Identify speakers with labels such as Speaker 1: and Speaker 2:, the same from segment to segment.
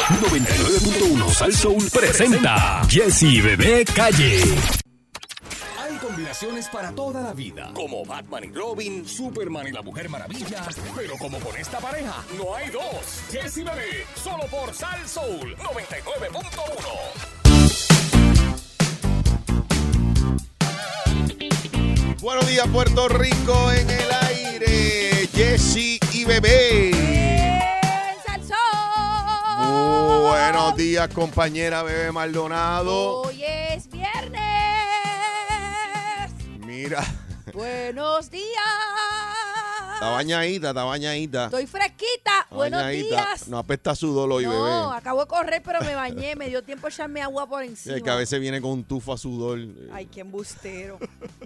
Speaker 1: 99.1 Sal Soul presenta Jesse Bebé Calle.
Speaker 2: Hay combinaciones para toda la vida, como Batman y Robin, Superman y la Mujer Maravilla, pero como con esta pareja, no hay dos. Jesse Bebé, solo por Sal Soul 99.1.
Speaker 3: Buenos días, Puerto Rico en el aire. Jesse y bebé. Buenos días, compañera Bebé Maldonado.
Speaker 4: Hoy es viernes.
Speaker 3: Mira,
Speaker 4: Buenos días.
Speaker 3: está bañadita, está bañadita.
Speaker 4: Estoy fresquita.
Speaker 3: Está
Speaker 4: Buenos
Speaker 3: bañadita.
Speaker 4: días.
Speaker 3: No apesta sudor hoy,
Speaker 4: No,
Speaker 3: bebé.
Speaker 4: acabo de correr, pero me bañé. Me dio tiempo a echarme agua por
Speaker 3: Es que a
Speaker 4: encima.
Speaker 3: veces viene con un tufo a sudor. Eh,
Speaker 4: Ay, qué embustero.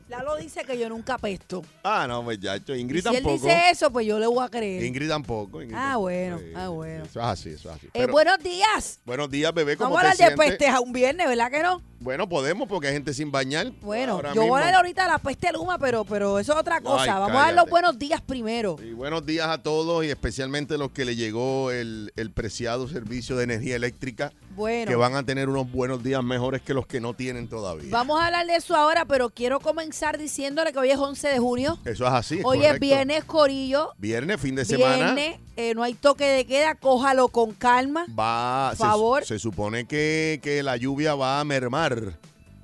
Speaker 4: Lalo dice que yo nunca apesto.
Speaker 3: Ah, no, muchacho.
Speaker 4: Y
Speaker 3: Ingrid
Speaker 4: si él
Speaker 3: tampoco.
Speaker 4: dice eso, pues yo le voy a creer.
Speaker 3: Ingrid tampoco. Ingrid
Speaker 4: Ah,
Speaker 3: tampoco.
Speaker 4: bueno,
Speaker 3: Eh,
Speaker 4: ah, bueno.
Speaker 3: Eso es así, eso es así.
Speaker 4: Eh,
Speaker 3: Pero,
Speaker 4: buenos días.
Speaker 3: Buenos días, bebé. ¿Cómo
Speaker 4: Vamos a
Speaker 3: te
Speaker 4: hablar de
Speaker 3: sientes?
Speaker 4: pestes a un viernes, ¿verdad que no?
Speaker 3: Bueno, podemos porque hay gente sin bañar.
Speaker 4: Bueno,
Speaker 3: ahora
Speaker 4: yo voy a hablar
Speaker 3: mismo.
Speaker 4: ahorita de la peste luma, pero, pero eso es otra cosa. Vamos a dar
Speaker 3: cállate.
Speaker 4: los buenos días primero.
Speaker 3: Y buenos días a todos y especialmente los que le llegó el, el preciado servicio de energía eléctrica,
Speaker 4: Bueno.
Speaker 3: que van a tener unos buenos días mejores que los que no tienen todavía.
Speaker 4: Vamos a hablar de eso ahora, pero quiero comenzar diciéndole que hoy es 11 de junio.
Speaker 3: Eso es así.
Speaker 4: Hoy es
Speaker 3: correcto.
Speaker 4: viernes, Corillo.
Speaker 3: Viernes, fin de semana.
Speaker 4: Viernes, eh, no hay toque de queda, cójalo con calma.
Speaker 3: Va, se-
Speaker 4: Favor.
Speaker 3: Se, supone que, que la lluvia va a mermar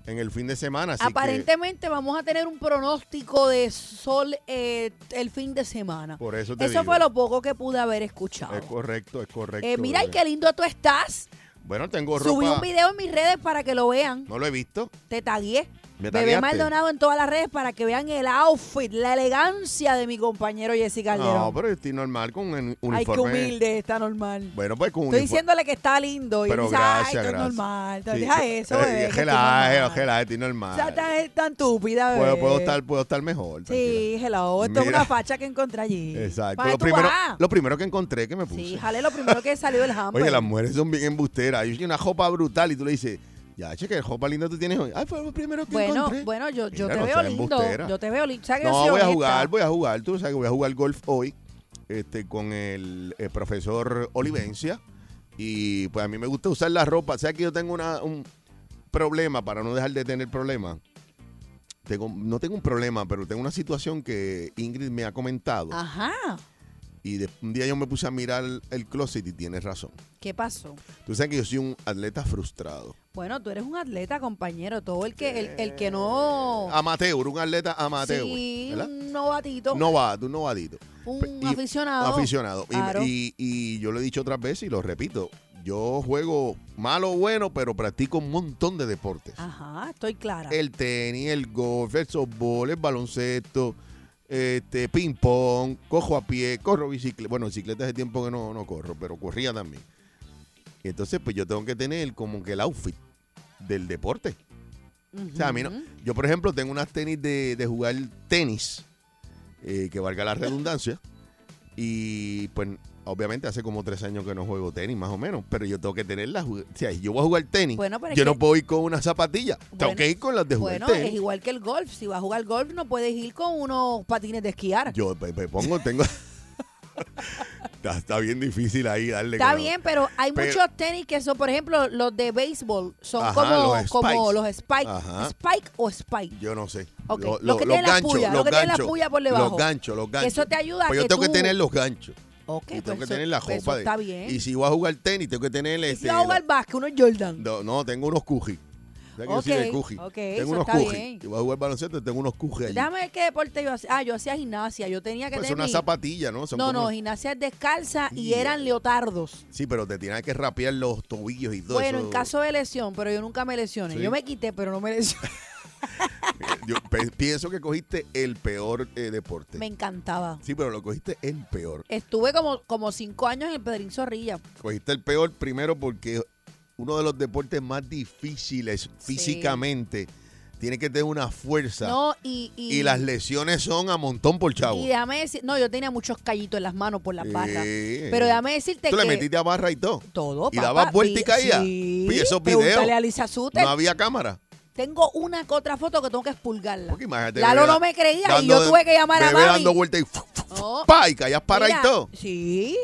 Speaker 3: en el fin de semana. Así que-
Speaker 4: Aparentemente vamos a tener un pronóstico de sol eh, el fin de semana.
Speaker 3: Por eso te
Speaker 4: eso
Speaker 3: digo.
Speaker 4: fue lo poco que pude haber escuchado.
Speaker 3: Es correcto, es correcto.
Speaker 4: Eh, mira, y
Speaker 3: bebé.
Speaker 4: qué lindo tú estás.
Speaker 3: Bueno, tengo ropa.
Speaker 4: Subí un video en mis redes para que lo vean.
Speaker 3: No lo he visto.
Speaker 4: Te tagué.
Speaker 3: Me
Speaker 4: Bebé
Speaker 3: tagueaste.
Speaker 4: Maldonado en todas las redes para que vean el outfit, la elegancia de mi compañero Jesse Calderón.
Speaker 3: No, pero yo estoy normal con un uniforme.
Speaker 4: Ay, qué humilde, está normal.
Speaker 3: Bueno, pues con un
Speaker 4: Estoy
Speaker 3: uniforme.
Speaker 4: diciéndole que está lindo. Y
Speaker 3: Pero
Speaker 4: dice,
Speaker 3: gracias,
Speaker 4: ay, esto
Speaker 3: gracias.
Speaker 4: es normal.
Speaker 3: Sí,
Speaker 4: Deja
Speaker 3: eh,
Speaker 4: eso, bebé. que esto es
Speaker 3: Relaje,
Speaker 4: normal.
Speaker 3: relaje, estoy
Speaker 4: O sea,
Speaker 3: normal.
Speaker 4: tan, tan estúpida, bebé.
Speaker 3: Puedo, puedo estar, puedo estar mejor. tranquila.
Speaker 4: Sí, hello. Esto es
Speaker 3: Mira.
Speaker 4: una facha que encontré allí.
Speaker 3: Exacto.
Speaker 4: ¿Para
Speaker 3: Lo
Speaker 4: tú
Speaker 3: primero,
Speaker 4: vas?
Speaker 3: lo primero que encontré que me puse.
Speaker 4: Sí, pues. jale lo primero que salió del hamper.
Speaker 3: Oye, las mujeres son bien embusteras. Hay una jopa brutal y tú le dices, ya, che, que jopa linda tú tienes hoy. Ah, Ay, fue lo primero que
Speaker 4: bueno,
Speaker 3: encontré.
Speaker 4: bueno, yo, yo
Speaker 3: Mira,
Speaker 4: te
Speaker 3: no
Speaker 4: veo
Speaker 3: seas
Speaker 4: lindo.
Speaker 3: embustera.
Speaker 4: Yo te veo lindo. ¿Sabes que yo
Speaker 3: No,
Speaker 4: soy
Speaker 3: voy a
Speaker 4: honesta?
Speaker 3: jugar, voy a jugar. Tú sabes que voy a jugar golf hoy este, con el, eh, profesor Olivencia. Y pues a mí me gusta usar la ropa. ¿Sabes que yo tengo una- un problema para no dejar de tener problemas? Tengo, no tengo un problema, pero tengo una situación que Ingrid me ha comentado.
Speaker 4: Ah. Ajá.
Speaker 3: Y de- un día yo me puse a mirar el closet y tienes razón.
Speaker 4: ¿Qué pasó?
Speaker 3: Tú sabes que yo soy un atleta frustrado.
Speaker 4: Bueno, tú eres un atleta, compañero. Todo el que, el, el
Speaker 3: Eh,
Speaker 4: que no.
Speaker 3: Amateur, un atleta amateur.
Speaker 4: sí,
Speaker 3: ah, ¿verdad?
Speaker 4: un novatito.
Speaker 3: Novato, un novadito.
Speaker 4: un
Speaker 3: Y-
Speaker 4: aficionado.
Speaker 3: aficionado. Y,
Speaker 4: Claro.
Speaker 3: y- y yo lo he dicho otras veces y lo repito. Yo juego malo o bueno, pero practico un montón de deportes.
Speaker 4: Ajá, estoy clara.
Speaker 3: El tenis, el golf, el softball, el baloncesto, este, ping pong, cojo a pie, corro bicicleta. Bueno, bicicleta hace tiempo que no, no corro, pero corría también. Y entonces, pues yo tengo que tener como que el outfit del deporte. O sea, a mí no. Yo, por ejemplo, tengo unas tenis de, de jugar tenis, eh, que valga la redundancia. Y pues, obviamente, hace como tres años que no juego tenis, más o menos. Pero yo tengo que tenerlas. ju- O sea, si yo voy a jugar tenis.
Speaker 4: Bueno, pero es
Speaker 3: yo no
Speaker 4: que-
Speaker 3: puedo ir con unas zapatillas. tengo
Speaker 4: Bueno,
Speaker 3: que ir con las de jugar
Speaker 4: Bueno, es
Speaker 3: tenis.
Speaker 4: igual que el golf. Si vas a jugar golf, no puedes ir con unos patines de esquiar.
Speaker 3: Yo me, me pongo, tengo. está, está bien difícil ahí darle.
Speaker 4: Está
Speaker 3: con la-
Speaker 4: bien, pero hay
Speaker 3: Pero-
Speaker 4: muchos tenis que son, por ejemplo, los de béisbol, son
Speaker 3: Ajá,
Speaker 4: como
Speaker 3: los
Speaker 4: como
Speaker 3: spikes.
Speaker 4: los spike,
Speaker 3: Ajá.
Speaker 4: spike o spike.
Speaker 3: Yo no sé.
Speaker 4: Ok,
Speaker 3: Lo-
Speaker 4: los
Speaker 3: lo-
Speaker 4: que tienen la puya, los que tienen la
Speaker 3: ganchos,
Speaker 4: puya por debajo.
Speaker 3: Los ganchos, los ganchos.
Speaker 4: Eso te ayuda a
Speaker 3: Pues yo
Speaker 4: que
Speaker 3: tengo que
Speaker 4: tú-
Speaker 3: tener los ganchos.
Speaker 4: Ok,
Speaker 3: Y tengo
Speaker 4: pues
Speaker 3: que
Speaker 4: eso-
Speaker 3: tener la
Speaker 4: pues eso
Speaker 3: ropa de-
Speaker 4: está bien.
Speaker 3: Y si voy a jugar tenis, tengo que tener
Speaker 4: Y
Speaker 3: este.
Speaker 4: si vas a jugar
Speaker 3: la-
Speaker 4: básquet, unos Jordan.
Speaker 3: no, no, tengo unos cuji. O sea que yo soy
Speaker 4: Ok,
Speaker 3: de cuji.
Speaker 4: ok, eso
Speaker 3: tengo unos
Speaker 4: está
Speaker 3: cuji.
Speaker 4: bien.
Speaker 3: Y voy a jugar baloncesto, tengo unos cuji allí.
Speaker 4: Déjame ver qué deporte yo hacía. Ah, yo hacía gimnasia. Yo tenía que
Speaker 3: Pues son
Speaker 4: tener.
Speaker 3: unas
Speaker 4: mi-
Speaker 3: zapatillas, ¿no? Son
Speaker 4: no,
Speaker 3: como-
Speaker 4: no, gimnasia es descalza y
Speaker 3: Ya.
Speaker 4: eran leotardos.
Speaker 3: Sí, pero te tienes que rapear los tobillos y todo
Speaker 4: Bueno,
Speaker 3: eso.
Speaker 4: en caso de lesión, pero yo nunca me lesioné.
Speaker 3: Sí.
Speaker 4: Yo me quité, pero no me lesioné.
Speaker 3: Yo pe- pienso que cogiste el peor eh, deporte.
Speaker 4: me encantaba.
Speaker 3: Sí, pero lo cogiste el peor.
Speaker 4: Estuve como, como cinco años en el Pedrín Zorrilla.
Speaker 3: Cogiste el peor primero porque uno de los deportes más difíciles físicamente. Tiene que tener una fuerza.
Speaker 4: No, y, y,
Speaker 3: y las lesiones son a montón por chavo.
Speaker 4: y déjame decir, no, yo tenía muchos callitos en las manos por las barras.
Speaker 3: Eh.
Speaker 4: Pero déjame decirte
Speaker 3: Tú
Speaker 4: que
Speaker 3: le metiste a barra y todo.
Speaker 4: todo,
Speaker 3: y
Speaker 4: papá,
Speaker 3: dabas vuelta y
Speaker 4: vi-
Speaker 3: caía.
Speaker 4: Sí,
Speaker 3: Vi esos
Speaker 4: Pregúntale a
Speaker 3: videos.
Speaker 4: Lisa Suter.
Speaker 3: No había cámara.
Speaker 4: Tengo una que otra foto que tengo que expulgarla.
Speaker 3: Porque imagínate.
Speaker 4: Lalo
Speaker 3: bebé
Speaker 4: no me creía y
Speaker 3: dando-
Speaker 4: yo tuve que llamar a
Speaker 3: bebé
Speaker 4: mami.
Speaker 3: dando vuelta y. fu- fu- fu-
Speaker 4: No.
Speaker 3: pa, y caías para
Speaker 4: Mira,
Speaker 3: y todo.
Speaker 4: Sí.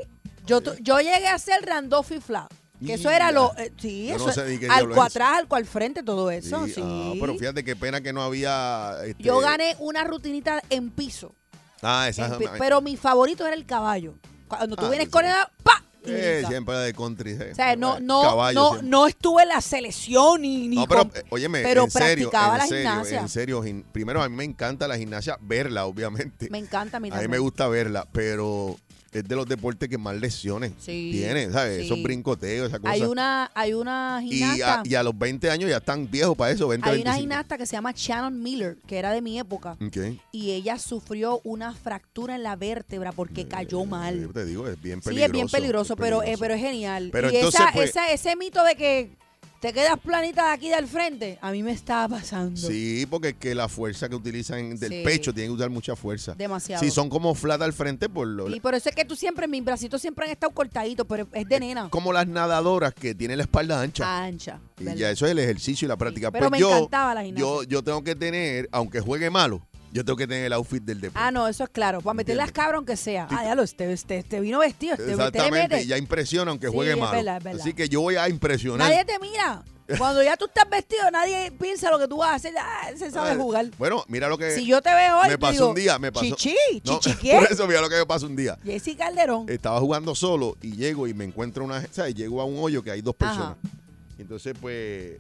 Speaker 4: Yo, tu- yo llegué a ser Randolph y Fla. Que eso era lo. eh, sí,
Speaker 3: Yo no
Speaker 4: eso.
Speaker 3: sé ni qué diablo
Speaker 4: algo
Speaker 3: es.
Speaker 4: atrás, algo al frente, todo eso. Sí.
Speaker 3: Sí, ah, pero fíjate qué pena que no había. este,
Speaker 4: Yo gané una rutinita en piso.
Speaker 3: Ah,
Speaker 4: en
Speaker 3: esa
Speaker 4: pi- pero mi favorito era el caballo. Cuando tú
Speaker 3: Ah,
Speaker 4: vienes
Speaker 3: sí.
Speaker 4: con edad, ¡pa! Y
Speaker 3: Eh,
Speaker 4: brinca.
Speaker 3: siempre de country. eh.
Speaker 4: O sea, no, no,
Speaker 3: Caballo
Speaker 4: no,
Speaker 3: siempre.
Speaker 4: no estuve en la selección ni. ni
Speaker 3: No, pero,
Speaker 4: con-
Speaker 3: eh, óyeme,
Speaker 4: pero
Speaker 3: en serio,
Speaker 4: practicaba
Speaker 3: en
Speaker 4: la
Speaker 3: serio,
Speaker 4: gimnasia.
Speaker 3: En serio, gim- primero a mí me encanta la gimnasia, verla, obviamente.
Speaker 4: me encanta mi
Speaker 3: a mí me gusta verla, pero es de los deportes que más lesiones
Speaker 4: Sí,
Speaker 3: tiene, ¿sabes?
Speaker 4: sí.
Speaker 3: Esos brincoteos, esas cosas.
Speaker 4: Hay una, hay una
Speaker 3: y,
Speaker 4: gimnasta.
Speaker 3: a, y a los 20 años ya están viejos para eso, 20,
Speaker 4: hay una
Speaker 3: 25.
Speaker 4: gimnasta que se llama Shannon Miller, que era de mi época.
Speaker 3: Ok.
Speaker 4: Y ella sufrió una fractura en la vértebra porque cayó mal.
Speaker 3: Yo te digo, es bien peligroso.
Speaker 4: Sí, es bien peligroso, pero, eh,
Speaker 3: Mm, peligroso.
Speaker 4: pero es genial.
Speaker 3: Pero
Speaker 4: y
Speaker 3: entonces,
Speaker 4: esa,
Speaker 3: pues-
Speaker 4: esa- ese mito de que te quedas planita de aquí del frente, a mí me estaba pasando.
Speaker 3: Sí, porque es que la fuerza que utilizan del
Speaker 4: Sí.
Speaker 3: pecho tienen que usar mucha fuerza.
Speaker 4: Demasiado.
Speaker 3: Si son como flat al frente, por lo,
Speaker 4: Y por eso es que tú siempre, mis bracitos siempre han estado cortaditos, pero es
Speaker 3: Eh,
Speaker 4: de nena.
Speaker 3: como las nadadoras que tienen la espalda ancha.
Speaker 4: Ah, Ancha.
Speaker 3: y
Speaker 4: ¿verdad?
Speaker 3: ya eso es el ejercicio y la práctica.
Speaker 4: pero me
Speaker 3: Pues yo,
Speaker 4: encantaba la gimnasia.
Speaker 3: yo, yo tengo que tener, aunque juegue malo, yo tengo que tener el outfit del deporte.
Speaker 4: Ah, no, eso es claro. Para meter las cabras aunque sea. Ah, ya lo, este, este, este vino vestido, este, este le
Speaker 3: Exactamente,
Speaker 4: mete.
Speaker 3: y ya impresiona aunque
Speaker 4: Sí,
Speaker 3: juegue
Speaker 4: es
Speaker 3: malo.
Speaker 4: verdad, es verdad.
Speaker 3: Así que yo voy a impresionar.
Speaker 4: Nadie te mira. Cuando ya tú estás vestido, nadie piensa lo que tú vas a hacer. Ah, se sabe
Speaker 3: Ah,
Speaker 4: jugar.
Speaker 3: Bueno, mira lo que
Speaker 4: Si yo te veo hoy,
Speaker 3: me
Speaker 4: te
Speaker 3: pasó
Speaker 4: digo,
Speaker 3: un día, me pasó.
Speaker 4: Chichi,
Speaker 3: No,
Speaker 4: chichi,
Speaker 3: Por
Speaker 4: ¿quién?
Speaker 3: eso mira lo que me pasó un día.
Speaker 4: Jessy Calderón.
Speaker 3: estaba jugando solo y llego y me encuentro una, ¿sabes? Llego a un hoyo que hay dos personas.
Speaker 4: Ajá.
Speaker 3: Entonces, pues,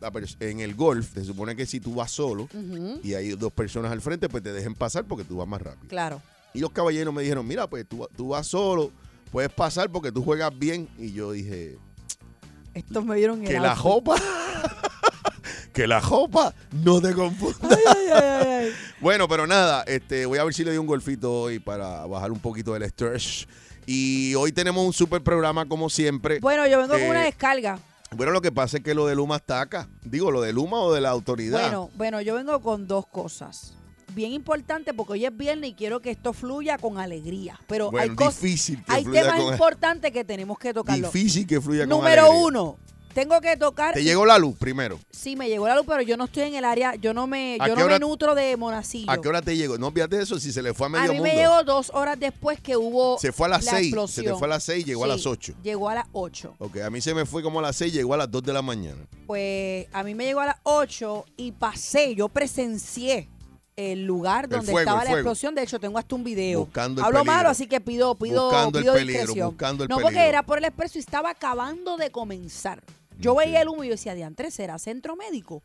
Speaker 3: la pers- en el golf se supone que si tú vas solo
Speaker 4: Ujú,
Speaker 3: y hay dos personas al frente, pues te dejen pasar porque tú vas más rápido.
Speaker 4: Claro.
Speaker 3: Y los caballeros me dijeron, mira, pues tú, tú vas solo, puedes pasar porque tú juegas bien. Y yo dije,
Speaker 4: Estos me vieron el
Speaker 3: que la
Speaker 4: outfit.
Speaker 3: jopa, que la jopa no te confunda.
Speaker 4: Ay, ay, ay, ay.
Speaker 3: Bueno, pero nada, este, voy a ver si le doy un golfito hoy para bajar un poquito del stress. Y hoy tenemos un super programa como siempre.
Speaker 4: Bueno, yo vengo con
Speaker 3: Eh,
Speaker 4: una descarga.
Speaker 3: Bueno, lo que pasa es que lo de Luma está acá. Digo, lo de Luma o de la autoridad.
Speaker 4: Bueno, bueno, yo vengo con dos cosas. Bien importante porque hoy es viernes y quiero que esto fluya con alegría. Pero
Speaker 3: Bueno,
Speaker 4: hay cosas,
Speaker 3: difícil que
Speaker 4: hay
Speaker 3: fluya
Speaker 4: temas
Speaker 3: con-
Speaker 4: importantes que tenemos que tocarlo.
Speaker 3: Difícil que fluya con
Speaker 4: Número
Speaker 3: alegría.
Speaker 4: uno, tengo que tocar.
Speaker 3: Te llegó la luz primero.
Speaker 4: Sí, me llegó la luz, pero yo no estoy en el área, yo no me,
Speaker 3: ¿A
Speaker 4: yo
Speaker 3: qué
Speaker 4: no
Speaker 3: hora-
Speaker 4: me nutro de monacillo.
Speaker 3: ¿A qué hora te llegó? No olvides de eso, si se le fue a
Speaker 4: A
Speaker 3: medio
Speaker 4: mí
Speaker 3: mundo.
Speaker 4: me llegó dos horas después que hubo
Speaker 3: se fue a las
Speaker 4: la
Speaker 3: seis.
Speaker 4: explosión.
Speaker 3: Se te fue a las seis llegó a
Speaker 4: Sí,
Speaker 3: las ocho.
Speaker 4: Llegó a las 8.
Speaker 3: Ok, a mí se me fue como a las seis, llegó a las dos de la mañana.
Speaker 4: Pues a mí me llegó a las 8 y pasé, yo presencié el lugar donde
Speaker 3: fuego,
Speaker 4: estaba
Speaker 3: el
Speaker 4: la
Speaker 3: fuego.
Speaker 4: explosión. De hecho, tengo hasta un video.
Speaker 3: Buscando el
Speaker 4: Hablo
Speaker 3: peligro.
Speaker 4: malo, así que pido, pido,
Speaker 3: Buscando el
Speaker 4: pido
Speaker 3: peligro,
Speaker 4: discreción.
Speaker 3: buscando el
Speaker 4: no, porque
Speaker 3: peligro.
Speaker 4: era por el expreso y estaba acabando de comenzar. Yo
Speaker 3: Ok.
Speaker 4: veía el humo y yo decía, diantre, ¿será centro médico?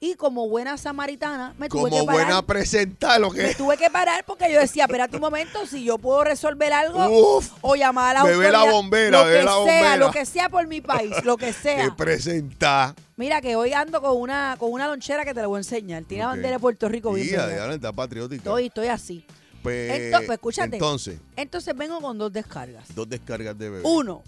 Speaker 4: Y como buena samaritana, me tuve
Speaker 3: Como
Speaker 4: que parar.
Speaker 3: buena presentar lo que
Speaker 4: Me tuve que parar porque yo decía, espérate un momento, si yo puedo resolver algo
Speaker 3: Uf,
Speaker 4: o llamar a la
Speaker 3: bebé la
Speaker 4: autoridad,
Speaker 3: bombera,
Speaker 4: lo
Speaker 3: bebé
Speaker 4: que
Speaker 3: la
Speaker 4: sea,
Speaker 3: bombera.
Speaker 4: lo que sea por mi país, lo que
Speaker 3: que
Speaker 4: sea.
Speaker 3: presenta.
Speaker 4: Mira que hoy ando con una con una lonchera que te la voy a enseñar. Tiene la
Speaker 3: Ok.
Speaker 4: bandera de Puerto Rico bien.
Speaker 3: Día,
Speaker 4: pegada.
Speaker 3: diablo, está patriótica.
Speaker 4: Estoy, estoy así.
Speaker 3: Pues,
Speaker 4: Entonces, pues, escúchate.
Speaker 3: Entonces, Eh.
Speaker 4: Entonces vengo con dos descargas.
Speaker 3: dos descargas de bebé.
Speaker 4: Uno,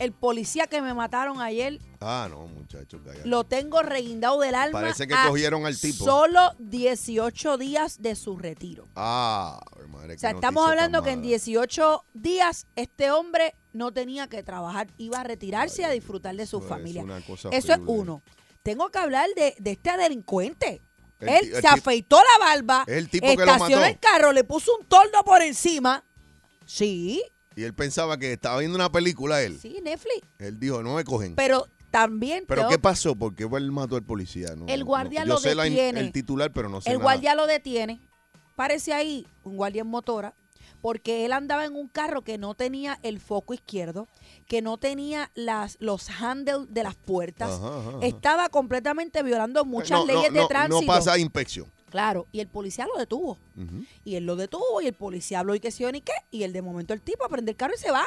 Speaker 4: el policía que me mataron ayer
Speaker 3: Ah, no, muchacho, cállate.
Speaker 4: lo tengo reguindado del alma.
Speaker 3: Parece que
Speaker 4: a
Speaker 3: cogieron al tipo.
Speaker 4: Solo 18 días de su retiro.
Speaker 3: Ah, madre,
Speaker 4: O sea,
Speaker 3: qué
Speaker 4: estamos
Speaker 3: noticia
Speaker 4: hablando
Speaker 3: tan
Speaker 4: que en
Speaker 3: mala.
Speaker 4: 18 días este hombre no tenía que trabajar, iba a retirarse y a disfrutar de su
Speaker 3: Eso es
Speaker 4: familia.
Speaker 3: una cosa
Speaker 4: Eso es
Speaker 3: horrible.
Speaker 4: uno. Tengo que hablar de, de este delincuente.
Speaker 3: El
Speaker 4: Él
Speaker 3: ti- el
Speaker 4: se
Speaker 3: ti-
Speaker 4: afeitó la barba,
Speaker 3: el tipo que lo
Speaker 4: estacionó
Speaker 3: mató.
Speaker 4: el carro, le puso un torno por encima. Sí,
Speaker 3: Y él pensaba que estaba viendo una película él.
Speaker 4: sí, Netflix.
Speaker 3: Él dijo, no me cogen. Pero,
Speaker 4: Pero también tengo-
Speaker 3: ¿qué pasó? ¿Por qué él mató al policía? No,
Speaker 4: El
Speaker 3: no,
Speaker 4: guardia
Speaker 3: no. Yo
Speaker 4: lo
Speaker 3: sé la in-
Speaker 4: detiene.
Speaker 3: el titular, pero no sé
Speaker 4: el
Speaker 3: nada.
Speaker 4: guardia lo detiene. Parece ahí un guardia en motora. Porque él andaba en un carro que no tenía el foco izquierdo, que no tenía las, los handles de las puertas,
Speaker 3: Ajá, ajá, ajá.
Speaker 4: estaba completamente violando muchas
Speaker 3: No, no,
Speaker 4: leyes
Speaker 3: no,
Speaker 4: de tránsito.
Speaker 3: No pasa inspección.
Speaker 4: Claro, y el policía lo detuvo.
Speaker 3: Ujú.
Speaker 4: Y él lo detuvo y el policía habló y que sí o ni qué. Y él de momento el tipo prende el carro y se va.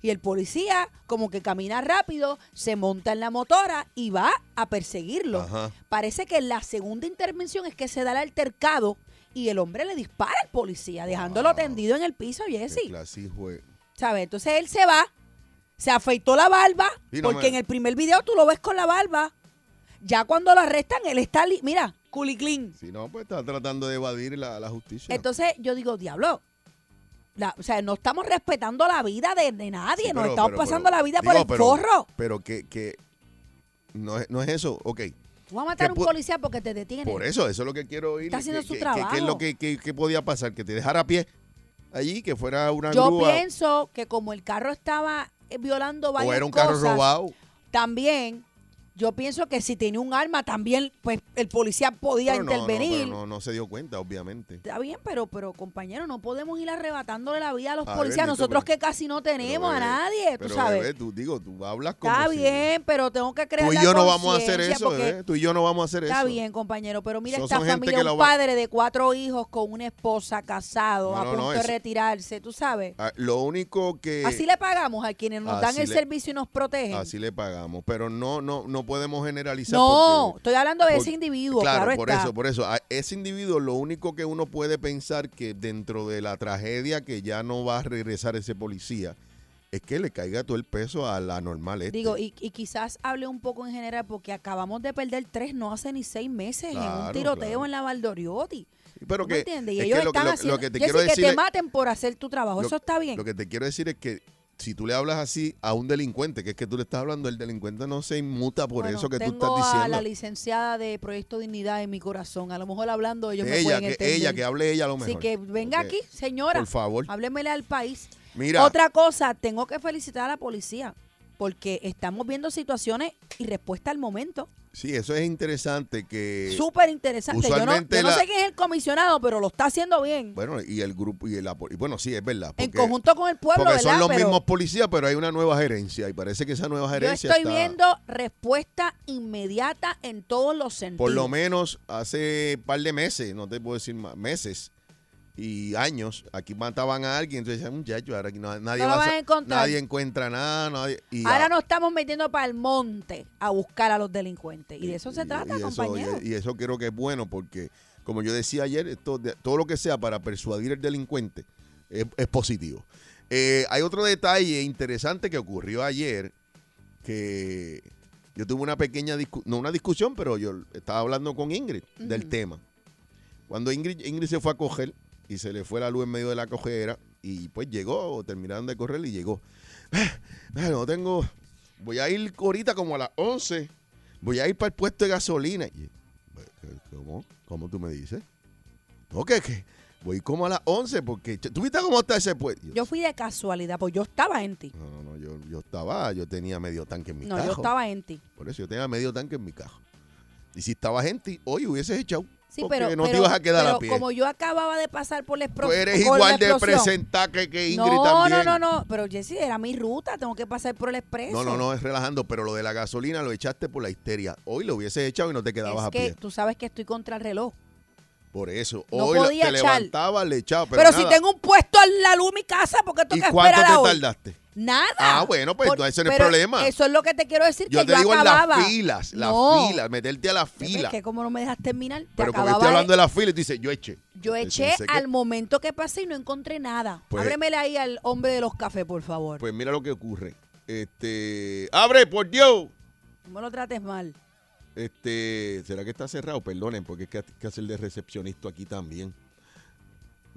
Speaker 4: Y el policía como que camina rápido, se monta en la motora y va a perseguirlo.
Speaker 3: Ajá.
Speaker 4: Parece que la segunda intervención es que se da el altercado y el hombre le dispara al policía, dejándolo
Speaker 3: Wow.
Speaker 4: tendido en el piso,
Speaker 3: Qué
Speaker 4: Jesse.
Speaker 3: clasijo es.
Speaker 4: ¿Sabes? Entonces él se va, se afeitó la barba,
Speaker 3: Sí, no
Speaker 4: porque
Speaker 3: me-
Speaker 4: en el primer video tú lo ves con la barba. Ya cuando lo arrestan, él está, li- mira, culiclín.
Speaker 3: Si no, pues está tratando de evadir la, la justicia.
Speaker 4: Entonces yo digo, diablo. la- o sea, no estamos respetando la vida de, de nadie,
Speaker 3: Sí,
Speaker 4: nos
Speaker 3: pero-
Speaker 4: estamos
Speaker 3: pero-
Speaker 4: pasando
Speaker 3: pero-
Speaker 4: la vida
Speaker 3: digo,
Speaker 4: por el
Speaker 3: pero-
Speaker 4: forro.
Speaker 3: Pero que, que no, es, no es eso, ok.
Speaker 4: Tú vas a matar a
Speaker 3: que
Speaker 4: un
Speaker 3: pu-
Speaker 4: policía porque te detiene.
Speaker 3: Por eso, eso es lo que quiero oír.
Speaker 4: Está haciendo
Speaker 3: ¿Qué-
Speaker 4: su
Speaker 3: qué-
Speaker 4: trabajo.
Speaker 3: ¿Qué es lo que, que- que podía pasar? Que te dejara a pie allí, que fuera una
Speaker 4: Yo
Speaker 3: grúa.
Speaker 4: pienso que como el carro estaba eh, violando varias
Speaker 3: O era un carro
Speaker 4: cosas.
Speaker 3: robado.
Speaker 4: También, yo pienso que si tenía un arma, también pues el policía podía
Speaker 3: Pero no, no,
Speaker 4: intervenir.
Speaker 3: pero no, no se dio cuenta, obviamente.
Speaker 4: Está bien, pero, pero compañero, no podemos ir arrebatándole la vida a los
Speaker 3: Ay,
Speaker 4: policías.
Speaker 3: bendito,
Speaker 4: Nosotros
Speaker 3: pero-
Speaker 4: que casi no tenemos
Speaker 3: Pero,
Speaker 4: a
Speaker 3: bebé,
Speaker 4: nadie, Eh, tú
Speaker 3: pero,
Speaker 4: sabes.
Speaker 3: bebé, tú, digo, tú hablas como
Speaker 4: está
Speaker 3: si-
Speaker 4: bien, pero tengo que crear
Speaker 3: Tú y
Speaker 4: la
Speaker 3: yo no vamos a hacer
Speaker 4: conciencia
Speaker 3: eso,
Speaker 4: porque
Speaker 3: bebé. Tú y yo no vamos a hacer eso.
Speaker 4: Está bien, compañero, pero mira
Speaker 3: Eso
Speaker 4: esta
Speaker 3: son gente
Speaker 4: familia,
Speaker 3: que
Speaker 4: un
Speaker 3: la va-
Speaker 4: padre de cuatro hijos con una esposa casado,
Speaker 3: No,
Speaker 4: a
Speaker 3: no, no,
Speaker 4: punto de
Speaker 3: eso-
Speaker 4: retirarse, tú sabes.
Speaker 3: Ah, Lo único que...
Speaker 4: así le pagamos a quienes nos dan
Speaker 3: así
Speaker 4: el
Speaker 3: le-
Speaker 4: servicio y nos protegen.
Speaker 3: Así le pagamos, pero no no no podemos generalizar.
Speaker 4: no,
Speaker 3: porque-
Speaker 4: estoy hablando de ese
Speaker 3: porque-
Speaker 4: individuo, claro,
Speaker 3: claro, por
Speaker 4: está.
Speaker 3: eso, por este eso. A ese individuo lo único que uno puede pensar que dentro de la tragedia que ya no va a regresar ese policía es que le caiga todo el peso a la normal este.
Speaker 4: Digo, y, y quizás hable un poco en general, porque acabamos de perder tres no hace ni seis meses en un
Speaker 3: Claro,
Speaker 4: tiroteo
Speaker 3: claro.
Speaker 4: en la Valdoriotti.
Speaker 3: pero
Speaker 4: ¿Tú me
Speaker 3: que,
Speaker 4: entiendes? Y
Speaker 3: es
Speaker 4: ellos
Speaker 3: que lo, que-
Speaker 4: están
Speaker 3: lo- lo
Speaker 4: haciendo...
Speaker 3: que te
Speaker 4: Jessy,
Speaker 3: quiero
Speaker 4: que
Speaker 3: decir
Speaker 4: te maten por hacer tu trabajo, Ah,
Speaker 3: lo-
Speaker 4: eso está bien.
Speaker 3: lo que te quiero decir es que si tú le hablas así a un delincuente, que es que tú le estás hablando, el delincuente no se inmuta por
Speaker 4: Bueno,
Speaker 3: eso que tú
Speaker 4: tengo
Speaker 3: estás
Speaker 4: a
Speaker 3: diciendo.
Speaker 4: la licenciada de Proyecto Dignidad en mi corazón. A lo mejor hablando ellos me
Speaker 3: ella,
Speaker 4: pueden
Speaker 3: que,
Speaker 4: entender.
Speaker 3: ella, que hable ella a lo mejor.
Speaker 4: Así que venga
Speaker 3: Ok.
Speaker 4: aquí, señora.
Speaker 3: Por favor.
Speaker 4: Háblemele al país.
Speaker 3: Mira.
Speaker 4: Otra cosa, tengo que felicitar a la policía porque estamos viendo situaciones y respuesta al momento.
Speaker 3: Sí, eso es interesante que...
Speaker 4: Súper interesante. Yo, no,
Speaker 3: Eh, usualmente
Speaker 4: yo no
Speaker 3: la-
Speaker 4: sé quién es el comisionado, pero lo está haciendo bien.
Speaker 3: Bueno, y el grupo, y, la, y bueno, sí, es verdad.
Speaker 4: en
Speaker 3: porque-
Speaker 4: conjunto con el pueblo,
Speaker 3: Porque
Speaker 4: ¿verdad?
Speaker 3: son los
Speaker 4: Pero
Speaker 3: mismos policías, pero hay una nueva gerencia y parece que esa nueva
Speaker 4: yo
Speaker 3: gerencia
Speaker 4: estoy
Speaker 3: está-
Speaker 4: viendo respuesta inmediata en todos los sentidos.
Speaker 3: por lo menos hace par de meses, no te puedo decir más, meses y años, aquí mataban a alguien, entonces decían, muchacho, ahora aquí no- nadie
Speaker 4: No lo
Speaker 3: va
Speaker 4: van a
Speaker 3: sa-
Speaker 4: encontrar".
Speaker 3: nadie encuentra nada, nadie y
Speaker 4: Ahora
Speaker 3: a-
Speaker 4: nos estamos metiendo para el monte a buscar a los delincuentes. Y de eso se
Speaker 3: y-
Speaker 4: trata,
Speaker 3: y eso-
Speaker 4: compañero.
Speaker 3: y, y eso creo que es bueno porque como yo decía ayer, esto de- todo lo que sea para persuadir al delincuente es, es positivo. Eh, hay otro detalle interesante que ocurrió ayer que yo tuve una pequeña discu- no una discusión, pero yo estaba hablando con Ingrid del
Speaker 4: Ujú.
Speaker 3: tema. Cuando Ingrid, Ingrid se fue a coger y se le fue la luz en medio de la cojera y pues llegó, terminaron de correr y llegó. Ah, no tengo, voy a ir ahorita como a las 11, voy a ir para el puesto de gasolina. Y- "Pues, ¿Cómo? ¿Cómo tú me dices? No, que, que voy como a las 11 porque ¿tú viste cómo está ese puesto?
Speaker 4: Yo fui de casualidad, pues yo estaba en ti.
Speaker 3: No, no, no, yo, yo estaba, yo tenía medio tanque en mi
Speaker 4: No,
Speaker 3: carro.
Speaker 4: yo estaba en ti.
Speaker 3: Por eso yo tenía medio tanque en mi carro. Y si estaba gente, hoy hubieses echado.
Speaker 4: Sí,
Speaker 3: porque
Speaker 4: pero,
Speaker 3: no te
Speaker 4: pero-
Speaker 3: ibas a quedar
Speaker 4: pero
Speaker 3: a pie.
Speaker 4: como yo acababa de pasar por la expro-
Speaker 3: Tú eres
Speaker 4: por la
Speaker 3: igual de
Speaker 4: explosión.
Speaker 3: presentá que, que Ingrid
Speaker 4: no,
Speaker 3: también.
Speaker 4: No, no, no, pero Jessy, era mi ruta, tengo que pasar por el expreso.
Speaker 3: No, no, no, es relajando, pero lo de la gasolina lo echaste por la histeria. Hoy lo hubieses echado y no te quedabas
Speaker 4: Es
Speaker 3: a
Speaker 4: que
Speaker 3: pie.
Speaker 4: tú sabes que estoy contra el reloj.
Speaker 3: Por eso,
Speaker 4: no
Speaker 3: hoy la-
Speaker 4: podía
Speaker 3: te
Speaker 4: echar.
Speaker 3: levantaba, le echaba. Pero,
Speaker 4: Pero, si
Speaker 3: nada.
Speaker 4: tengo un puesto a la luz en mi casa, ¿por qué tengo
Speaker 3: ¿Y
Speaker 4: que
Speaker 3: cuánto
Speaker 4: esperar
Speaker 3: te
Speaker 4: a hoy?
Speaker 3: tardaste?
Speaker 4: Nada.
Speaker 3: Ah, bueno, pues, no, ese no es
Speaker 4: pero
Speaker 3: problema.
Speaker 4: Eso es lo que te quiero decir,
Speaker 3: Yo
Speaker 4: que
Speaker 3: te
Speaker 4: yo
Speaker 3: digo en
Speaker 4: acababa.
Speaker 3: las filas, las
Speaker 4: No.
Speaker 3: filas, meterte a la fila.
Speaker 4: Es que como no me dejas terminar, te
Speaker 3: Pero porque
Speaker 4: acababa
Speaker 3: estoy
Speaker 4: de-
Speaker 3: hablando de la fila y tú dices, yo eché.
Speaker 4: Yo
Speaker 3: Pues,
Speaker 4: eché
Speaker 3: entonces, ¿qué?
Speaker 4: al momento que pasé y no encontré nada.
Speaker 3: Pues-
Speaker 4: Ábremele ahí al hombre de los cafés, por favor.
Speaker 3: Pues mira lo que ocurre. Este, abre, por Dios.
Speaker 4: no me lo trates mal.
Speaker 3: Este, ¿será que está cerrado? Perdonen, porque es que hay que hacer de recepcionista aquí también.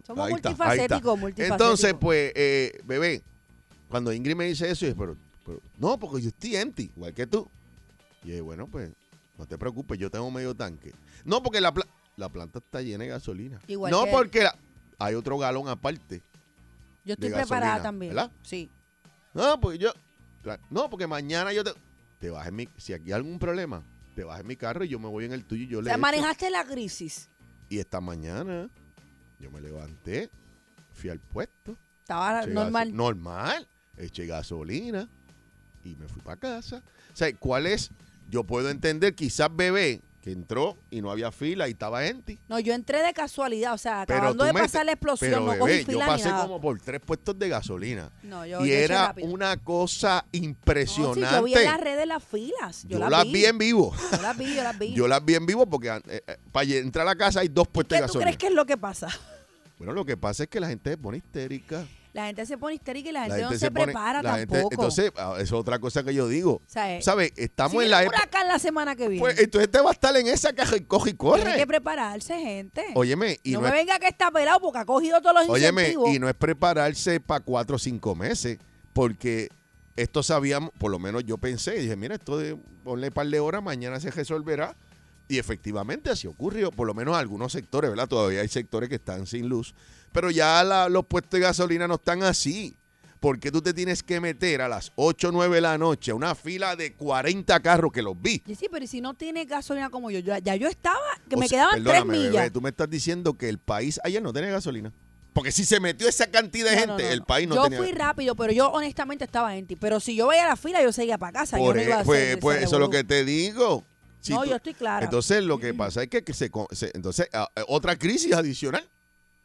Speaker 4: Somos
Speaker 3: Ahí está, ahí
Speaker 4: multifacéticos,
Speaker 3: está.
Speaker 4: multifacéticos.
Speaker 3: Entonces, pues, eh, bebé, cuando Ingrid me dice eso, yo, pero, pero, no, porque yo estoy empty, igual que tú. Y dije, bueno, pues, no te preocupes, yo tengo medio tanque. No, porque la, pla- la planta está llena de gasolina.
Speaker 4: Igual
Speaker 3: no,
Speaker 4: que-
Speaker 3: porque la- hay otro galón aparte.
Speaker 4: Yo estoy
Speaker 3: de
Speaker 4: preparada
Speaker 3: gasolina,
Speaker 4: también.
Speaker 3: ¿verdad?
Speaker 4: Sí.
Speaker 3: No, porque yo. tra- No, porque mañana yo te. Te vas en mi. Si aquí hay algún problema, te vas en mi carro y yo me voy en el tuyo y yo
Speaker 4: O
Speaker 3: le.
Speaker 4: sea,
Speaker 3: echo.
Speaker 4: manejaste la crisis.
Speaker 3: Y esta mañana yo me levanté, fui al puesto.
Speaker 4: Estaba
Speaker 3: eché gaso-
Speaker 4: normal.
Speaker 3: Normal. Eché gasolina y me fui para casa. O sea, ¿cuál es? Yo puedo entender, quizás bebé que entró y no había fila y estaba gente.
Speaker 4: No, yo entré de casualidad. O sea,
Speaker 3: Pero
Speaker 4: acabando
Speaker 3: tú
Speaker 4: de
Speaker 3: me-
Speaker 4: pasar la explosión,
Speaker 3: pero,
Speaker 4: no
Speaker 3: bebé,
Speaker 4: cogí
Speaker 3: yo
Speaker 4: fila ni
Speaker 3: pasé
Speaker 4: nada.
Speaker 3: como por tres puestos de gasolina.
Speaker 4: No, yo,
Speaker 3: y
Speaker 4: yo eché
Speaker 3: era
Speaker 4: rápido.
Speaker 3: una cosa
Speaker 4: No, sí,
Speaker 3: impresionante.
Speaker 4: yo vi en las redes las filas. Yo,
Speaker 3: Yo, las vi. en vivo.
Speaker 4: Yo las vi, yo las vi.
Speaker 3: Yo las vi en vivo porque eh, para entrar a la casa hay dos puestos
Speaker 4: ¿Qué
Speaker 3: de
Speaker 4: tú
Speaker 3: gasolina.
Speaker 4: crees que es lo que pasa?
Speaker 3: Bueno, lo que pasa es que la gente se pone histérica.
Speaker 4: La gente se pone histérica y la gente,
Speaker 3: la gente
Speaker 4: no se,
Speaker 3: se pone-
Speaker 4: prepara
Speaker 3: la gente-
Speaker 4: tampoco.
Speaker 3: entonces, ah, eso es otra cosa que yo digo.
Speaker 4: O sea, eh,
Speaker 3: ¿Sabes?
Speaker 4: si
Speaker 3: Estamos en
Speaker 4: viene
Speaker 3: la
Speaker 4: un
Speaker 3: época.
Speaker 4: huracán la semana que viene.
Speaker 3: pues, entonces te va a estar en esa caja y coge y
Speaker 4: Tiene que
Speaker 3: corre.
Speaker 4: prepararse, gente.
Speaker 3: Óyeme, y
Speaker 4: no,
Speaker 3: no,
Speaker 4: me
Speaker 3: es,
Speaker 4: venga que está pelado porque ha cogido todos los
Speaker 3: óyeme,
Speaker 4: incentivos.
Speaker 3: y no es prepararse para cuatro o cinco meses, porque esto sabíamos, por lo menos yo pensé, dije, mira, esto de ponle par de horas, mañana se resolverá. Y efectivamente así ocurrió, por lo menos algunos sectores, ¿verdad? Todavía hay sectores que están sin luz, pero ya la- los puestos de gasolina no están así. ¿por qué tú te tienes que meter a las 8 o 9 de la noche a una fila de 40 carros que los vi?
Speaker 4: Y sí, pero ¿y si no tiene gasolina como yo? Ya, ya yo estaba, que
Speaker 3: O
Speaker 4: me
Speaker 3: sea,
Speaker 4: quedaban tres
Speaker 3: perdóname,
Speaker 4: millas.
Speaker 3: bebé, tú me estás diciendo que el país ayer no tenía gasolina. Porque si se metió esa cantidad de
Speaker 4: No,
Speaker 3: gente,
Speaker 4: no, no,
Speaker 3: el
Speaker 4: no.
Speaker 3: país no
Speaker 4: yo
Speaker 3: tenía
Speaker 4: fui rápido, pero yo honestamente estaba en ti. Pero si yo veía la fila, yo seguía para casa. yo
Speaker 3: Por
Speaker 4: no
Speaker 3: e-
Speaker 4: iba a hacer
Speaker 3: pues,
Speaker 4: ese
Speaker 3: pues, eso es lo
Speaker 4: revolú.
Speaker 3: que te digo. Si
Speaker 4: no,
Speaker 3: tú-
Speaker 4: yo estoy clara.
Speaker 3: Entonces lo que pasa es que que se, co- se- entonces a- a- otra crisis adicional,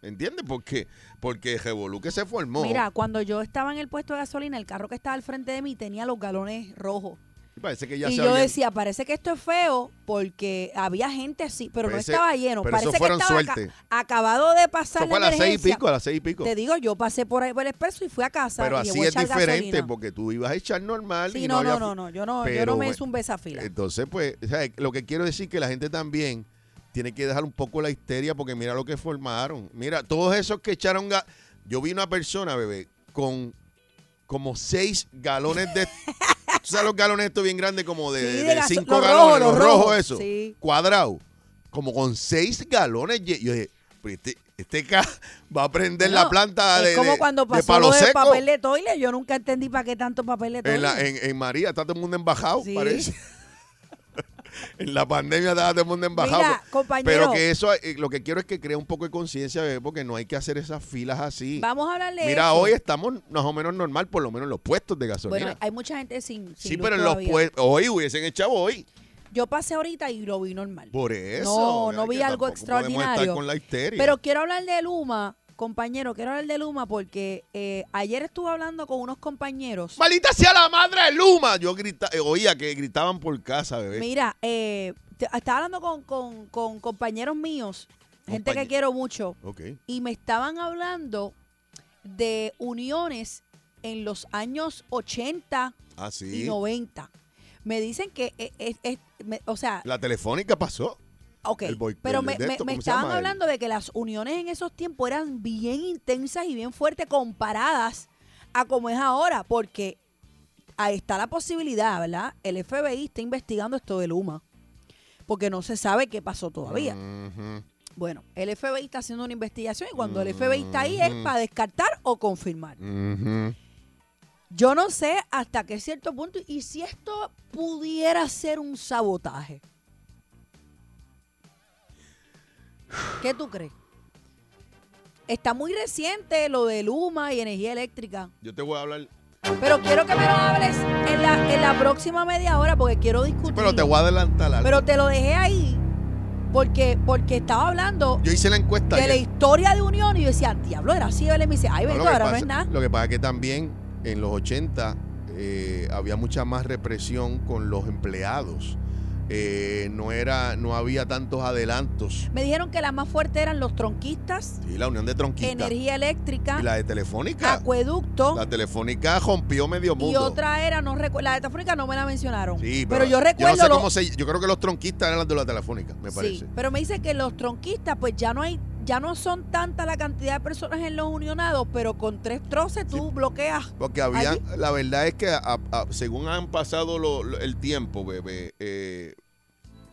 Speaker 3: ¿entiendes? Porque porque Revolú que se formó.
Speaker 4: Mira, cuando yo estaba en el puesto de gasolina, el carro que estaba al frente de mí tenía los galones rojos.
Speaker 3: parece que ya
Speaker 4: y
Speaker 3: se
Speaker 4: yo
Speaker 3: habían-
Speaker 4: decía, parece que esto es feo porque había gente así, pero
Speaker 3: Parece-
Speaker 4: no estaba lleno.
Speaker 3: pero
Speaker 4: parece
Speaker 3: eso fueron
Speaker 4: que estaba aca-
Speaker 3: suerte.
Speaker 4: acabado de pasar la
Speaker 3: Eso fue a las seis y
Speaker 4: emergencia.
Speaker 3: pico, a las seis y pico.
Speaker 4: Te digo, yo pasé por ahí por el expreso y fui a casa.
Speaker 3: Pero
Speaker 4: y
Speaker 3: así
Speaker 4: voy a
Speaker 3: es
Speaker 4: echar
Speaker 3: diferente
Speaker 4: gasolina.
Speaker 3: porque tú ibas a echar normal
Speaker 4: Sí,
Speaker 3: y
Speaker 4: no,
Speaker 3: no,
Speaker 4: no,
Speaker 3: había
Speaker 4: no,
Speaker 3: fu-
Speaker 4: no, yo no, yo
Speaker 3: Pero
Speaker 4: no me
Speaker 3: bueno,
Speaker 4: hice un besafila.
Speaker 3: Entonces, pues, o sea, lo que quiero decir que la gente también tiene que dejar un poco la histeria porque mira lo que formaron. Mira, todos esos que echaron ga- Yo vi una persona, bebé, con como seis galones de... ¿Tú sabes los galones estos bien grandes? Como de,
Speaker 4: Sí,
Speaker 3: de,
Speaker 4: de gaso-
Speaker 3: cinco
Speaker 4: los
Speaker 3: galones,
Speaker 4: rojos,
Speaker 3: los
Speaker 4: los
Speaker 3: rojos,
Speaker 4: rojos,
Speaker 3: eso.
Speaker 4: sí.
Speaker 3: Cuadrado. Como con seis galones. ye- Yo dije, "Pero este, este ca va a prender la
Speaker 4: Bueno,
Speaker 3: planta
Speaker 4: es
Speaker 3: de,
Speaker 4: como
Speaker 3: de-
Speaker 4: cuando
Speaker 3: de
Speaker 4: pasó
Speaker 3: palo
Speaker 4: lo del
Speaker 3: seco.
Speaker 4: papel de toile, yo nunca entendí para qué tanto papel de toile.
Speaker 3: En, la- en- en María está todo el mundo embajado,
Speaker 4: Sí.
Speaker 3: parece. en la pandemia estaba todo el mundo embajado.
Speaker 4: Mira, compañero.
Speaker 3: Pero que eso, eh, lo que quiero es que crea un poco de conciencia, bebé, porque no hay que hacer esas filas así.
Speaker 4: Vamos a hablarle
Speaker 3: Mira,
Speaker 4: eso.
Speaker 3: hoy estamos más o menos normal, por lo menos en los puestos de gasolina.
Speaker 4: Bueno, hay mucha gente sin, sin
Speaker 3: sí,
Speaker 4: luz
Speaker 3: pero en los
Speaker 4: todavía.
Speaker 3: puestos, hoy hubiesen echado hoy.
Speaker 4: Yo pasé ahorita y lo vi normal.
Speaker 3: Por eso.
Speaker 4: No,
Speaker 3: ¿verdad?
Speaker 4: no vi
Speaker 3: Que
Speaker 4: algo
Speaker 3: tampoco podemos estar
Speaker 4: extraordinario.
Speaker 3: con la histeria.
Speaker 4: Pero quiero hablar de Luma, compañero, quiero hablar de Luma porque eh, ayer estuve hablando con unos compañeros.
Speaker 3: Maldita sea la madre de Luma. Yo grita, eh, oía que gritaban por casa, bebé.
Speaker 4: Mira, eh, te- estaba hablando con, con- con compañeros míos, gente
Speaker 3: Compañe-
Speaker 4: que quiero mucho,
Speaker 3: Ok.
Speaker 4: y me estaban hablando de uniones en los años 80
Speaker 3: Ah,
Speaker 4: y
Speaker 3: sí.
Speaker 4: 90. Me dicen que, es, es- es- me- o sea,
Speaker 3: La telefónica pasó.
Speaker 4: Ok,
Speaker 3: El boy-
Speaker 4: pero
Speaker 3: el
Speaker 4: me,
Speaker 3: de
Speaker 4: me-
Speaker 3: esto,
Speaker 4: me
Speaker 3: ¿cómo se
Speaker 4: estaban
Speaker 3: llama? El-
Speaker 4: hablando de que las uniones en esos tiempos eran bien intensas y bien fuertes comparadas a como es ahora, porque ahí está la posibilidad, ¿verdad? El FBI está investigando esto de Luma, porque no se sabe qué pasó todavía.
Speaker 3: Mm. Ujú.
Speaker 4: Bueno, el FBI está haciendo una investigación y cuando el FBI está ahí
Speaker 3: Mm.
Speaker 4: es para descartar o confirmar.
Speaker 3: Ujú.
Speaker 4: Yo no sé hasta qué cierto punto y si esto pudiera ser un sabotaje. ¿Qué tú crees? Está muy reciente lo de Luma y energía eléctrica,
Speaker 3: Yo te voy a hablar.
Speaker 4: pero quiero que me lo hables en la, en la próxima media hora porque quiero discutir.
Speaker 3: Pero te voy a adelantar algo.
Speaker 4: Pero te lo dejé ahí porque, porque estaba hablando
Speaker 3: Yo hice la encuesta.
Speaker 4: de la
Speaker 3: ayer.
Speaker 4: historia de Unión y yo decía, diablo, era así, Belén", y me dice, ay,
Speaker 3: No,
Speaker 4: Beto,
Speaker 3: que
Speaker 4: ahora no
Speaker 3: pasa-
Speaker 4: es nada.
Speaker 3: Lo que pasa es que también en los 80 eh, había mucha más represión con los empleados. Eh, no era, no había tantos adelantos.
Speaker 4: Me dijeron que las más fuertes eran los tronquistas.
Speaker 3: Sí, la unión de tronquistas y
Speaker 4: energía eléctrica,
Speaker 3: la de telefónica.
Speaker 4: acueducto
Speaker 3: La telefónica rompió medio
Speaker 4: y
Speaker 3: mundo.
Speaker 4: otra era, no recuerdo, la de Telefónica no me la mencionaron.
Speaker 3: Sí,
Speaker 4: pero, yo recuerdo.
Speaker 3: Yo no sé
Speaker 4: lo-
Speaker 3: cómo se- yo creo que los tronquistas eran los de la telefónica, me
Speaker 4: Sí,
Speaker 3: parece.
Speaker 4: pero me dice que los tronquistas, pues ya no hay, ya no son tanta la cantidad de personas en los unionados, pero con tres troces tú bloqueas.
Speaker 3: Porque había,
Speaker 4: Allí.
Speaker 3: la verdad es que a- a- según han pasado lo- lo- el tiempo, bebé, eh,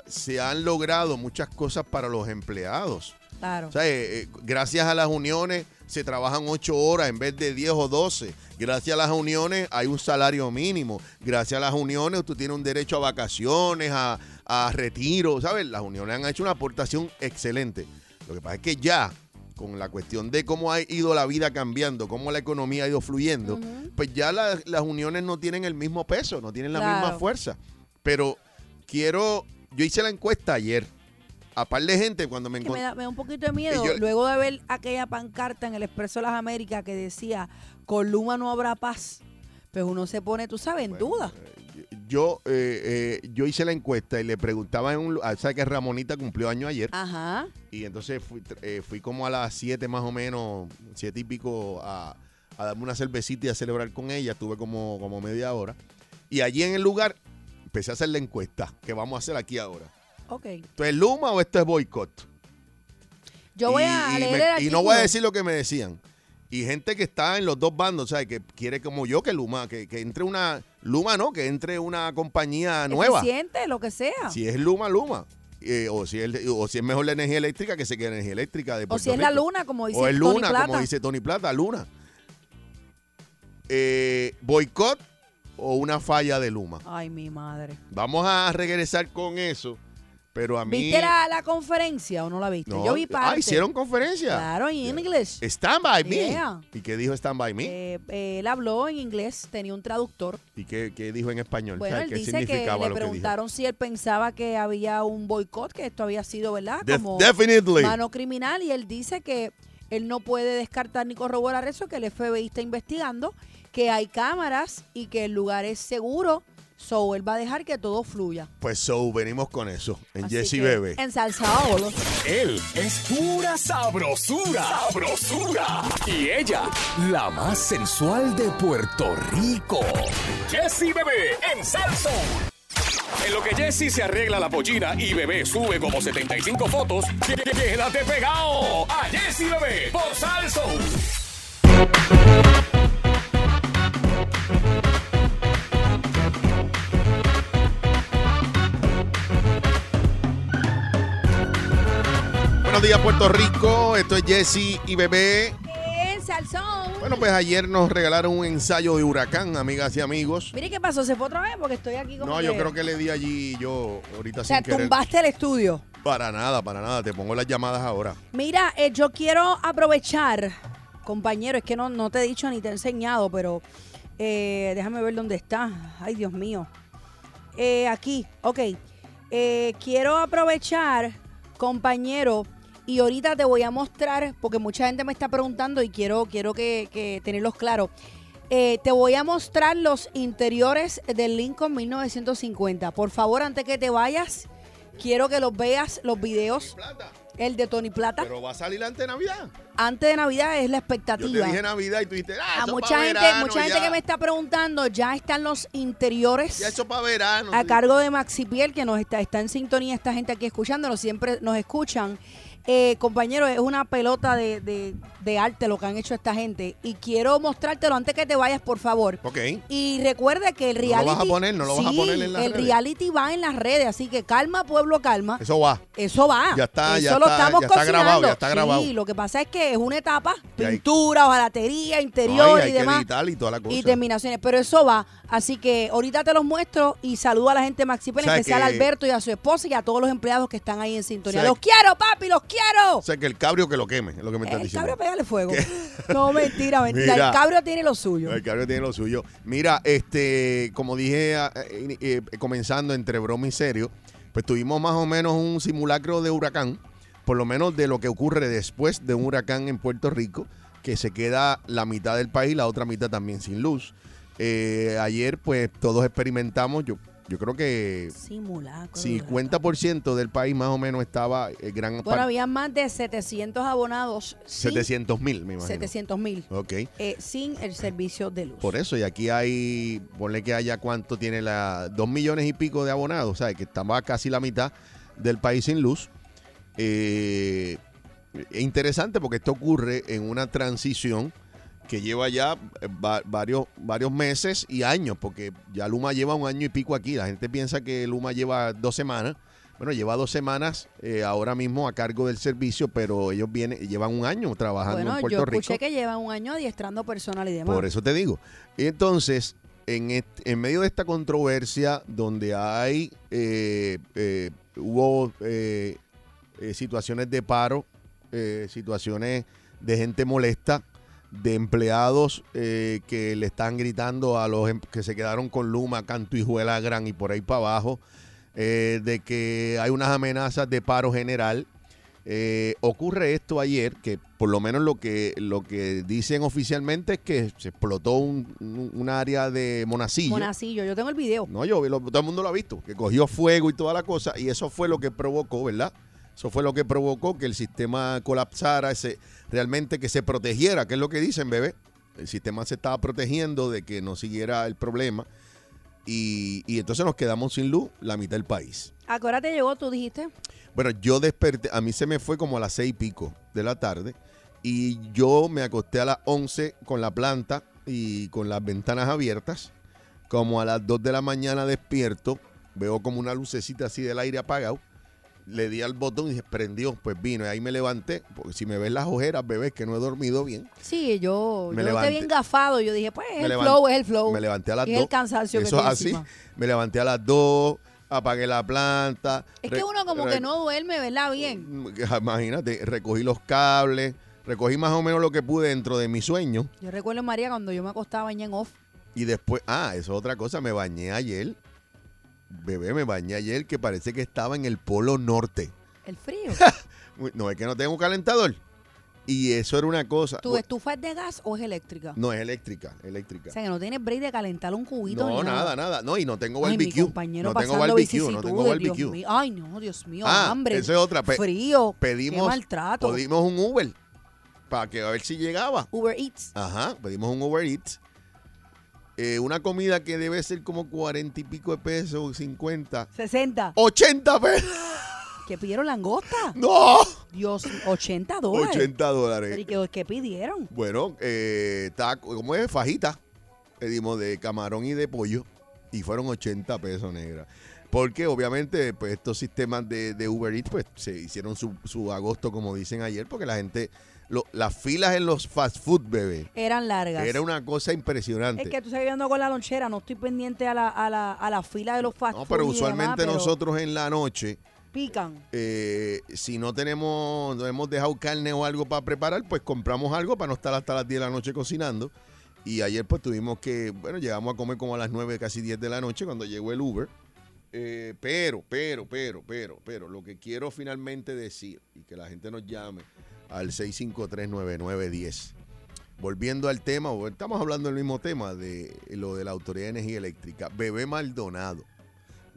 Speaker 3: se han logrado muchas cosas para los empleados.
Speaker 4: Claro.
Speaker 3: O sea, eh, eh, gracias a las uniones se trabajan ocho horas en vez de 10 o 12. Gracias a las uniones hay un salario mínimo. Gracias a las uniones tú tienes un derecho a vacaciones, a, a retiro. ¿Sabes? Las uniones han hecho una aportación excelente. Lo que pasa es que ya, con la cuestión de cómo ha ido la vida cambiando, cómo la economía ha ido fluyendo,
Speaker 4: Ujú.
Speaker 3: pues ya la- las uniones no tienen el mismo peso, no tienen la
Speaker 4: Claro.
Speaker 3: misma fuerza. Pero quiero, yo hice la encuesta ayer. A par de gente cuando me
Speaker 4: que me
Speaker 3: encontré.
Speaker 4: da, me da un poquito de miedo
Speaker 3: Eh, yo-
Speaker 4: luego de ver aquella pancarta en el Expreso de las Américas que decía con Luma no habrá paz pues uno se pone tú sabes en duda
Speaker 3: Yo, eh, eh, yo hice la encuesta y le preguntaba en un lu- ah, ¿Sabes que Ramonita cumplió año ayer?
Speaker 4: Ah. ajá
Speaker 3: Y entonces fui, tr- eh, fui como a las 7 más o menos, 7 y pico, a, a darme una cervecita y a celebrar con ella. Estuve como, como media hora. Y allí en el lugar empecé a hacer la encuesta que vamos a hacer aquí ahora.
Speaker 4: ok
Speaker 3: ¿Esto es Luma o esto es boicot?
Speaker 4: yo
Speaker 3: y,
Speaker 4: voy a
Speaker 3: y
Speaker 4: leer
Speaker 3: me-
Speaker 4: el
Speaker 3: y no voy
Speaker 4: artículo.
Speaker 3: a decir lo que me decían. Y gente que está en los dos bandos, ¿sabes? Que quiere como yo que Luma, que, que entre una. Luma no, que entre una compañía nueva.
Speaker 4: Eficiente, lo que sea.
Speaker 3: Si es Luma, Luma. Eh, o, si es, o si es mejor la energía eléctrica que se quede energía eléctrica de
Speaker 4: o
Speaker 3: Puerto
Speaker 4: si es la
Speaker 3: Rico.
Speaker 4: luna, como dice
Speaker 3: o es
Speaker 4: Tony
Speaker 3: Luna,
Speaker 4: Plata.
Speaker 3: como dice Tony Plata, Luna. eh, boicot o una falla de Luma.
Speaker 4: Ay, mi madre.
Speaker 3: Vamos a regresar con eso, pero a mí...
Speaker 4: ¿Viste la, la conferencia o no la viste?
Speaker 3: No.
Speaker 4: Yo vi parte.
Speaker 3: Ah, hicieron conferencia.
Speaker 4: Claro, en inglés.
Speaker 3: Stand by me.
Speaker 4: Yeah.
Speaker 3: ¿Y qué dijo Stand by me?
Speaker 4: Eh, él habló en inglés, tenía un traductor.
Speaker 3: ¿Y qué, qué dijo en español?
Speaker 4: Bueno,
Speaker 3: O sea,
Speaker 4: él
Speaker 3: ¿Qué
Speaker 4: dice que
Speaker 3: significaba
Speaker 4: le
Speaker 3: lo que dijo?
Speaker 4: preguntaron si él pensaba que había un boicot, que esto había sido, ¿verdad?
Speaker 3: Def-
Speaker 4: Como
Speaker 3: definitely.
Speaker 4: mano criminal y él dice que él no puede descartar ni corroborar eso, que el FBI está investigando, que hay cámaras y que el lugar es seguro, so él va a dejar que todo fluya.
Speaker 3: Pues so, venimos con eso en
Speaker 4: Así
Speaker 3: Jesse
Speaker 4: que,
Speaker 3: Bebé.
Speaker 4: En salsa Olo.
Speaker 2: Él es pura sabrosura. Sabrosura. Y ella, la más sensual de Puerto Rico. Jessy Bebé en Salso. En lo que Jessy se arregla la pollina y Bebé sube como 75 fotos, qu- qu- quédate pegado a Jessy Bebé por Salso.
Speaker 3: Buenos días, Puerto Rico. Esto es Jesse y Bebé.
Speaker 4: En salsón.
Speaker 3: Bueno, pues ayer nos regalaron un ensayo de huracán, amigas y amigos.
Speaker 4: Mire qué pasó, se fue otra vez porque estoy aquí como
Speaker 3: No, yo creo que le di allí yo ahorita
Speaker 4: O sea,
Speaker 3: sin querer.
Speaker 4: tumbaste el estudio.
Speaker 3: Para nada, para nada. Te pongo las llamadas ahora.
Speaker 4: Mira, eh, yo quiero aprovechar, compañero, es que no, no te he dicho ni te he enseñado, pero eh, déjame ver dónde está. Ay, Dios mío. Eh, aquí, ok. Eh, quiero aprovechar, compañero, y ahorita te voy a mostrar, porque mucha gente me está preguntando y quiero, quiero que, que tenerlos claros. Eh, te voy a mostrar los interiores del Lincoln 1950. Por favor, antes que te vayas, quiero que los veas, los videos. El de Tony Plata.
Speaker 3: Pero va a salir antes de Navidad.
Speaker 4: Antes de Navidad es la
Speaker 3: Yo
Speaker 4: expectativa.
Speaker 3: te dije Navidad y tú dijiste, ah,
Speaker 4: a
Speaker 3: eso
Speaker 4: mucha
Speaker 3: pa'
Speaker 4: gente,
Speaker 3: verano
Speaker 4: mucha gente
Speaker 3: ya.
Speaker 4: que me está preguntando, ya están los interiores
Speaker 3: Ya eso para verano.
Speaker 4: a cargo de Maxi Piel, que nos está, está en sintonía esta gente aquí escuchándonos, siempre nos escuchan. Eh, compañero, es una pelota de, de- de arte lo que han hecho esta gente. Y quiero mostrártelo antes que te vayas, por favor.
Speaker 3: Ok.
Speaker 4: Y recuerda que el
Speaker 3: lo
Speaker 4: reality.
Speaker 3: vas a poner, no lo vas a
Speaker 4: Sí,
Speaker 3: poner en las
Speaker 4: El
Speaker 3: redes.
Speaker 4: reality va en las redes, así que calma, pueblo, calma.
Speaker 3: Eso va.
Speaker 4: Eso va.
Speaker 3: Ya está,
Speaker 4: Eso
Speaker 3: ya
Speaker 4: lo
Speaker 3: está,
Speaker 4: estamos
Speaker 3: ya está
Speaker 4: cocinando.
Speaker 3: grabado, ya está grabado.
Speaker 4: Sí, lo que pasa es que es una etapa,
Speaker 3: Y hay-
Speaker 4: pintura, hojalatería, interior
Speaker 3: Ay, hay
Speaker 4: y
Speaker 3: que
Speaker 4: demás.
Speaker 3: editar y toda la cosa.
Speaker 4: Y terminaciones, pero eso va. Así que ahorita te los muestro y saludo a la gente de Maxi Pérez,
Speaker 3: O sea
Speaker 4: en especial a
Speaker 3: que-
Speaker 4: Alberto y a su esposa y a todos los empleados que están ahí en sintonía.
Speaker 3: O sea-
Speaker 4: ¡Los quiero, papi! ¡Los quiero!
Speaker 3: O sea, que el cabrio que lo queme, es lo que me estás
Speaker 4: el
Speaker 3: diciendo.
Speaker 4: cabrio pégale fuego. No, mentira, mentira.
Speaker 3: Mira.
Speaker 4: El cabrio tiene lo suyo.
Speaker 3: El cabrio tiene lo suyo. Mira, este, como dije, eh, eh, eh, comenzando entre broma y serio, pues tuvimos más o menos un simulacro de huracán, por lo menos de lo que ocurre después de un huracán en Puerto Rico, que se queda la mitad del país, la otra mitad también sin luz. Eh, ayer, pues todos experimentamos, yo, yo creo que
Speaker 4: Simulacro.
Speaker 3: 50% del país más o menos estaba eh, gran
Speaker 4: Bueno,
Speaker 3: parte,
Speaker 4: había más de 700 abonados. sin-
Speaker 3: 700 mil, me imagino.
Speaker 4: 700 mil.
Speaker 3: Ok.
Speaker 4: eh, sin el servicio de luz.
Speaker 3: Por eso, y aquí hay, ponle que haya cuánto tiene la, dos millones y pico de abonados, ¿sabes? Que estaba casi la mitad del país sin luz. Eh, es interesante porque esto ocurre en una transición que lleva ya eh, va- varios, varios meses y años, porque ya Luma lleva un año y pico aquí. La gente piensa que Luma lleva dos semanas. Bueno, lleva dos semanas eh, ahora mismo a cargo del servicio, pero ellos vienen, llevan un año trabajando
Speaker 4: bueno,
Speaker 3: Ah, en
Speaker 4: yo
Speaker 3: Puerto Rico.
Speaker 4: escuché que llevan un año adiestrando personal y demás.
Speaker 3: Por eso te digo. Y entonces, en, est- en medio de esta controversia donde hay, eh, eh, hubo eh, eh, situaciones de paro, eh, situaciones de gente molesta, de empleados eh, que le están gritando a los em- que se quedaron con Luma, Cantuijuela, Gran y por ahí para abajo, eh, de que hay unas amenazas de paro general. Eh, ocurre esto ayer, que por lo menos lo que, lo que dicen oficialmente es que se explotó un, un- un área de Monacillo.
Speaker 4: Monacillo, yo tengo el video.
Speaker 3: No, yo vi, lo- todo el mundo lo ha visto, que cogió fuego y toda la cosa, y eso fue lo que provocó, ¿verdad? Eso fue lo que provocó que el sistema colapsara, ese, realmente que se protegiera, que es lo que dicen, bebé. El sistema se estaba protegiendo de que no siguiera el problema, y, y entonces nos quedamos sin luz la mitad del país.
Speaker 4: ¿A qué hora te llegó? Tú dijiste.
Speaker 3: Bueno, yo desperté, a mí se me fue como a las seis y pico de la tarde y yo me acosté a las 11 con la planta y con las ventanas abiertas. Como a las 2 de la mañana despierto, veo como una lucecita así del aire apagado le di al botón y se prendió, pues vino. Y ahí me levanté, porque si me ves las ojeras, bebé, es que no he dormido bien.
Speaker 4: Sí, yo,
Speaker 3: Me
Speaker 4: yo
Speaker 3: levanté.
Speaker 4: esté bien gafado. Yo dije, pues es
Speaker 3: Me
Speaker 4: el
Speaker 3: levan-
Speaker 4: flow, es el flow.
Speaker 3: Me levanté a las
Speaker 4: Y
Speaker 3: dos.
Speaker 4: es el cansancio que
Speaker 3: Eso es
Speaker 4: tiene
Speaker 3: así.
Speaker 4: encima.
Speaker 3: Me levanté a las dos, apagué la planta.
Speaker 4: Es
Speaker 3: re-
Speaker 4: que uno como
Speaker 3: re-
Speaker 4: que no duerme, ¿verdad?
Speaker 3: Mm,
Speaker 4: Bien.
Speaker 3: Imagínate, recogí los cables, recogí más o menos lo que pude dentro de mi sueño.
Speaker 4: Yo recuerdo, María, cuando yo me acostaba en off.
Speaker 3: Y después, ah, eso es otra cosa, me bañé ayer. Bebé, me bañé ayer que parece que estaba en el polo norte.
Speaker 4: El frío.
Speaker 3: Uy, No, es que no tengo calentador. Y eso era una cosa.
Speaker 4: ¿Tu estufa es de gas o es eléctrica?
Speaker 3: No, es eléctrica,
Speaker 4: O
Speaker 3: eléctrica.
Speaker 4: sea, que no tienes break de calentar un cubito.
Speaker 3: No,
Speaker 4: ni
Speaker 3: nada, nada. No, y no tengo
Speaker 4: Ay, mi
Speaker 3: barbecue.
Speaker 4: compañero
Speaker 3: no tengo
Speaker 4: pasando
Speaker 3: barbecue, no tengo
Speaker 4: vicisitudes, Dios
Speaker 3: barbecue.
Speaker 4: mío. Ay, no, Dios mío,
Speaker 3: Ah,
Speaker 4: hambre.
Speaker 3: eso es otra. Pe-
Speaker 4: frío.
Speaker 3: Pedimos,
Speaker 4: Qué maltrato.
Speaker 3: pedimos un Uber para que a ver si llegaba.
Speaker 4: Uber Eats.
Speaker 3: Ajá, pedimos un Uber Eats. Eh, una comida que debe ser como cuarenta y pico de pesos, 50.
Speaker 4: 60.
Speaker 3: ¡80 pesos!
Speaker 4: ¿Qué pidieron langosta?
Speaker 3: ¡No!
Speaker 4: Dios, 80 dólares.
Speaker 3: 80
Speaker 4: Pero, ¿y
Speaker 3: dólares.
Speaker 4: qué, qué pidieron?
Speaker 3: Bueno, eh, taco, ¿cómo es? Fajita. Pedimos de camarón y de pollo. Y fueron 80 pesos, negra. Porque obviamente pues, estos sistemas de, de Uber Eats pues, se hicieron su, su agosto, como dicen ayer, porque la gente, lo- las filas en los fast food, bebé,
Speaker 4: Eran Eh, largas.
Speaker 3: era una cosa impresionante.
Speaker 4: Es que tú estás viviendo con la lonchera, no estoy pendiente a la, a la, a la fila de los fast
Speaker 3: no,
Speaker 4: food
Speaker 3: pero
Speaker 4: y demás,
Speaker 3: usualmente
Speaker 4: ah, pero
Speaker 3: nosotros en la noche,
Speaker 4: Pican.
Speaker 3: eh, si no tenemos, no hemos dejado carne o algo para preparar, pues compramos algo para no estar hasta las 10 de la noche cocinando. Y ayer pues tuvimos que, bueno, llegamos a comer como a las 9, casi 10 de la noche cuando llegó el Uber. Eh, pero, pero, pero, pero, pero, lo que quiero finalmente decir y que la gente nos llame al 6539910. Volviendo al tema, o estamos hablando del mismo tema de lo de la Autoridad de Energía Eléctrica. Bebé Maldonado.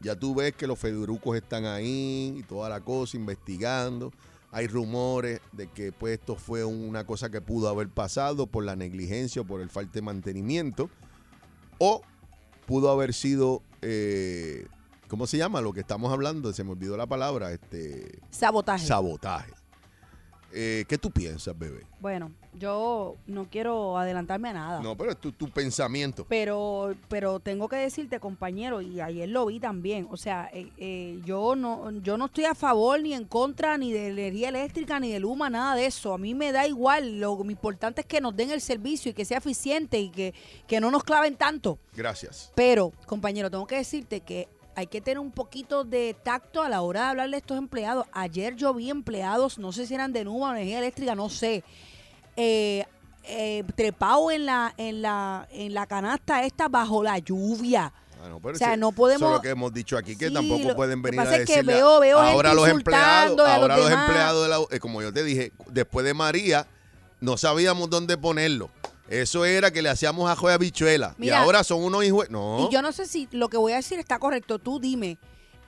Speaker 3: Ya tú ves que los fedurucos están ahí y toda la cosa investigando. Hay rumores de que pues, esto fue una cosa que pudo haber pasado por la negligencia o por el falta de mantenimiento. O pudo haber sido, eh, ¿cómo se llama? Lo que estamos hablando, se me olvidó la palabra, este
Speaker 4: Sabotaje.
Speaker 3: sabotaje. Eh, ¿Qué tú piensas, bebé?
Speaker 4: bueno, yo no quiero adelantarme a nada.
Speaker 3: No, pero es tu, tu pensamiento.
Speaker 4: Pero, pero tengo que decirte, compañero, y ayer lo vi también. O sea, eh, eh, yo no, yo no estoy a favor ni en contra ni de energía eléctrica ni de Luma, nada de eso. A mí me da igual. Lo, lo importante es que nos den el servicio y que sea eficiente y que, que no nos claven tanto.
Speaker 3: Gracias.
Speaker 4: Pero, compañero, tengo que decirte que hay que tener un poquito de tacto a la hora de hablarle a estos empleados. Ayer yo vi empleados, no sé si eran de Numa o Energía Eléctrica, no sé, eh, eh, trepado en la, en, la, en la canasta esta bajo la lluvia.
Speaker 3: Ah, no, pero
Speaker 4: O sea,
Speaker 3: ese-
Speaker 4: no
Speaker 3: Eso es
Speaker 4: podemos-
Speaker 3: lo que hemos dicho aquí, que
Speaker 4: Sí,
Speaker 3: tampoco
Speaker 4: lo-
Speaker 3: pueden
Speaker 4: lo que
Speaker 3: venir a
Speaker 4: pasa es que
Speaker 3: decirle
Speaker 4: veo- veo gente
Speaker 3: ahora los empleados,
Speaker 4: insultando a los
Speaker 3: ahora los,
Speaker 4: demás.
Speaker 3: empleados, de la- eh, como yo te dije, después de María, no sabíamos dónde ponerlo. Eso era que le hacíamos ajo y habichuela. y
Speaker 4: Mira,
Speaker 3: ahora son unos hijos. No.
Speaker 4: Y yo no sé si lo que voy a decir está correcto. Tú dime,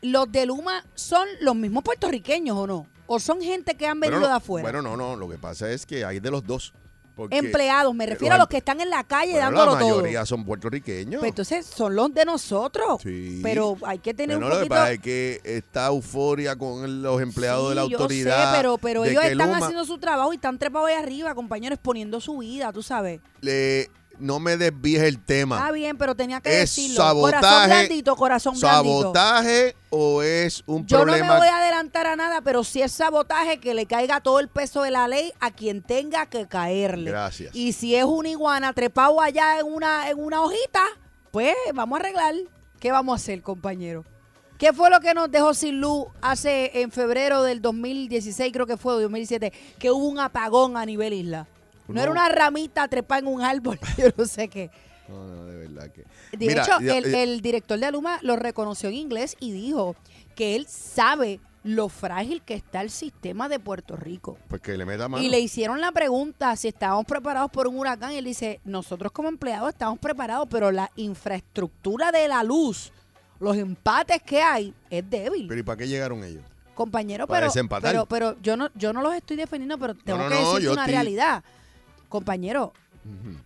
Speaker 4: ¿los de Luma son los mismos puertorriqueños o no? ¿O son gente que han
Speaker 3: Bueno,
Speaker 4: venido
Speaker 3: no,
Speaker 4: de afuera?
Speaker 3: Bueno, no, no. Lo que pasa es que hay de los dos. porque-
Speaker 4: empleados, me
Speaker 3: los
Speaker 4: refiero a los
Speaker 3: em-
Speaker 4: que están en la calle
Speaker 3: bueno,
Speaker 4: dándolo
Speaker 3: la
Speaker 4: todo.
Speaker 3: mayoría son puertorriqueños.
Speaker 4: Pues entonces son los de nosotros.
Speaker 3: Sí.
Speaker 4: Pero hay que tener
Speaker 3: Bueno,
Speaker 4: un
Speaker 3: lo que
Speaker 4: poquito.
Speaker 3: pasa es que está euforia con el- los empleados de la
Speaker 4: Sí, yo
Speaker 3: autoridad.
Speaker 4: sé, pero, pero
Speaker 3: de
Speaker 4: ellos
Speaker 3: que
Speaker 4: están
Speaker 3: Luma
Speaker 4: haciendo su trabajo y están trepados ahí arriba, compañeros, poniendo su vida, tú sabes.
Speaker 3: le- no me desvíes el tema.
Speaker 4: Está bien, pero tenía que
Speaker 3: Ah. es
Speaker 4: decirlo. corazón
Speaker 3: sabotaje,
Speaker 4: blandito, corazón blandito.
Speaker 3: ¿Sabotaje o es un
Speaker 4: Yo no me
Speaker 3: problema?
Speaker 4: voy a adelantar a nada, pero si es sabotaje, que le caiga todo el peso de la ley a quien tenga que caerle.
Speaker 3: Gracias.
Speaker 4: Y si es una iguana trepado allá en una, en una hojita, pues vamos a arreglar. ¿Qué vamos a hacer, compañero? ¿Qué fue lo que nos dejó sin luz hace en febrero del 2016, creo que fue, o 2017, que hubo un apagón a nivel isla? No,
Speaker 3: No.
Speaker 4: era una ramita trepada en un árbol, yo no sé qué.
Speaker 3: No, no, de verdad que.
Speaker 4: De
Speaker 3: Mira,
Speaker 4: hecho,
Speaker 3: ya-
Speaker 4: el,
Speaker 3: ya-
Speaker 4: el director de Aluma lo reconoció en inglés y dijo que él sabe lo frágil que está el sistema de Puerto Rico.
Speaker 3: Pues que le meta mano.
Speaker 4: Y le hicieron la pregunta si estábamos preparados por un huracán y él dice, nosotros como empleados estamos preparados, pero la infraestructura de la luz, los empates que hay, es débil.
Speaker 3: Pero ¿y para qué llegaron ellos?
Speaker 4: Compañero,
Speaker 3: Para
Speaker 4: pero,
Speaker 3: desempatar.
Speaker 4: pero, pero yo no, yo no los estoy defendiendo, pero tengo
Speaker 3: no,
Speaker 4: que
Speaker 3: no,
Speaker 4: decirte
Speaker 3: yo
Speaker 4: una
Speaker 3: estoy-
Speaker 4: realidad. Compañero,
Speaker 3: Ujú.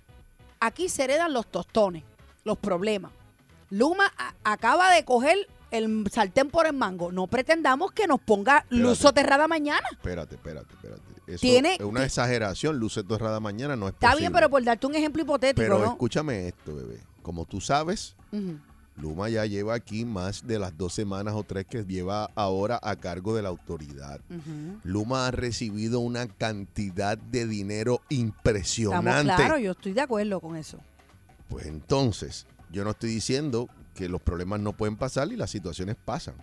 Speaker 4: aquí se heredan los tostones, los problemas. Luma a- acaba de coger el sartén por el mango. No pretendamos que nos ponga luz
Speaker 3: Espérate.
Speaker 4: soterrada mañana.
Speaker 3: Espérate, espérate, espérate. Eso
Speaker 4: Tiene-
Speaker 3: es una exageración. Luce torrada mañana no es
Speaker 4: Está
Speaker 3: posible.
Speaker 4: bien, pero por darte un ejemplo hipotético,
Speaker 3: Pero
Speaker 4: ¿no?
Speaker 3: escúchame esto, bebé. Como tú sabes,
Speaker 4: Ujú.
Speaker 3: Luma ya lleva aquí más de las dos semanas o tres que lleva ahora a cargo de la autoridad.
Speaker 4: Ujú.
Speaker 3: Luma ha recibido una cantidad de dinero
Speaker 4: Estamos
Speaker 3: impresionante.
Speaker 4: claro, yo estoy de acuerdo con eso.
Speaker 3: Pues entonces, yo no estoy diciendo que los problemas no pueden pasar y las situaciones pasan.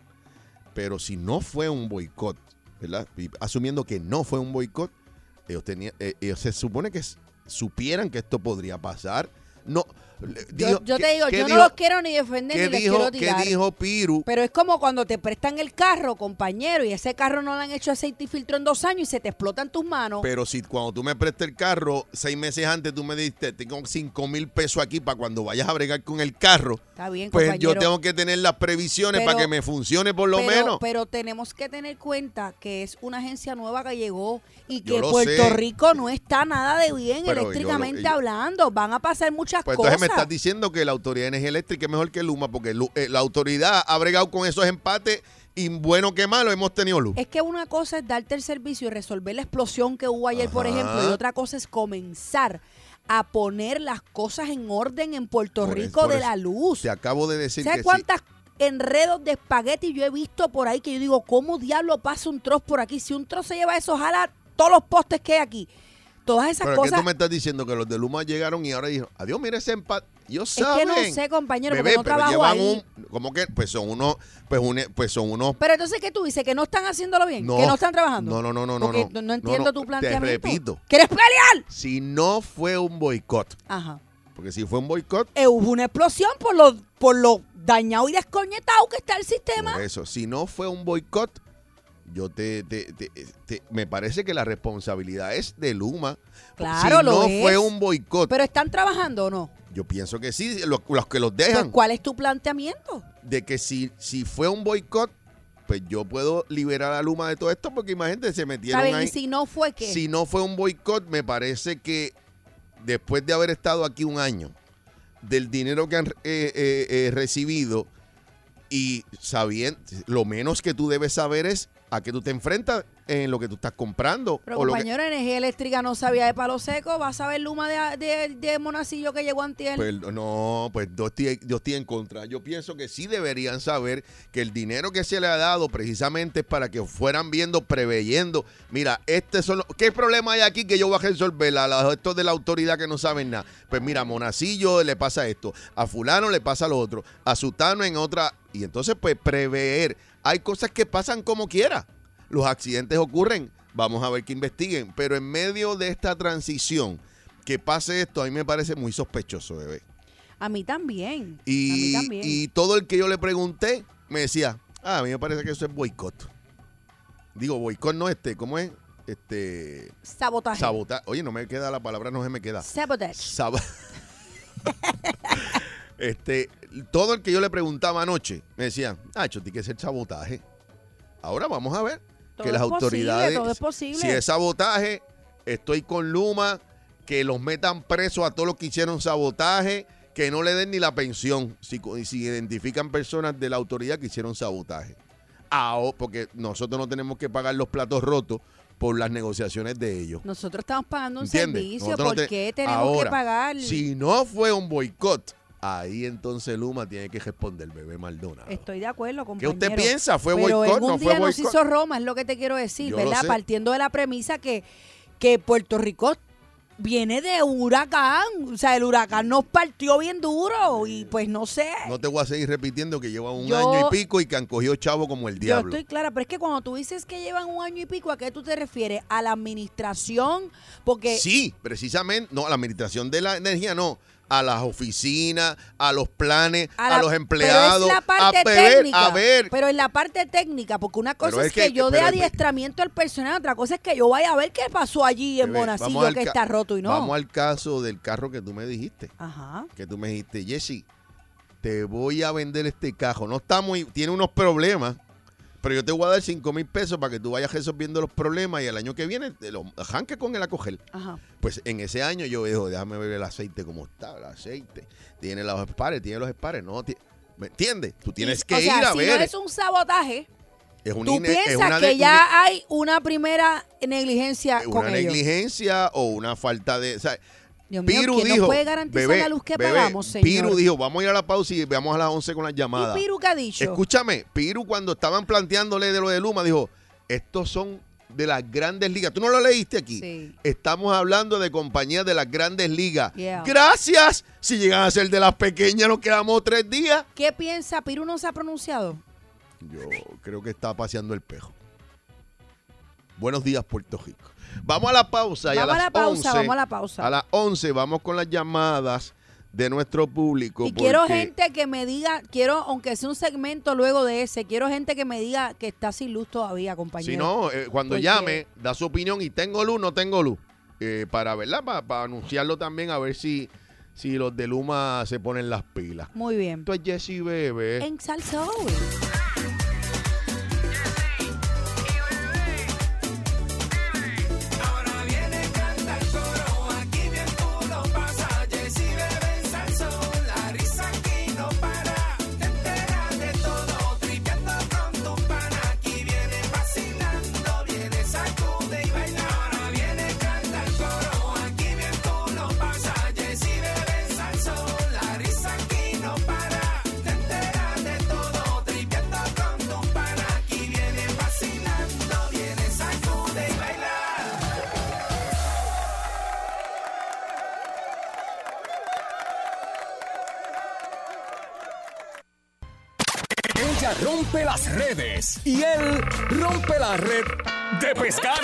Speaker 3: Pero si no fue un boicot, ¿verdad? Y asumiendo que no fue un boicot, ellos, tenía- eh, ellos se supone que s- supieran que esto podría pasar. No, le-
Speaker 4: Yo,
Speaker 3: dijo-
Speaker 4: yo te
Speaker 3: ¿qué-
Speaker 4: digo,
Speaker 3: qué
Speaker 4: yo
Speaker 3: dijo-
Speaker 4: no los quiero ni defender
Speaker 3: ¿qué
Speaker 4: ni les
Speaker 3: dijo,
Speaker 4: quiero
Speaker 3: qué
Speaker 4: tirar.
Speaker 3: dijo Piru?
Speaker 4: Pero es como cuando te prestan el carro, compañero, y ese carro no le han hecho aceite y filtro en dos años y se te explotan tus manos.
Speaker 3: Pero si cuando tú me prestes el carro, seis meses antes tú me diste, tengo cinco mil pesos aquí para cuando vayas a bregar con el carro,
Speaker 4: Está bien,
Speaker 3: pues
Speaker 4: compañero.
Speaker 3: yo tengo que tener las previsiones
Speaker 4: Pero-
Speaker 3: para que me funcione por lo
Speaker 4: pero,
Speaker 3: menos.
Speaker 4: pero tenemos que tener cuenta que es una agencia nueva que llegó y
Speaker 3: Yo
Speaker 4: que
Speaker 3: lo
Speaker 4: Puerto
Speaker 3: sé.
Speaker 4: Rico no está nada de bien
Speaker 3: Pero yo lo-
Speaker 4: eléctricamente
Speaker 3: yo-
Speaker 4: hablando. Van a pasar muchas
Speaker 3: Pues
Speaker 4: cosas.
Speaker 3: entonces me estás diciendo que la autoridad de energía eléctrica es mejor que Luma, porque Lu- eh, la autoridad ha bregado con esos empates y bueno que malo hemos tenido luz.
Speaker 4: Es que una cosa es darte el servicio y resolver la explosión que hubo ayer, por
Speaker 3: Ajá.
Speaker 4: ejemplo, y otra cosa es comenzar a poner las cosas en orden en Puerto
Speaker 3: Por es-
Speaker 4: Rico
Speaker 3: por
Speaker 4: de
Speaker 3: eso.
Speaker 4: la luz.
Speaker 3: Te acabo de decir que
Speaker 4: ¿Sabes
Speaker 3: sí.
Speaker 4: cuántas enredos de espagueti yo he visto por ahí que yo digo, ¿cómo diablo pasa un trozo por aquí? Si un trozo se lleva eso, jala todos los postes que hay aquí. Todas esas
Speaker 3: Pero es que
Speaker 4: cosas.
Speaker 3: tú me estás diciendo que los de Luma llegaron y ahora dijeron, adiós, mira ese empate. Yo
Speaker 4: Es
Speaker 3: saben.
Speaker 4: que no sé, compañero,
Speaker 3: Bebé,
Speaker 4: porque no
Speaker 3: pero
Speaker 4: trabajo
Speaker 3: llevan
Speaker 4: ahí.
Speaker 3: un, ¿cómo que? Pues son unos, pues, une- pues son unos
Speaker 4: Pero entonces, ¿qué tú dices? ¿Que no están haciéndolo bien?
Speaker 3: No.
Speaker 4: ¿Que no están trabajando?
Speaker 3: No, no, no, no, no,
Speaker 4: Porque no,
Speaker 3: no. No,
Speaker 4: entiendo
Speaker 3: no,
Speaker 4: tu
Speaker 3: te
Speaker 4: planteamiento.
Speaker 3: repito.
Speaker 4: ¿Quieres pelear?
Speaker 3: si no fue un boicot,
Speaker 4: Ajá.
Speaker 3: porque si fue un boicot,
Speaker 4: Eh, hubo una explosión por lo, por lo dañado y descoñetado que está el sistema.
Speaker 3: por eso, si no fue un boicot, yo te, te- te- te- me parece que la responsabilidad es de Luma.
Speaker 4: Claro,
Speaker 3: si
Speaker 4: lo
Speaker 3: no
Speaker 4: es.
Speaker 3: fue un boicot,
Speaker 4: Pero están trabajando o no.
Speaker 3: yo pienso que sí, los, los que los
Speaker 4: Pues,
Speaker 3: dejan,
Speaker 4: ¿Cuál es tu planteamiento?
Speaker 3: de que si, si fue un boicot, pues yo puedo liberar a Luma de todo esto, porque imagínate, se metieron
Speaker 4: ¿Saben?
Speaker 3: ahí.
Speaker 4: Y si no fue que.
Speaker 3: Si no fue un boicot, me parece que después de haber estado aquí un año, del dinero que han eh, eh, eh, recibido y sabiendo, lo menos que tú debes saber es a qué tú te enfrentas en lo que tú estás comprando.
Speaker 4: Pero
Speaker 3: o lo que-
Speaker 4: compañero, energía eléctrica no sabía de palo seco. Vas a ver Luma de, de, de Monacillo que llegó antier.
Speaker 3: Pues, no, pues yo estoy, yo estoy en contra. Yo pienso que sí deberían saber que el dinero que se le ha dado precisamente es para que fueran viendo, preveyendo. Mira, este son los- ¿qué problema hay aquí que yo voy a resolver? A los estos de la autoridad que no saben nada. Pues mira, a Monacillo le pasa esto, a fulano le pasa lo otro, a Sutano en otra. Y entonces, pues, prever. Hay cosas que pasan como quiera. Los accidentes ocurren. Vamos a ver que investiguen. Pero en medio de esta transición, que pase esto, a mí me parece muy sospechoso, bebé.
Speaker 4: a mí también. a mí
Speaker 3: Y,
Speaker 4: también.
Speaker 3: y todo el que yo le pregunté me decía, ah, a mí me parece que eso es boicot. Digo, boicot no este, ¿cómo es? Este,
Speaker 4: Sabotaje.
Speaker 3: sabotaje. Oye, no me queda la palabra, no se me queda.
Speaker 4: Sabotage.
Speaker 3: Sab- este, todo el que yo le preguntaba anoche me decía, ah, yo tiene que ser sabotaje. Ahora vamos a ver
Speaker 4: Todo
Speaker 3: que las
Speaker 4: es posible,
Speaker 3: autoridades.
Speaker 4: todo es posible.
Speaker 3: Si es sabotaje, estoy con Luma, que los metan presos a todos los que hicieron sabotaje, que no le den ni la pensión si, co- si identifican personas de la autoridad que hicieron sabotaje. Ah, o- porque nosotros no tenemos que pagar los platos rotos por las negociaciones de ellos.
Speaker 4: Nosotros estamos pagando un
Speaker 3: ¿Entiendes?
Speaker 4: servicio.
Speaker 3: Nosotros
Speaker 4: ¿Por
Speaker 3: no te-
Speaker 4: qué tenemos
Speaker 3: Ahora,
Speaker 4: que pagar?
Speaker 3: Si no fue un boicot, ahí entonces Luma tiene que responder, bebé Maldonado.
Speaker 4: Estoy de acuerdo,
Speaker 3: ¿Qué
Speaker 4: compañero.
Speaker 3: usted piensa? ¿Fue
Speaker 4: Pero
Speaker 3: boicot?
Speaker 4: en un
Speaker 3: ¿No
Speaker 4: día
Speaker 3: fue
Speaker 4: nos
Speaker 3: boicot?
Speaker 4: hizo Roma, es lo que te quiero decir,
Speaker 3: Yo lo
Speaker 4: ¿verdad?
Speaker 3: sé.
Speaker 4: Partiendo de la premisa que, que Puerto Rico viene de un huracán. O sea, el huracán nos partió bien duro y pues no sé.
Speaker 3: No te voy a seguir repitiendo que lleva un
Speaker 4: Yo-
Speaker 3: año y pico y que han cogido chavo como el diablo.
Speaker 4: Yo estoy clara, pero es que cuando tú dices que llevan un año y pico, ¿a qué tú te refieres? ¿A la administración? Porque
Speaker 3: Sí, precisamente, no, a la administración de la energía no, a las oficinas, a los planes, a,
Speaker 4: la-
Speaker 3: los empleados,
Speaker 4: Pero es la parte
Speaker 3: a beber,
Speaker 4: técnica.
Speaker 3: a ver.
Speaker 4: Pero en la parte técnica, porque una cosa
Speaker 3: Pero
Speaker 4: es,
Speaker 3: es
Speaker 4: que,
Speaker 3: que-
Speaker 4: yo dé
Speaker 3: pero-
Speaker 4: adiestramiento al personal, otra cosa es que yo vaya a ver qué pasó allí en
Speaker 3: Bebé, vamos
Speaker 4: Monacillo
Speaker 3: al
Speaker 4: que
Speaker 3: ca-
Speaker 4: está roto y no.
Speaker 3: Vamos al caso del carro que tú me dijiste,
Speaker 4: Ajá.
Speaker 3: que tú me dijiste, Jesse, te voy a vender este carro, no está muy, tiene unos problemas, pero yo te voy a dar 5 mil pesos para que tú vayas resolviendo los problemas y el año que viene te lo arranque con el a coger.
Speaker 4: Ajá.
Speaker 3: Pues en ese año yo digo, déjame ver el aceite como está, el aceite. Tiene los espares, tiene los espares, no. ti- ¿Me entiendes? Tú tienes
Speaker 4: Y-
Speaker 3: que
Speaker 4: o sea,
Speaker 3: ir a
Speaker 4: si
Speaker 3: ver.
Speaker 4: no es un sabotaje,
Speaker 3: es una
Speaker 4: tú
Speaker 3: ine- es
Speaker 4: piensas
Speaker 3: una
Speaker 4: que
Speaker 3: de-
Speaker 4: ya hay una primera negligencia
Speaker 3: una-
Speaker 4: con
Speaker 3: una
Speaker 4: ellos.
Speaker 3: negligencia o una falta de. o sea,
Speaker 4: Dios mío,
Speaker 3: Piru
Speaker 4: ¿quién nos
Speaker 3: dijo,
Speaker 4: puede garantizar
Speaker 3: bebé,
Speaker 4: la luz que
Speaker 3: bebé,
Speaker 4: pagamos, señor?
Speaker 3: Piru dijo, vamos a ir a la pausa y veamos a las 11 con las llamadas.
Speaker 4: ¿Y Piru qué ha dicho?
Speaker 3: Escúchame, Piru cuando estaban planteándole de lo de Luma dijo, estos son de las grandes ligas. Tú no lo leíste aquí.
Speaker 4: Sí.
Speaker 3: Estamos hablando de compañías de las grandes ligas.
Speaker 4: Yeah.
Speaker 3: Gracias. Si llegan a ser de las pequeñas, nos quedamos tres días.
Speaker 4: ¿Qué piensa? Piru no se ha pronunciado.
Speaker 3: Yo creo que está paseando el pejo. Buenos días, Puerto Rico. Vamos a la pausa. y
Speaker 4: Vamos a
Speaker 3: las
Speaker 4: la pausa,
Speaker 3: 11,
Speaker 4: vamos a la pausa.
Speaker 3: A las 11 vamos con las llamadas de nuestro público.
Speaker 4: Y quiero
Speaker 3: porque-
Speaker 4: gente que me diga, quiero, aunque sea un segmento luego de ese, quiero gente que me diga que está sin luz todavía, compañero.
Speaker 3: Si no, eh, cuando
Speaker 4: Porque-
Speaker 3: llame, da su opinión y tengo luz, no tengo luz. Eh, para, ¿verdad? Para, anunciarlo también, a ver si, si los de Luma se ponen las pilas.
Speaker 4: Muy bien.
Speaker 3: Esto es Jesse Bebe.
Speaker 4: En Salsa Hoy.
Speaker 5: Ella rompe las redes y él rompe la red de pescar.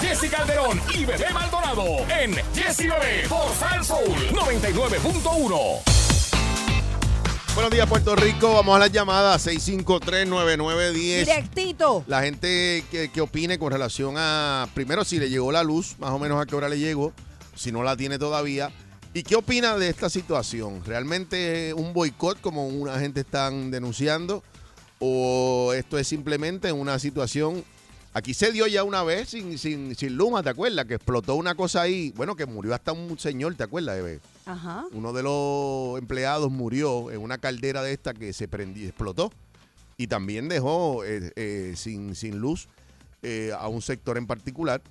Speaker 5: Jesse Calderón y Bebé Maldonado en Jesse Bebé por Salsoul 99.1.
Speaker 3: Buenos días, Puerto Rico. Vamos a las llamadas 653-9910.
Speaker 4: Directito.
Speaker 3: La gente que, que opine con relación a, primero, si le llegó la luz, más o menos a qué hora le llegó, si no la tiene todavía. ¿Y qué opina de esta situación? ¿Realmente un boicot como una gente están denunciando? ¿O esto es simplemente una situación... Aquí se dio ya una vez sin, sin, sin Luma, ¿te acuerdas? Que explotó una cosa ahí, bueno, que murió hasta un señor, ¿te acuerdas, bebé?
Speaker 4: Ajá.
Speaker 3: uno de los empleados murió en una caldera de esta que se prendió, explotó y también dejó eh, eh, sin, sin luz eh, a un sector en particular.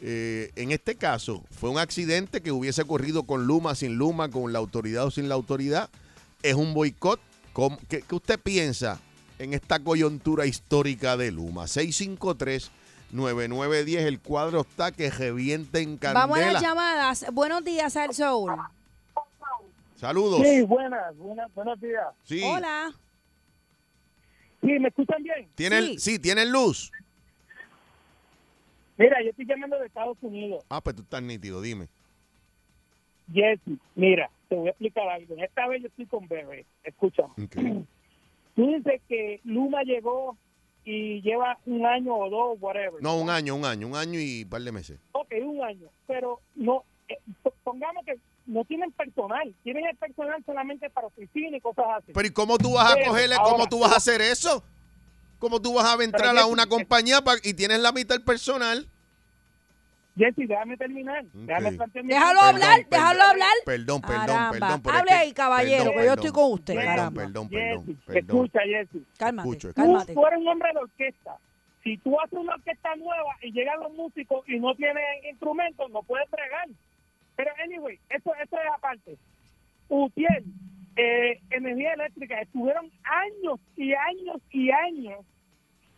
Speaker 3: Eh, en este caso, fue un accidente que hubiese ocurrido con Luma, sin Luma, con la autoridad o sin la autoridad. Es un boicot. ¿Cómo- ¿Qué, qué usted piensa en esta coyuntura histórica de Luma? 653 9910, el cuadro está que revienta en candela.
Speaker 4: Vamos a las llamadas. Buenos días, al Soul.
Speaker 3: Saludos.
Speaker 6: Sí, buenas, buenas, buenos días.
Speaker 3: Sí. Este.
Speaker 4: Hola.
Speaker 6: Sí, ¿me escuchan bien?
Speaker 3: ¿Tienen, sí.
Speaker 4: Sí.
Speaker 3: tienen luz.
Speaker 6: Mira, yo estoy llamando de Estados Unidos.
Speaker 3: Ah, pues tú estás nítido, dime.
Speaker 6: Jesse, mira, te voy a explicar algo. Esta vez yo estoy con bebé. Escúchame.
Speaker 3: Ok.
Speaker 6: Tú dices que Luma llegó y lleva un año o dos, whatever.
Speaker 3: No, un año, un año, un año y un par de meses.
Speaker 6: Ok, un año. Pero no, eh, pongamos que no tienen personal. Tienen el personal solamente para oficina y cosas así.
Speaker 3: Pero ¿y cómo tú vas a
Speaker 6: Pero,
Speaker 3: cogerle,
Speaker 6: ahora-
Speaker 3: cómo tú vas a hacer eso? ¿Cómo tú vas a entrar
Speaker 6: Pero
Speaker 3: a
Speaker 6: yo-
Speaker 3: una compañía pa- y tienes la mitad del personal?
Speaker 6: Jesse, déjame terminar. Déjame plantear mi
Speaker 4: Déjalo
Speaker 6: punto.
Speaker 4: hablar,
Speaker 3: perdón.
Speaker 4: déjalo hablar.
Speaker 3: Perdón, perdón,
Speaker 4: Caramba.
Speaker 3: perdón. pero
Speaker 4: Hable
Speaker 3: es que-
Speaker 4: ahí, caballero,
Speaker 3: perdón,
Speaker 4: que yo
Speaker 3: perdón,
Speaker 4: estoy con usted,
Speaker 3: Perdón,
Speaker 4: caramba.
Speaker 3: perdón,
Speaker 6: Jesse,
Speaker 3: perdón, perdón.
Speaker 6: Escucha, Jesse.
Speaker 4: Cálmate,
Speaker 3: Escucho.
Speaker 4: cálmate.
Speaker 6: Tú, tú eres un hombre de orquesta. Si tú haces una orquesta nueva y llegan los músicos y no tienen instrumentos, no puedes fregar. Pero, anyway, eso, eso es aparte. Utiel, eh, Energía Eléctrica, estuvieron años y años y años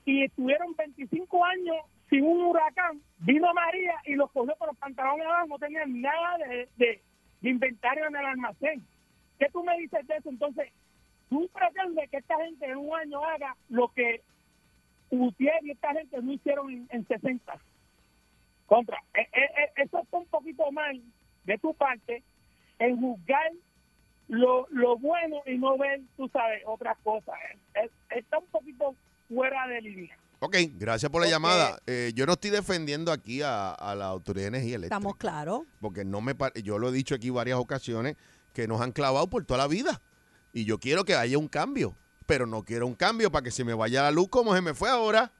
Speaker 6: y estuvieron 25 años sin un huracán. Vino María y los cogió por los pantalones abajo, no tenían nada de, de- de inventario en el almacén. ¿Qué tú me dices de eso? Entonces, tú pretendes que esta gente en un año haga lo que Gutiérrez y esta gente no hicieron en, en 60. Contra, eh, eh, eh, eso está un poquito mal de tu parte en juzgar lo, lo bueno y no ver, tú sabes, otras cosas. Eh, eh, Está un poquito fuera de línea.
Speaker 3: Ok, gracias por la
Speaker 6: Ok.
Speaker 3: llamada. Eh, yo no estoy defendiendo aquí a, a la Autoridad de Energía Eléctrica.
Speaker 4: Estamos claros.
Speaker 3: porque no me par- yo lo he dicho aquí varias ocasiones que nos han clavado por toda la vida y yo quiero que haya un cambio, pero no quiero un cambio para que se me vaya la luz como se me fue ahora.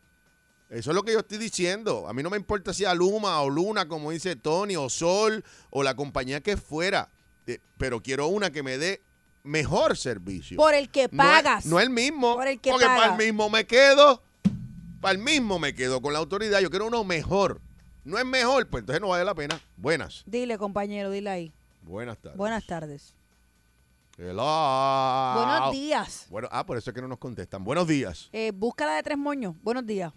Speaker 3: Eso es lo que yo estoy diciendo. A mí no me importa si a Luma o Luna, como dice Tony, o Sol, o la compañía que fuera, eh, pero quiero una que me dé mejor servicio.
Speaker 4: Por el que
Speaker 3: No es-
Speaker 4: pagas.
Speaker 3: No, el mismo.
Speaker 4: Por el que
Speaker 3: porque para el
Speaker 4: pagas.
Speaker 3: mismo me quedo. Para el mismo me quedo con la autoridad. Yo quiero uno mejor. No es mejor, pues entonces no vale la pena. Buenas.
Speaker 4: Dile, compañero, dile ahí.
Speaker 3: Buenas tardes.
Speaker 4: Buenas tardes.
Speaker 3: Hello.
Speaker 4: Buenos días.
Speaker 3: Bueno, ah, por eso es que no nos contestan. Buenos días.
Speaker 4: Eh, búscala de tres moños. Buenos días.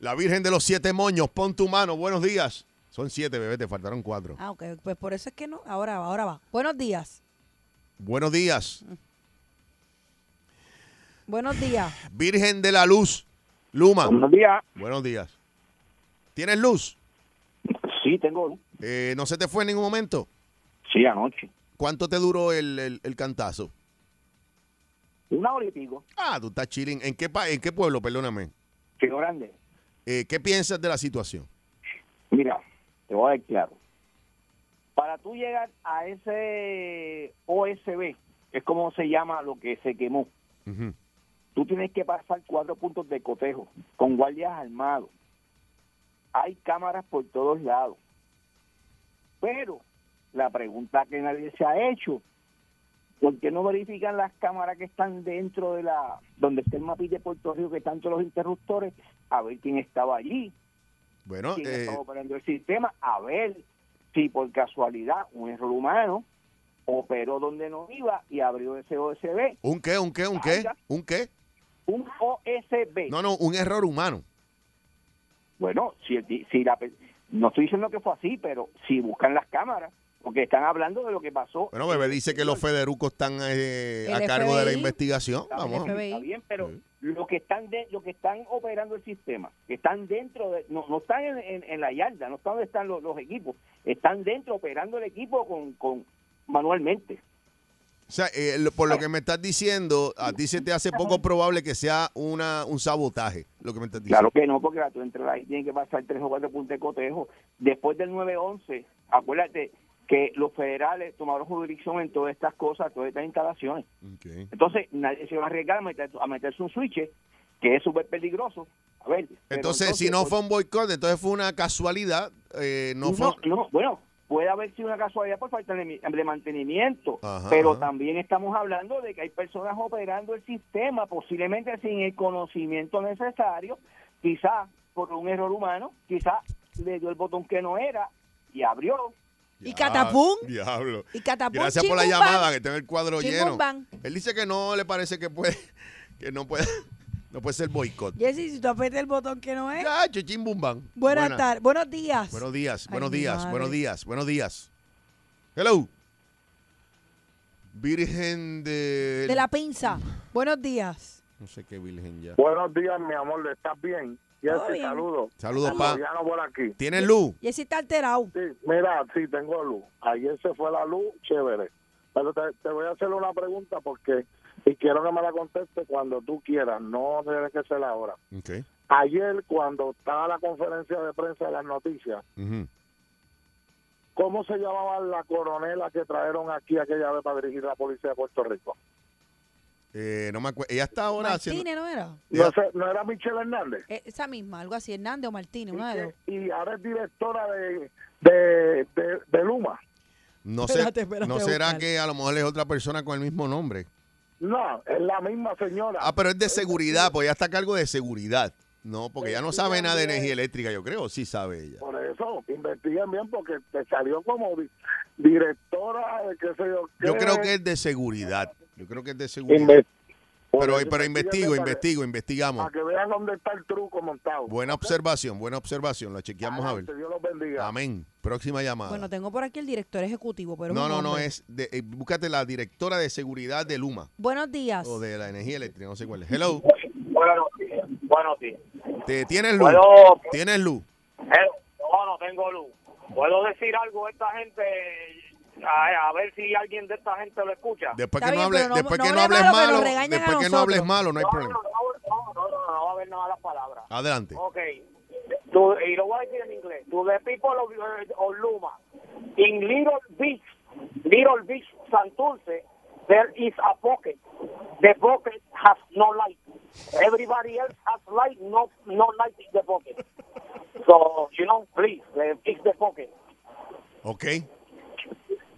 Speaker 3: La Virgen de los Siete Moños, pon tu mano. Buenos días. Son siete, bebé, te faltaron cuatro.
Speaker 4: Ah, ok. Pues por eso es que no. Ahora va, ahora va. Buenos días.
Speaker 3: Buenos días.
Speaker 4: Buenos días.
Speaker 3: Virgen de la Luz, Luma.
Speaker 7: Buenos días.
Speaker 3: Buenos días. ¿Tienes luz?
Speaker 7: Sí, tengo luz.
Speaker 3: Eh, ¿No se te fue en ningún momento?
Speaker 7: Sí, anoche.
Speaker 3: ¿Cuánto te duró el, el- el cantazo?
Speaker 7: Una hora y pico.
Speaker 3: Ah, tú estás chilling. ¿En qué, pa- en qué pueblo, perdóname?
Speaker 7: Río Grande.
Speaker 3: Eh, ¿Qué piensas de la situación?
Speaker 7: Mira, te voy a dar claro. Para tú llegar a ese OSB, es como se llama lo que se quemó,
Speaker 3: Ujú.
Speaker 7: tú tienes que pasar cuatro puntos de cotejo con guardias armados. Hay cámaras por todos lados. Pero la pregunta que nadie se ha hecho, ¿por qué no verifican las cámaras que están dentro de la, donde está el mapite de Puerto Rico, que están todos los interruptores, a ver quién estaba allí?
Speaker 3: Bueno,
Speaker 7: quien
Speaker 3: eh,
Speaker 7: está operando el sistema a ver si por casualidad un error humano operó donde no iba y abrió ese OSB.
Speaker 3: ¿un qué, un qué, un qué?
Speaker 7: Vaya.
Speaker 3: ¿Un qué?
Speaker 7: Un OSB.
Speaker 3: No, no, un error humano.
Speaker 7: Bueno, si, el ti- si la, pe- no estoy diciendo que fue así, pero si buscan las cámaras, porque están hablando de lo que pasó.
Speaker 3: Bueno, bebé dice que los federucos están eh,
Speaker 4: El
Speaker 3: a cargo de la
Speaker 4: FBI.
Speaker 3: investigación.
Speaker 7: Está bien,
Speaker 3: Vamos.
Speaker 4: FBI.
Speaker 7: Está bien, pero
Speaker 3: Sí.
Speaker 7: lo que están de, lo que están operando el sistema, que están dentro de, no, no están en, en- en la yarda, no están donde están los, los equipos, están dentro operando el equipo con, con manualmente.
Speaker 3: O sea, eh, lo- por lo que me estás diciendo, a ti se te hace poco probable que sea una, un sabotaje, lo que me estás diciendo.
Speaker 7: Claro que no, porque tú entras ahí, tienen que pasar tres o cuatro puntos de cotejo. Después del 9-11, acuérdate que los federales tomaron jurisdicción en todas estas cosas, todas estas instalaciones.
Speaker 3: Ok.
Speaker 7: Entonces, nadie se va a arriesgar a, meter- a meterse un switch, que es súper peligroso. A ver. pero
Speaker 3: Entonces, si no fue un boicot, entonces fue una casualidad. eh, no,
Speaker 7: No,
Speaker 3: fue.
Speaker 7: no, bueno, puede haber sido una casualidad por falta de, mi- de mantenimiento,
Speaker 3: Ajá,
Speaker 7: pero
Speaker 3: ajá.
Speaker 7: también estamos hablando de que hay personas operando el sistema posiblemente sin el conocimiento necesario, quizás por un error humano, quizás le dio el botón que no era y abrió.
Speaker 4: Y
Speaker 3: Ya-
Speaker 4: catapum.
Speaker 3: Ah, Diablo.
Speaker 4: Y catapum.
Speaker 3: Gracias por la
Speaker 4: chimbumban.
Speaker 3: llamada, que tengo el cuadro lleno.
Speaker 4: Chimbumban.
Speaker 3: Él dice que no le parece que puede, que no puede, no puede ser boicot.
Speaker 4: Jessy, si tú aprietas el botón que no es.
Speaker 3: Ya, chichín, bum, bam.
Speaker 4: Buenas
Speaker 3: Buena.
Speaker 4: tardes. Buenos días.
Speaker 3: Buenos días,
Speaker 4: Ay,
Speaker 3: buenos
Speaker 4: mi
Speaker 3: días,
Speaker 4: madre.
Speaker 3: buenos días, buenos días. Hello. Virgen de...
Speaker 4: De la pinza. Buenos días.
Speaker 3: No sé qué virgen ya.
Speaker 8: Buenos días, mi amor, ¿estás bien? Ya
Speaker 4: Todo
Speaker 8: te
Speaker 4: bien.
Speaker 8: saludo.
Speaker 3: Saludos, pa.
Speaker 8: Ya no por aquí.
Speaker 3: ¿Tienes luz?
Speaker 4: Jessy está alterado.
Speaker 8: Sí, mira, sí, tengo luz. Ayer se fue la luz, chévere. Pero te, te voy a hacer una pregunta porque, y quiero que me la conteste cuando tú quieras, no tiene que ser ahora.
Speaker 3: Ok.
Speaker 8: Ayer, cuando estaba la conferencia de prensa de las noticias,
Speaker 3: Ujú.
Speaker 8: ¿cómo se llamaba la coronela que trajeron aquí aquella vez para dirigir la policía de Puerto Rico?
Speaker 3: Eh, no me acuerdo. Ella está ahora haciendo...
Speaker 4: Martínez, ¿no era?
Speaker 8: No, sé, ¿no era Michelle Hernández?
Speaker 4: Eh, Esa misma, algo así. Hernández o Martínez,
Speaker 8: Y,
Speaker 4: una de dos.
Speaker 8: que- y ahora es directora de, de, de, de Luma.
Speaker 3: No, sé,
Speaker 4: Espérate, espérate,
Speaker 3: ¿No
Speaker 4: voy a
Speaker 3: será
Speaker 4: buscar.
Speaker 3: que a lo mejor es otra persona con el mismo nombre?
Speaker 8: No, es la misma señora.
Speaker 3: Ah, pero es de seguridad, pues ella está a cargo de seguridad. No, porque ella no
Speaker 8: Sí,
Speaker 3: sabe nada de
Speaker 8: también.
Speaker 3: energía eléctrica, yo creo. Sí sabe ella.
Speaker 8: Por eso, investiguen bien porque te salió como di- directora de qué sé yo. qué.
Speaker 3: Yo creo que es de seguridad. Yo creo que es de seguridad.
Speaker 8: Inve- por
Speaker 3: Pero,
Speaker 8: eso,
Speaker 3: pero investigo,
Speaker 8: investiguen para-
Speaker 3: investigo, investigamos.
Speaker 8: Para que vean dónde está el truco montado.
Speaker 3: Buena
Speaker 8: ¿Ok?
Speaker 3: observación, buena observación. La chequeamos a ver.
Speaker 8: Adelante, Dios los bendiga.
Speaker 3: Amén. Próxima llamada.
Speaker 4: Bueno, tengo por aquí el director ejecutivo, pero.
Speaker 3: Ah. no,
Speaker 4: un
Speaker 3: no, no,
Speaker 4: hombre.
Speaker 3: es. De, eh, búscate la directora de seguridad de Luma
Speaker 4: Buenos días.
Speaker 3: o de la energía eléctrica, no sé cuál es. Hello.
Speaker 7: Bueno, bueno, sí.
Speaker 3: ¿Te, ¿Tienes luz?
Speaker 7: Bueno,
Speaker 3: ¿Tienes luz?
Speaker 7: Eh, no, no tengo luz. Puedo decir algo a esta gente, a, a ver si alguien de esta gente lo escucha.
Speaker 3: Después
Speaker 4: Está
Speaker 3: que no
Speaker 4: bien,
Speaker 3: hables,
Speaker 4: pero no-
Speaker 3: después
Speaker 4: no
Speaker 3: que no
Speaker 4: hables
Speaker 3: hables
Speaker 4: malo, que nos
Speaker 3: malo,
Speaker 4: regañen a
Speaker 3: después que no hables
Speaker 4: nosotros.
Speaker 3: malo, no hay
Speaker 7: no,
Speaker 3: problema.
Speaker 7: no, no, no, no, no va a haber nada de las palabras.
Speaker 3: Adelante.
Speaker 7: Ok. To, y lo voy a decir en inglés. To the people of, eh, of Luma, in Little Beach, Little Beach, Santurce, there is a pocket. The pocket has no light. Everybody else has light, no, no light in the pocket. So, you know, please, eh, fix the pocket.
Speaker 3: Ok.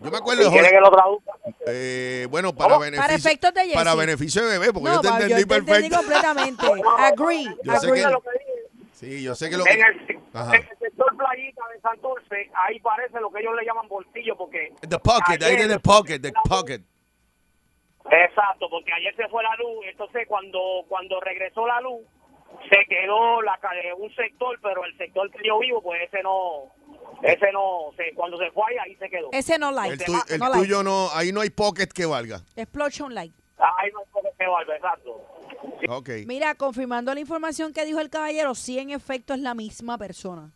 Speaker 3: Yo me acuerdo
Speaker 7: Si
Speaker 3: de
Speaker 7: quieren
Speaker 3: Jorge-
Speaker 7: que lo traduzca.
Speaker 3: eh, bueno, para,
Speaker 4: Para
Speaker 3: beneficio,
Speaker 4: efectos de Jesse.
Speaker 3: para beneficio de bebé, porque yo te
Speaker 4: pa-
Speaker 3: entendí
Speaker 4: te
Speaker 3: perfecto.
Speaker 4: entendí completamente. Ah, Agree.
Speaker 3: Yo sé
Speaker 4: agree.
Speaker 3: que- sí, yo sé que lo.
Speaker 7: En el,
Speaker 3: Ajá.
Speaker 7: en el sector
Speaker 9: playita de Santurce, ahí parece lo que ellos le llaman bolsillo, porque.
Speaker 3: The
Speaker 4: Ah,
Speaker 3: pocket, ahí
Speaker 9: ayer-
Speaker 3: de the pocket, the pocket.
Speaker 9: Exacto, porque ayer se fue la luz, entonces cuando cuando regresó la luz se quedó la ca- eh, un sector, pero el sector que yo vivo, pues ese no, ese no, se- cuando se fue ahí, ahí se quedó.
Speaker 4: Ese no like.
Speaker 3: El, tu- el
Speaker 4: no like.
Speaker 3: tuyo no, ahí no hay pocket que valga.
Speaker 4: Explosion like.
Speaker 9: Ah, Ahí no se quedó, exacto.
Speaker 3: Ok.
Speaker 4: Mira, confirmando la información que dijo el caballero, sí, en efecto es la misma persona.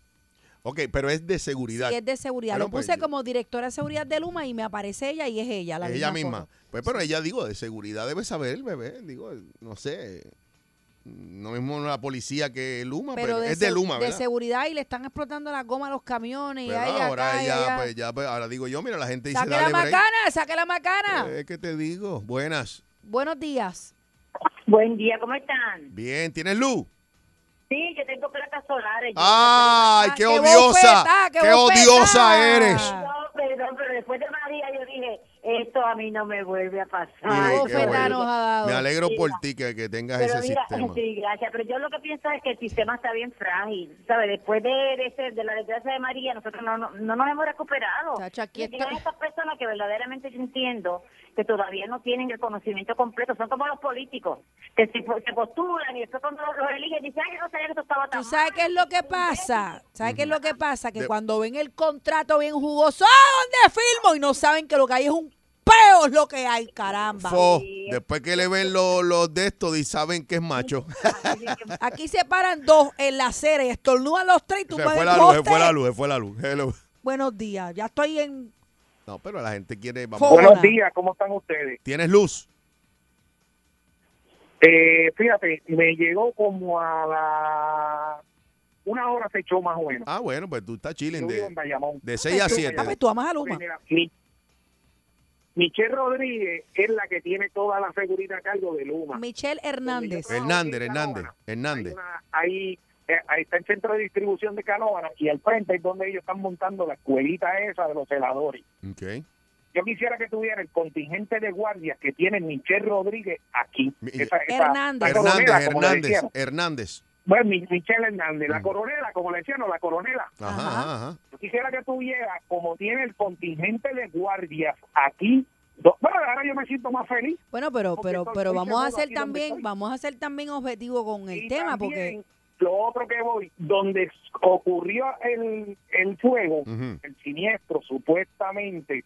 Speaker 3: Ok, pero es de
Speaker 4: Sí,
Speaker 3: seguridad.
Speaker 4: es de seguridad.
Speaker 3: Bueno,
Speaker 4: Lo
Speaker 3: pues,
Speaker 4: puse como directora de seguridad de Luma y me aparece ella y es ella. La
Speaker 3: Es ella
Speaker 4: misma
Speaker 3: misma.
Speaker 4: foto.
Speaker 3: Pues, pero ella, digo, de seguridad debe saber el bebé. Digo, no sé. No mismo la policía que Luma, pero, es de
Speaker 4: seg-
Speaker 3: Luma,
Speaker 4: De
Speaker 3: ¿verdad?
Speaker 4: seguridad y le están explotando la goma a los camiones y
Speaker 3: Pero
Speaker 4: ahí
Speaker 3: ahora
Speaker 4: acá, y
Speaker 3: ella,
Speaker 4: allá.
Speaker 3: pues ya, pues, ahora digo yo, mira, la gente dice,
Speaker 4: Saque la
Speaker 3: dale break.
Speaker 4: macana, saque la macana.
Speaker 3: Es que te digo, buenas.
Speaker 4: Buenos días.
Speaker 10: Buen día, ¿cómo están?
Speaker 3: Bien, ¿tienes luz?
Speaker 10: Sí, yo tengo placas solares. yo-
Speaker 3: ¡Ay,
Speaker 4: Ah,
Speaker 3: qué
Speaker 4: qué
Speaker 3: odiosa!
Speaker 4: bofetá, qué
Speaker 3: ¡Qué
Speaker 4: bofetá.
Speaker 3: odiosa eres!
Speaker 10: Ah, No, perdón, pero después de María yo dije, esto a mí no me vuelve a pasar.
Speaker 4: Ay,
Speaker 3: Mire, qué
Speaker 4: bofetá
Speaker 3: bueno.
Speaker 4: Ah, nos ha dado.
Speaker 3: Me alegro por ti que, que tengas
Speaker 10: Pero
Speaker 3: ese
Speaker 10: mira,
Speaker 3: sistema.
Speaker 10: sí, gracias. Pero yo lo que pienso es que el sistema está bien frágil. ¿Sabes? Después de, de, ese- de la desgracia de María, nosotros no, no, no nos hemos recuperado.
Speaker 4: Chacho, aquí
Speaker 10: Y
Speaker 4: está-
Speaker 10: llegan estas personas que verdaderamente yo entiendo que todavía no tienen el conocimiento completo. Son como los políticos, que se, se postulan y después cuando los, los eligen dicen, ay, yo no sabía que esto estaba tan
Speaker 4: ¿Tú sabes qué es lo que pasa? ¿Sabes qué es lo que pasa? Que cuando ven el contrato bien jugoso, ¡ah, dónde filmo! Y no saben que lo que hay es un peo es lo que hay, caramba.
Speaker 3: Fo, después que le ven los los de estos y saben que es macho.
Speaker 4: Aquí se paran dos en la acera y estornudan los tres y tú
Speaker 3: se
Speaker 4: vas
Speaker 3: fue
Speaker 4: en
Speaker 3: la luz, se
Speaker 4: poste.
Speaker 3: fue la luz, se fue la luz. Hello.
Speaker 4: Buenos días, ya estoy en...
Speaker 3: No, pero la gente quiere.
Speaker 4: Fo-
Speaker 3: Vamos.
Speaker 4: Hola.
Speaker 9: Buenos días, ¿cómo están ustedes?
Speaker 3: ¿Tienes luz?
Speaker 9: Eh, fíjate, me llegó como a la... Una hora se echó más o menos.
Speaker 3: Ah, bueno, pues tú estás
Speaker 9: Yo
Speaker 3: chilling
Speaker 9: vivo en
Speaker 3: de,
Speaker 9: Bayamón.
Speaker 3: de 6 a
Speaker 4: Tú-
Speaker 3: 7.
Speaker 4: Ah, pues tú amas a Luma.
Speaker 9: Mira, Mi- Michelle Rodríguez es la que tiene toda la seguridad a cargo de Luma.
Speaker 4: Michelle Hernández.
Speaker 9: Yo-
Speaker 3: Hernández,
Speaker 9: Ah, sí,
Speaker 3: Hernández,
Speaker 9: Canóvana.
Speaker 3: Hernández.
Speaker 9: Hay una- ahí, eh, ahí está el centro de distribución de Canóvana y al frente es donde ellos están montando la escuelita esa de los celadores.
Speaker 3: Ok.
Speaker 9: Yo quisiera que tuviera el contingente de guardias que tiene Michelle Rodríguez aquí.
Speaker 3: Mi-
Speaker 4: Hernández.
Speaker 9: la coronela,
Speaker 3: Hernández,
Speaker 9: como le
Speaker 3: Hernández,
Speaker 9: decían.
Speaker 3: Hernández.
Speaker 9: Bueno, mi- Michelle Hernández, la
Speaker 3: Mm.
Speaker 9: coronela, como le decían, o la coronela.
Speaker 3: Ajá,
Speaker 4: Ajá.
Speaker 3: ajá, ajá.
Speaker 9: Yo quisiera que tuviera, como tiene el contingente de guardias aquí. do- Bueno, ahora yo me siento más feliz.
Speaker 4: Bueno, pero,
Speaker 9: Porque
Speaker 4: pero,
Speaker 9: estoy-
Speaker 4: pero
Speaker 9: estoy
Speaker 4: vamos a
Speaker 9: seguro
Speaker 4: ser
Speaker 9: aquí donde
Speaker 4: también,
Speaker 9: estoy.
Speaker 4: vamos a ser también objetivo con el
Speaker 9: Y
Speaker 4: tema, porque
Speaker 9: también, Lo otro que voy, donde ocurrió el, el fuego,
Speaker 3: Ujú.
Speaker 9: el siniestro, supuestamente,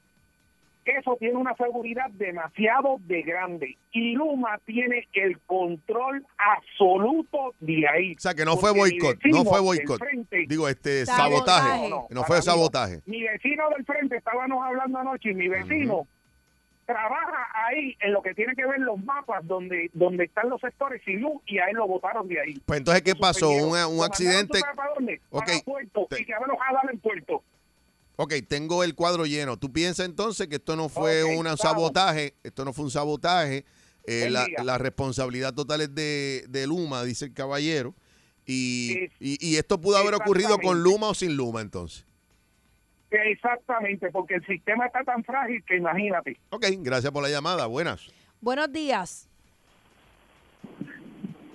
Speaker 9: eso tiene una seguridad demasiado de grande. Y Luma tiene el control absoluto de ahí.
Speaker 3: O sea, que no fue
Speaker 9: Porque mi
Speaker 3: boicot, no
Speaker 9: vecino
Speaker 3: fue
Speaker 9: del
Speaker 3: boicot.
Speaker 9: frente-
Speaker 3: Digo, este,
Speaker 4: Sabotaje.
Speaker 3: sabotaje.
Speaker 4: No,
Speaker 3: No fue
Speaker 9: para mí
Speaker 3: sabotaje.
Speaker 9: Mi vecino del frente, estábamos hablando anoche, y mi vecino trabaja ahí en lo que tiene que ver los mapas donde donde están los sectores y luz, y a él lo botaron de ahí.
Speaker 3: Pues entonces, ¿qué pasó?
Speaker 9: Suspendieron.
Speaker 3: Un,
Speaker 9: Lo
Speaker 3: un
Speaker 9: mandaron,
Speaker 3: accidente.
Speaker 9: ¿tú sabes ¿Para dónde?
Speaker 3: Ok.
Speaker 9: Para puerto,
Speaker 3: Te-
Speaker 9: y que a ver los jalan en puerto.
Speaker 3: Ok, tengo el cuadro lleno. ¿Tú piensas entonces que esto no fue
Speaker 9: Ok,
Speaker 3: un
Speaker 9: vamos.
Speaker 3: sabotaje? Esto no fue un sabotaje. Eh,
Speaker 9: Buen
Speaker 3: la,
Speaker 9: día.
Speaker 3: la responsabilidad total es de, de Luma, dice el caballero. Y,
Speaker 9: Es-
Speaker 3: y, y esto pudo haber ocurrido con
Speaker 9: exactamente.
Speaker 3: Luma o sin Luma entonces.
Speaker 9: Exactamente, porque el sistema está tan frágil que imagínate.
Speaker 3: Ok, gracias por la llamada. Buenas.
Speaker 4: buenos días.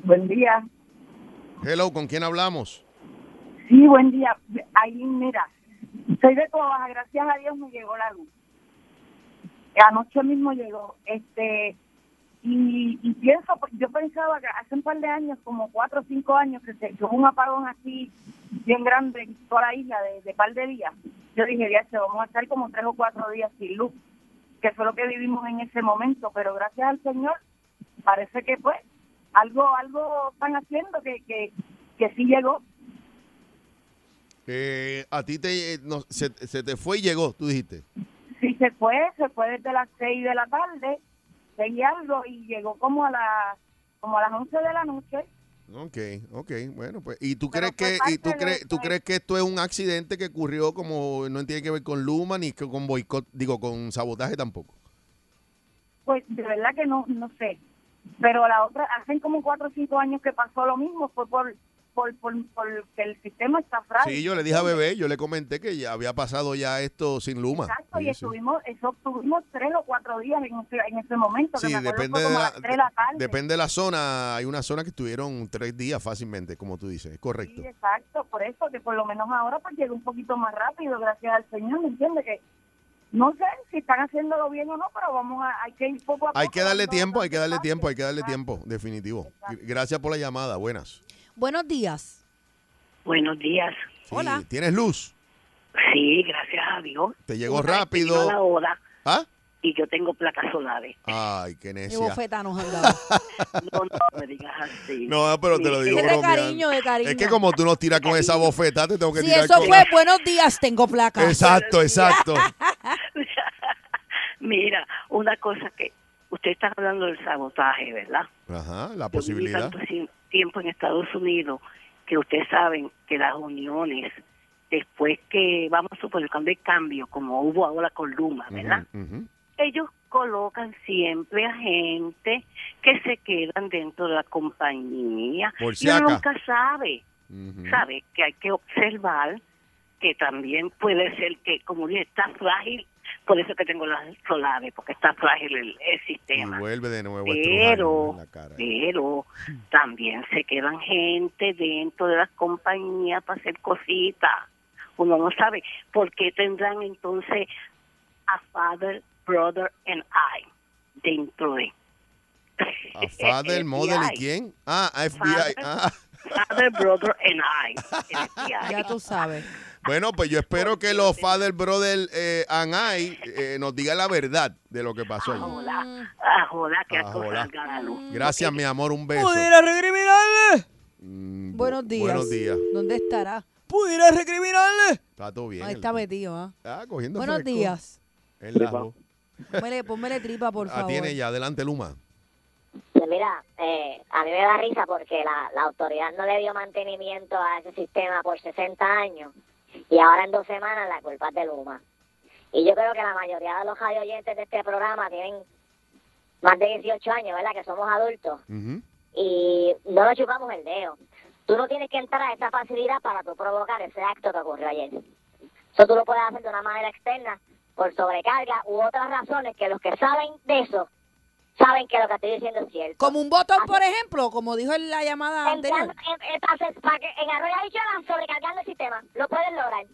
Speaker 10: Buen día.
Speaker 3: Hello, ¿con quién hablamos?
Speaker 10: Sí, buen día. Ahí, mira, soy de Cobaja, gracias a Dios me llegó la luz. Anoche mismo llegó. este Y, y pienso, pues, yo pensaba que hace un par de años, como cuatro o cinco años, que, se, que hubo un apagón así bien grande en toda la isla de, de par de días. Yo dije, ya se vamos a estar como tres o cuatro días sin luz, que fue lo que vivimos en ese momento, pero gracias al Señor parece que pues algo algo están haciendo que, que, que sí llegó.
Speaker 3: Eh, a ti te, eh, no, se, se te fue y llegó, tú dijiste.
Speaker 10: Sí, se fue, se fue desde las 6 de la tarde, seis y algo, y llegó como a, la, como a las 11 de la noche.
Speaker 3: Ok, ok, bueno, pues. ¿Y tú
Speaker 10: Pero
Speaker 3: crees que
Speaker 10: fue
Speaker 3: y tú
Speaker 10: parte de-
Speaker 3: crees, tú crees que esto es un accidente que ocurrió como no tiene que ver con Luma ni que con boicot, digo, con sabotaje tampoco?
Speaker 10: Pues de verdad que no no sé. Pero la otra, hacen como cuatro o cinco años que pasó lo mismo, fue por por, por, por que el sistema está frágil.
Speaker 3: Sí, yo le dije a Bebé, yo le comenté que ya había pasado ya esto sin Luma.
Speaker 10: Exacto, y
Speaker 3: Sí, sí.
Speaker 10: estuvimos, eso, tuvimos tres o cuatro días en ese, en ese momento. que
Speaker 3: Sí,
Speaker 10: me acuerdo
Speaker 3: depende
Speaker 10: fue
Speaker 3: de,
Speaker 10: como a
Speaker 3: la,
Speaker 10: las tres de la tarde.
Speaker 3: depende de la zona. Hay una zona que estuvieron tres días fácilmente, como tú dices, es correcto.
Speaker 10: Sí, exacto, por eso que por lo menos ahora pues llega un poquito más rápido, gracias al Señor, ¿me entiendes? Que no sé si están haciéndolo bien o no, pero vamos a, hay que ir poco a poco.
Speaker 3: Hay que darle
Speaker 10: dando-
Speaker 3: tiempo, hay
Speaker 10: dando
Speaker 3: que darle
Speaker 10: pasos,
Speaker 3: tiempo, hay que darle
Speaker 10: exacto.
Speaker 3: tiempo, definitivo. Gracias por la llamada, buenas.
Speaker 4: Buenos días.
Speaker 11: Buenos días.
Speaker 3: Sí,
Speaker 4: Hola.
Speaker 3: ¿Tienes luz?
Speaker 11: Sí, gracias a Dios.
Speaker 3: Te llegó
Speaker 11: Una vez
Speaker 3: rápido.
Speaker 11: terminó la hora
Speaker 3: ¿Ah?
Speaker 11: y yo tengo placas solares.
Speaker 3: Ay, qué
Speaker 4: Qué
Speaker 3: necia.
Speaker 4: bofeta nos han dado.
Speaker 11: No, no me digas así.
Speaker 3: No, pero te lo digo
Speaker 4: Es de
Speaker 3: bromeando.
Speaker 4: cariño, de cariño.
Speaker 3: Es que como tú nos tiras con esa bofeta, te tengo que
Speaker 4: Si
Speaker 3: tirar
Speaker 4: eso
Speaker 3: con
Speaker 4: fue buenos días, tengo placa.
Speaker 3: Exacto, exacto.
Speaker 11: Mira, una cosa que usted está hablando del sabotaje, ¿verdad?
Speaker 3: Ajá, la
Speaker 11: Yo viví
Speaker 3: posibilidad.
Speaker 11: tanto si- tiempo en Estados Unidos que ustedes saben que las uniones, después que, vamos a suponer, cuando hay cambio, como hubo ahora con Luma, ¿verdad?
Speaker 3: Ujú, ujú.
Speaker 11: ellos colocan siempre a gente que se quedan dentro de la compañía.
Speaker 3: Por si
Speaker 11: y uno
Speaker 3: acá.
Speaker 11: nunca sabe,
Speaker 3: Ujú.
Speaker 11: sabe que hay que observar que también puede ser que, como dije, está frágil, por eso que tengo las solares, porque está frágil el, el
Speaker 3: Y
Speaker 11: sistema.
Speaker 3: vuelve de nuevo a estrujarlo
Speaker 11: Pero,
Speaker 3: en la cara.
Speaker 11: pero también se quedan gente dentro de las compañías para hacer cositas. Uno no sabe por qué tendrán entonces a father, brother and I dentro de.
Speaker 3: A Father, Model y
Speaker 11: FBI.
Speaker 3: quién? Ah, a FBI.
Speaker 11: Father.
Speaker 3: Ah.
Speaker 11: Father, brother and I. El FBI.
Speaker 4: Ya tú sabes.
Speaker 3: Bueno, pues yo espero que los Father Brother eh, and I eh, nos digan la verdad de lo que pasó allí.
Speaker 11: Ajola,
Speaker 9: Ah,
Speaker 11: ajola, que
Speaker 3: Ajola.
Speaker 11: cosa salga a la luz.
Speaker 3: Gracias, mi amor, un beso.
Speaker 4: ¿Pudiera recriminarle?
Speaker 3: Mm, bu-
Speaker 4: Buenos días.
Speaker 3: Buenos días.
Speaker 4: ¿Dónde estará? ¿Pudiera recriminarle?
Speaker 3: Está todo bien.
Speaker 4: Ahí
Speaker 3: el-
Speaker 4: está metido, ¿ah?
Speaker 3: Ah, cogiendo
Speaker 4: Buenos
Speaker 3: fresco.
Speaker 4: días.
Speaker 3: El ajo.
Speaker 4: Pónmele, pónmele tripa, por
Speaker 3: Ah,
Speaker 4: favor.
Speaker 3: tiene ya, adelante Luma.
Speaker 12: Pues mira, eh, a mí me da risa porque la, la autoridad no le dio mantenimiento a ese sistema por 60 años y ahora en dos semanas la culpa es de Luma. Y yo creo que la mayoría de los radio oyentes de este programa tienen más de 18 años, ¿verdad? Que somos adultos
Speaker 3: Ujú.
Speaker 12: y no nos chupamos el dedo. Tú no tienes que entrar a esta facilidad para tú provocar ese acto que ocurrió ayer. Eso tú lo puedes hacer de una manera externa, por sobrecarga u otras razones que los que saben de eso saben que lo que estoy diciendo es cierto.
Speaker 4: Como un botón, por ejemplo, como dijo en la llamada anterior.
Speaker 12: para que en Arroyo Habichuela sobrecargando el sistema, lo pueden lograr.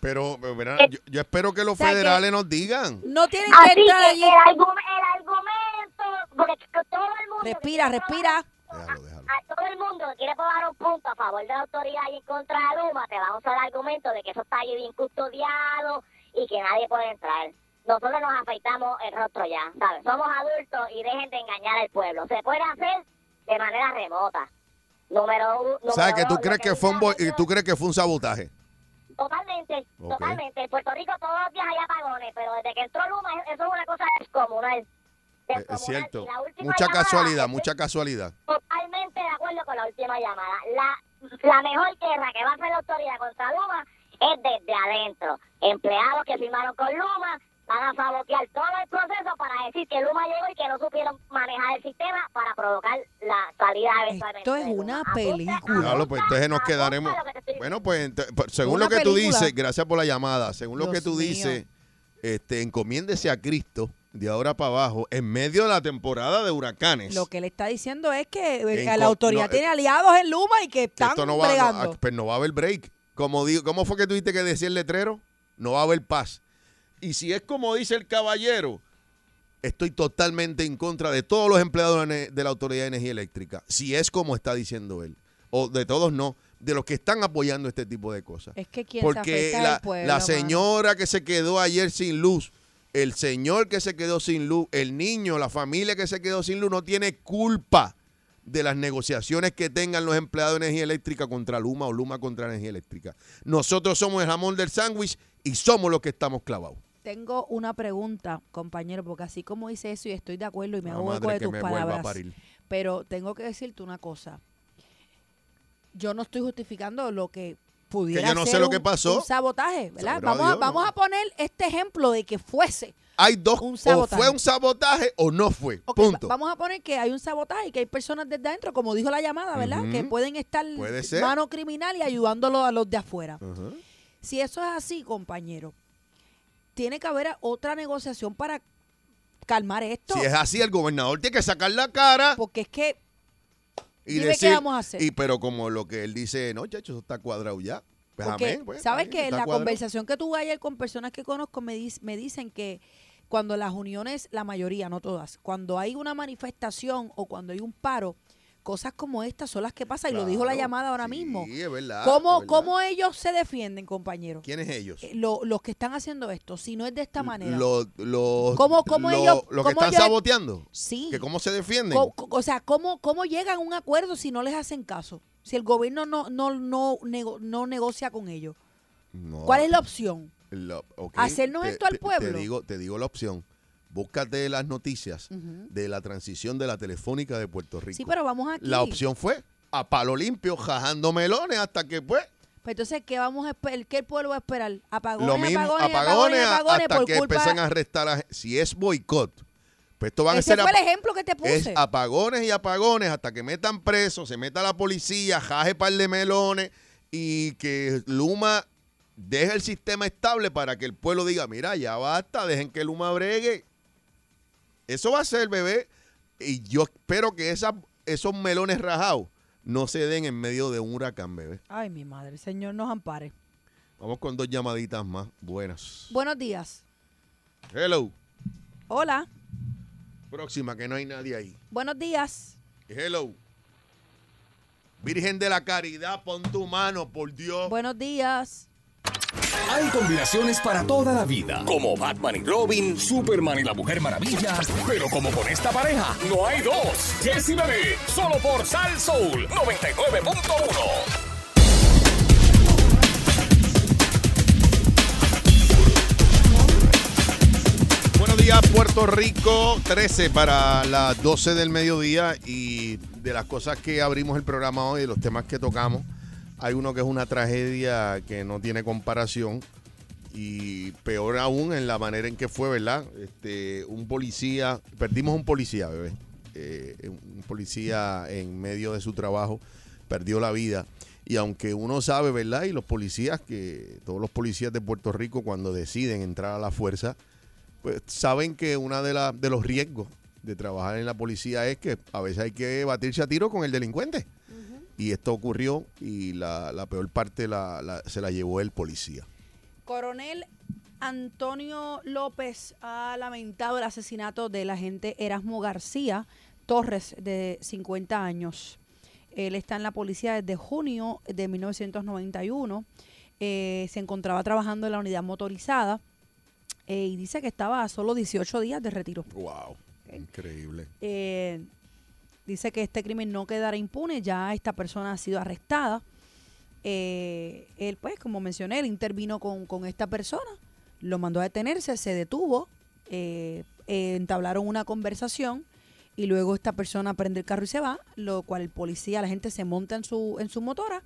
Speaker 3: Pero, pero, verá,
Speaker 12: Eh,
Speaker 3: yo, yo espero que los
Speaker 4: sea, que-
Speaker 3: federales nos digan.
Speaker 4: No tienen
Speaker 12: Así
Speaker 4: que
Speaker 12: que el,
Speaker 4: entrar allí.
Speaker 12: argum- el argumento, porque que todo el mundo...
Speaker 4: Respira, respira.
Speaker 3: Déjalo, déjalo.
Speaker 12: A todo el mundo que quiere probar un punto a favor de la autoridad y en contra de Luma, te vamos a dar argumento de que eso está allí bien custodiado y que nadie puede entrar. Nosotros nos afeitamos el rostro ya, ¿sabes? Somos adultos y dejen de engañar al pueblo. Se puede hacer de manera remota. Número uno.
Speaker 3: O sea,
Speaker 12: número
Speaker 3: que tú
Speaker 12: dos,
Speaker 3: crees
Speaker 12: lo
Speaker 3: que fue un,
Speaker 12: dice
Speaker 3: bo-
Speaker 12: la
Speaker 3: eh,
Speaker 12: ley-
Speaker 3: tú crees que fue un sabotaje.
Speaker 12: Totalmente,
Speaker 3: Ok.
Speaker 12: totalmente. En Puerto Rico todos los días hay apagones, pero desde que entró Luma eso es una cosa descomunal.
Speaker 3: Eh,
Speaker 12: descomunal.
Speaker 3: es cierto.
Speaker 12: Y la última
Speaker 3: Mucha
Speaker 12: llamada,
Speaker 3: casualidad,
Speaker 12: estoy
Speaker 3: mucha casualidad.
Speaker 12: Totalmente de acuerdo con la última llamada. La, la mejor guerra que va a hacer la autoridad contra Luma es desde adentro. Empleados que firmaron con Luma van a sabotear todo el proceso para decir que Luma llegó y que no supieron manejar el sistema para provocar la salida eventualmente.
Speaker 4: Esto es
Speaker 12: de Luma.
Speaker 4: una
Speaker 12: Apunta,
Speaker 4: película.
Speaker 3: Claro, pues
Speaker 12: apunta,
Speaker 3: entonces nos
Speaker 12: apunta
Speaker 3: quedaremos.
Speaker 12: lo que te estoy
Speaker 3: Bueno, pues ent- pa- según
Speaker 4: Una
Speaker 3: lo que tú
Speaker 4: película.
Speaker 3: dices, gracias por la llamada. Según lo
Speaker 4: Dios
Speaker 3: que tú
Speaker 4: mío.
Speaker 3: dices, este, encomiéndese a Cristo de ahora para abajo en medio de la temporada de huracanes.
Speaker 4: Lo que le está diciendo es que eh,
Speaker 3: En co-
Speaker 4: la autoridad
Speaker 3: no, eh,
Speaker 4: tiene aliados en Luma y que
Speaker 3: Que
Speaker 4: están
Speaker 3: esto no va, no,
Speaker 4: bregando.
Speaker 3: ah, pero no va a haber break. Como digo, ¿cómo fue que tuviste que decir el letrero? No va a haber paz. Y si es como dice el caballero, estoy totalmente en contra de todos los empleados de la ene- de la Autoridad de Energía Eléctrica. Si es como está diciendo él. O de todos no, de los que están apoyando este tipo de cosas.
Speaker 4: es que quien se
Speaker 3: Porque
Speaker 4: afecta es
Speaker 3: la,
Speaker 4: el pueblo.
Speaker 3: la
Speaker 4: mano.
Speaker 3: señora que se quedó ayer sin luz, el señor que se quedó sin luz, el niño, la familia que se quedó sin luz no tiene culpa de las negociaciones que tengan los empleados de energía eléctrica contra Luma o Luma contra energía eléctrica. Nosotros somos el jamón del sándwich y somos los que estamos clavados.
Speaker 4: Tengo una pregunta, compañero, porque así como dice eso y estoy de acuerdo y me
Speaker 3: La
Speaker 4: hago eco
Speaker 3: madre
Speaker 4: de
Speaker 3: que
Speaker 4: tus
Speaker 3: me vuelva a
Speaker 4: palabras.
Speaker 3: parir.
Speaker 4: Pero tengo que decirte una cosa. Yo no estoy justificando lo que pudiera
Speaker 3: Que yo no sé
Speaker 4: ser
Speaker 3: lo
Speaker 4: un-
Speaker 3: que pasó.
Speaker 4: un sabotaje, ¿verdad?
Speaker 3: Sabrá
Speaker 4: Vamos, a,
Speaker 3: Dios,
Speaker 4: vamos a poner este ejemplo de que fuese.
Speaker 3: Hay dos, o
Speaker 4: sabotaje.
Speaker 3: fue un sabotaje o no fue.
Speaker 4: Ok,
Speaker 3: punto.
Speaker 4: va- Vamos a poner que hay un sabotaje y que hay personas desde adentro, como dijo la llamada, ¿verdad?
Speaker 3: Ujú.
Speaker 4: Que pueden estar
Speaker 3: Puede ser.
Speaker 4: mano criminal y ayudándolo a los de afuera.
Speaker 3: Ajá.
Speaker 4: Si eso es así, compañero, tiene que haber otra negociación para calmar esto.
Speaker 3: Si es así, el gobernador tiene que sacar la cara.
Speaker 4: Porque es que.
Speaker 3: Y
Speaker 4: dime qué
Speaker 3: decir-
Speaker 4: vamos a hacer.
Speaker 3: Y, pero como lo que él dice, no, chacho, eso está cuadrado ya. Pues,
Speaker 4: Porque,
Speaker 3: amén, pues,
Speaker 4: ¿Sabes
Speaker 3: está
Speaker 4: que
Speaker 3: bien, está
Speaker 4: La
Speaker 3: cuadrado.
Speaker 4: conversación que tuve ayer con personas que conozco me, dis- me dicen que cuando las uniones, la mayoría, no todas, cuando hay una manifestación o cuando hay un paro, cosas como estas son las que pasan. y lo dijo la
Speaker 3: Claro,
Speaker 4: llamada ahora mismo.
Speaker 3: Sí, es verdad.
Speaker 4: ¿Cómo,
Speaker 3: es verdad.
Speaker 4: ¿Cómo ellos se defienden, compañero?
Speaker 3: ¿Quiénes ellos?
Speaker 4: Eh, lo- los que están haciendo esto, si no es de esta manera.
Speaker 3: Los, los,
Speaker 4: ¿Cómo- cómo
Speaker 3: los-
Speaker 4: ellos-
Speaker 3: los
Speaker 4: cómo
Speaker 3: que están
Speaker 4: ellos-
Speaker 3: saboteando.
Speaker 4: Sí.
Speaker 3: Que cómo se defienden.
Speaker 4: Co- co- o sea, ¿cómo, ¿cómo llegan a un acuerdo si no les hacen caso? Si el gobierno no, no, no, nego- no negocia con ellos.
Speaker 3: No.
Speaker 4: ¿Cuál es la opción?
Speaker 3: La- ok,
Speaker 4: ¿Hacernos esto al pueblo?
Speaker 3: Te digo, te digo la opción. Búscate las noticias
Speaker 4: Ujú.
Speaker 3: de la transición de la telefónica de Puerto Rico.
Speaker 4: Sí, pero vamos aquí.
Speaker 3: La opción fue a palo limpio, jajando melones hasta que pues
Speaker 4: Pero entonces, ¿qué, vamos a esper- ¿qué el pueblo va a esperar? Apagones,
Speaker 3: lo mismo
Speaker 4: apagones,
Speaker 3: apagones,
Speaker 4: apagones,
Speaker 3: a-
Speaker 4: apagones,
Speaker 3: hasta
Speaker 4: por
Speaker 3: que
Speaker 4: culpa...
Speaker 3: empiezan a arrestar a, si es boicot. Pues esto van
Speaker 4: Ese
Speaker 3: a ser
Speaker 4: fue el
Speaker 3: apa-
Speaker 4: ejemplo que te
Speaker 3: es
Speaker 4: puse.
Speaker 3: apagones y apagones hasta que metan presos, se meta la policía, jaje par de melones y que Luma deje el sistema estable para que el pueblo diga, mira, ya basta, dejen que Luma bregue. Eso va a ser, bebé. Y yo espero que esas- esos melones rajados no se den en medio de un huracán, bebé.
Speaker 4: Ay, mi madre, el Señor nos ampare.
Speaker 3: Vamos con dos llamaditas más. Buenas.
Speaker 4: Buenos días.
Speaker 3: Hello.
Speaker 4: Hola,
Speaker 3: Próxima, que no hay nadie ahí.
Speaker 4: buenos días.
Speaker 3: Hello. Virgen de la Caridad, pon tu mano, por Dios.
Speaker 4: Buenos días.
Speaker 2: Hay combinaciones para toda la vida. Como Batman y Robin, Superman y la Mujer Maravilla. Pero como con esta pareja, no hay dos. Jessy Bebé, solo por Sal Soul 99.1.
Speaker 3: Buenos días, Puerto Rico. 13 para las 12 del mediodía. Y de las cosas que abrimos el programa hoy, de los temas que tocamos, hay uno que es una tragedia que no tiene comparación. Y peor aún en la manera en que fue, ¿verdad? Este, un policía, perdimos un policía, bebé. Eh, un policía en medio de su trabajo perdió la vida. Y aunque uno sabe, ¿verdad? Y los policías, que todos los policías de Puerto Rico cuando deciden entrar a la fuerza, pues saben que uno de, la- de los riesgos de trabajar en la policía es que a veces hay que batirse a tiro con el delincuente. Y esto ocurrió y la, la peor parte la- la- se la llevó el policía.
Speaker 4: Coronel Antonio López ha lamentado el asesinato del agente Erasmo García Torres, de 50 años. Él está en la policía desde junio de 1991. Eh, se encontraba trabajando en la unidad motorizada eh, y dice que estaba a solo 18 días de retiro.
Speaker 3: Wow, increíble.
Speaker 4: Eh, dice que este crimen no quedará impune, ya esta persona ha sido arrestada. Eh, él, pues, como mencioné, él intervino con, con esta persona, lo mandó a detenerse, se detuvo, eh, eh, entablaron una conversación y luego esta persona prende el carro y se va, lo cual el policía, la gente se monta en su, en su motora,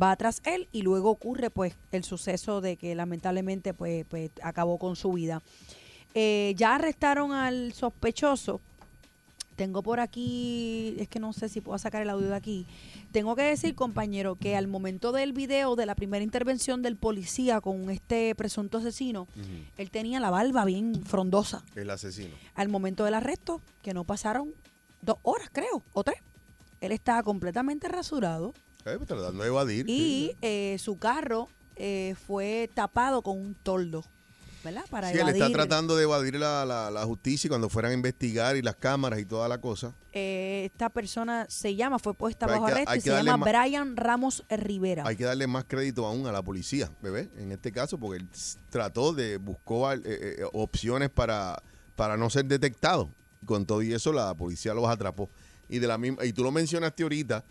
Speaker 4: va tras él y luego ocurre pues el suceso de que lamentablemente pues, pues acabó con su vida. Eh, ya arrestaron al sospechoso, tengo por aquí, es que no sé si puedo sacar el audio de aquí. Tengo que decir, compañero, que al momento del video de la primera intervención del policía con este presunto asesino, él tenía la barba bien frondosa.
Speaker 3: El asesino.
Speaker 4: Al momento del arresto, que no pasaron dos horas, creo, o tres, él estaba completamente rasurado
Speaker 3: Eh, pues, tratando de evadir.
Speaker 4: y eh, su carro eh, fue tapado con un toldo, ¿verdad? Para
Speaker 3: Sí, él está
Speaker 4: evadir.
Speaker 3: tratando de evadir la, la- la justicia y cuando fueran a investigar y las cámaras y toda la cosa.
Speaker 4: Eh, esta persona se llama, fue puesta
Speaker 3: Pero hay
Speaker 4: bajo
Speaker 3: que-
Speaker 4: arresto
Speaker 3: hay
Speaker 4: y se
Speaker 3: que darle
Speaker 4: llama
Speaker 3: ma-
Speaker 4: Brian Ramos Rivera.
Speaker 3: Hay que darle más crédito aún a la policía, bebé, en este caso, porque él s- trató de, buscó al- eh, eh, opciones para, para no ser detectado. Con todo y eso, la policía los atrapó. Y, de la misma, y tú lo mencionaste ahorita,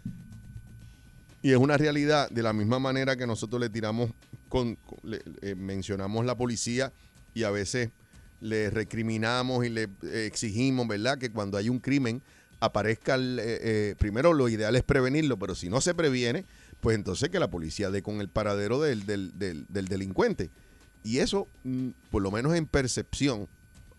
Speaker 3: y es una realidad, de la misma manera que nosotros le tiramos, con, con- le- eh, mencionamos la policía y a veces le recriminamos y le eh, exigimos, ¿verdad? Que cuando hay un crimen aparezca, el, eh, eh, primero lo ideal es prevenirlo, pero si no se previene, pues entonces que la policía dé con el paradero del, del- del- del delincuente. Y eso, mm, por lo menos en percepción,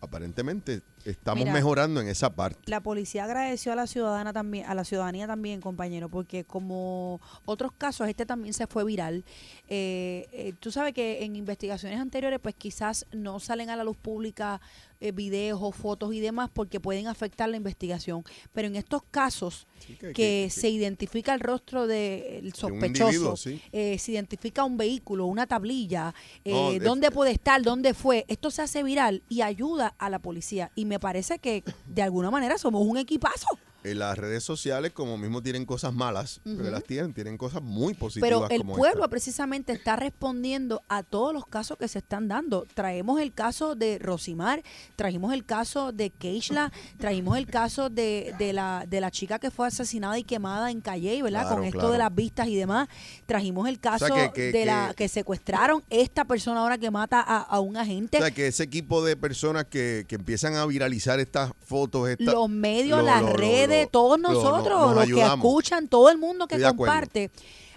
Speaker 3: aparentemente estamos
Speaker 4: Mira.
Speaker 3: mejorando en esa parte.
Speaker 4: La policía agradeció a la ciudadana también, a la ciudadanía también, compañero, porque como otros casos, este también se fue viral. Eh, eh, tú sabes que en investigaciones anteriores, pues quizás no salen a la luz pública eh, videos o fotos y demás porque pueden afectar la investigación. Pero en estos casos
Speaker 13: que-
Speaker 4: que,
Speaker 13: que-
Speaker 4: se identifica el rostro del
Speaker 3: individuo,
Speaker 4: sospechoso,
Speaker 3: sí.
Speaker 4: eh, se identifica un vehículo, una tablilla, eh,
Speaker 3: No, de-
Speaker 4: dónde puede estar, dónde fue. Esto se hace viral y ayuda a la policía. Y me parece que de alguna manera somos un equipazo.
Speaker 3: En las redes sociales, como mismo tienen cosas malas, pero
Speaker 4: Ujú.
Speaker 3: las tienen, tienen cosas muy positivas.
Speaker 4: Pero el
Speaker 3: como esta.
Speaker 4: pueblo precisamente está respondiendo a todos los casos que se están dando. Traemos el caso de Rosimar, trajimos el caso de Keishla, trajimos el caso de, de la, de la chica que fue asesinada y quemada en Calle, ¿verdad?
Speaker 3: Claro,
Speaker 4: Con esto
Speaker 3: claro.
Speaker 4: de las vistas y demás. Trajimos el caso
Speaker 3: que- que-
Speaker 4: de la
Speaker 3: que-
Speaker 4: que secuestraron esta persona ahora que mata a, a un agente.
Speaker 3: O sea, que ese equipo de personas que, que empiezan a viralizar estas fotos, esta-
Speaker 4: los medios,
Speaker 3: lo-
Speaker 4: las
Speaker 3: lo- lo-
Speaker 4: redes,
Speaker 3: lo-
Speaker 4: todos
Speaker 3: lo- no-
Speaker 4: nosotros,
Speaker 3: nos
Speaker 4: los
Speaker 3: ayudamos.
Speaker 4: que escuchan, todo el mundo que
Speaker 3: Estoy de acuerdo.
Speaker 4: comparte,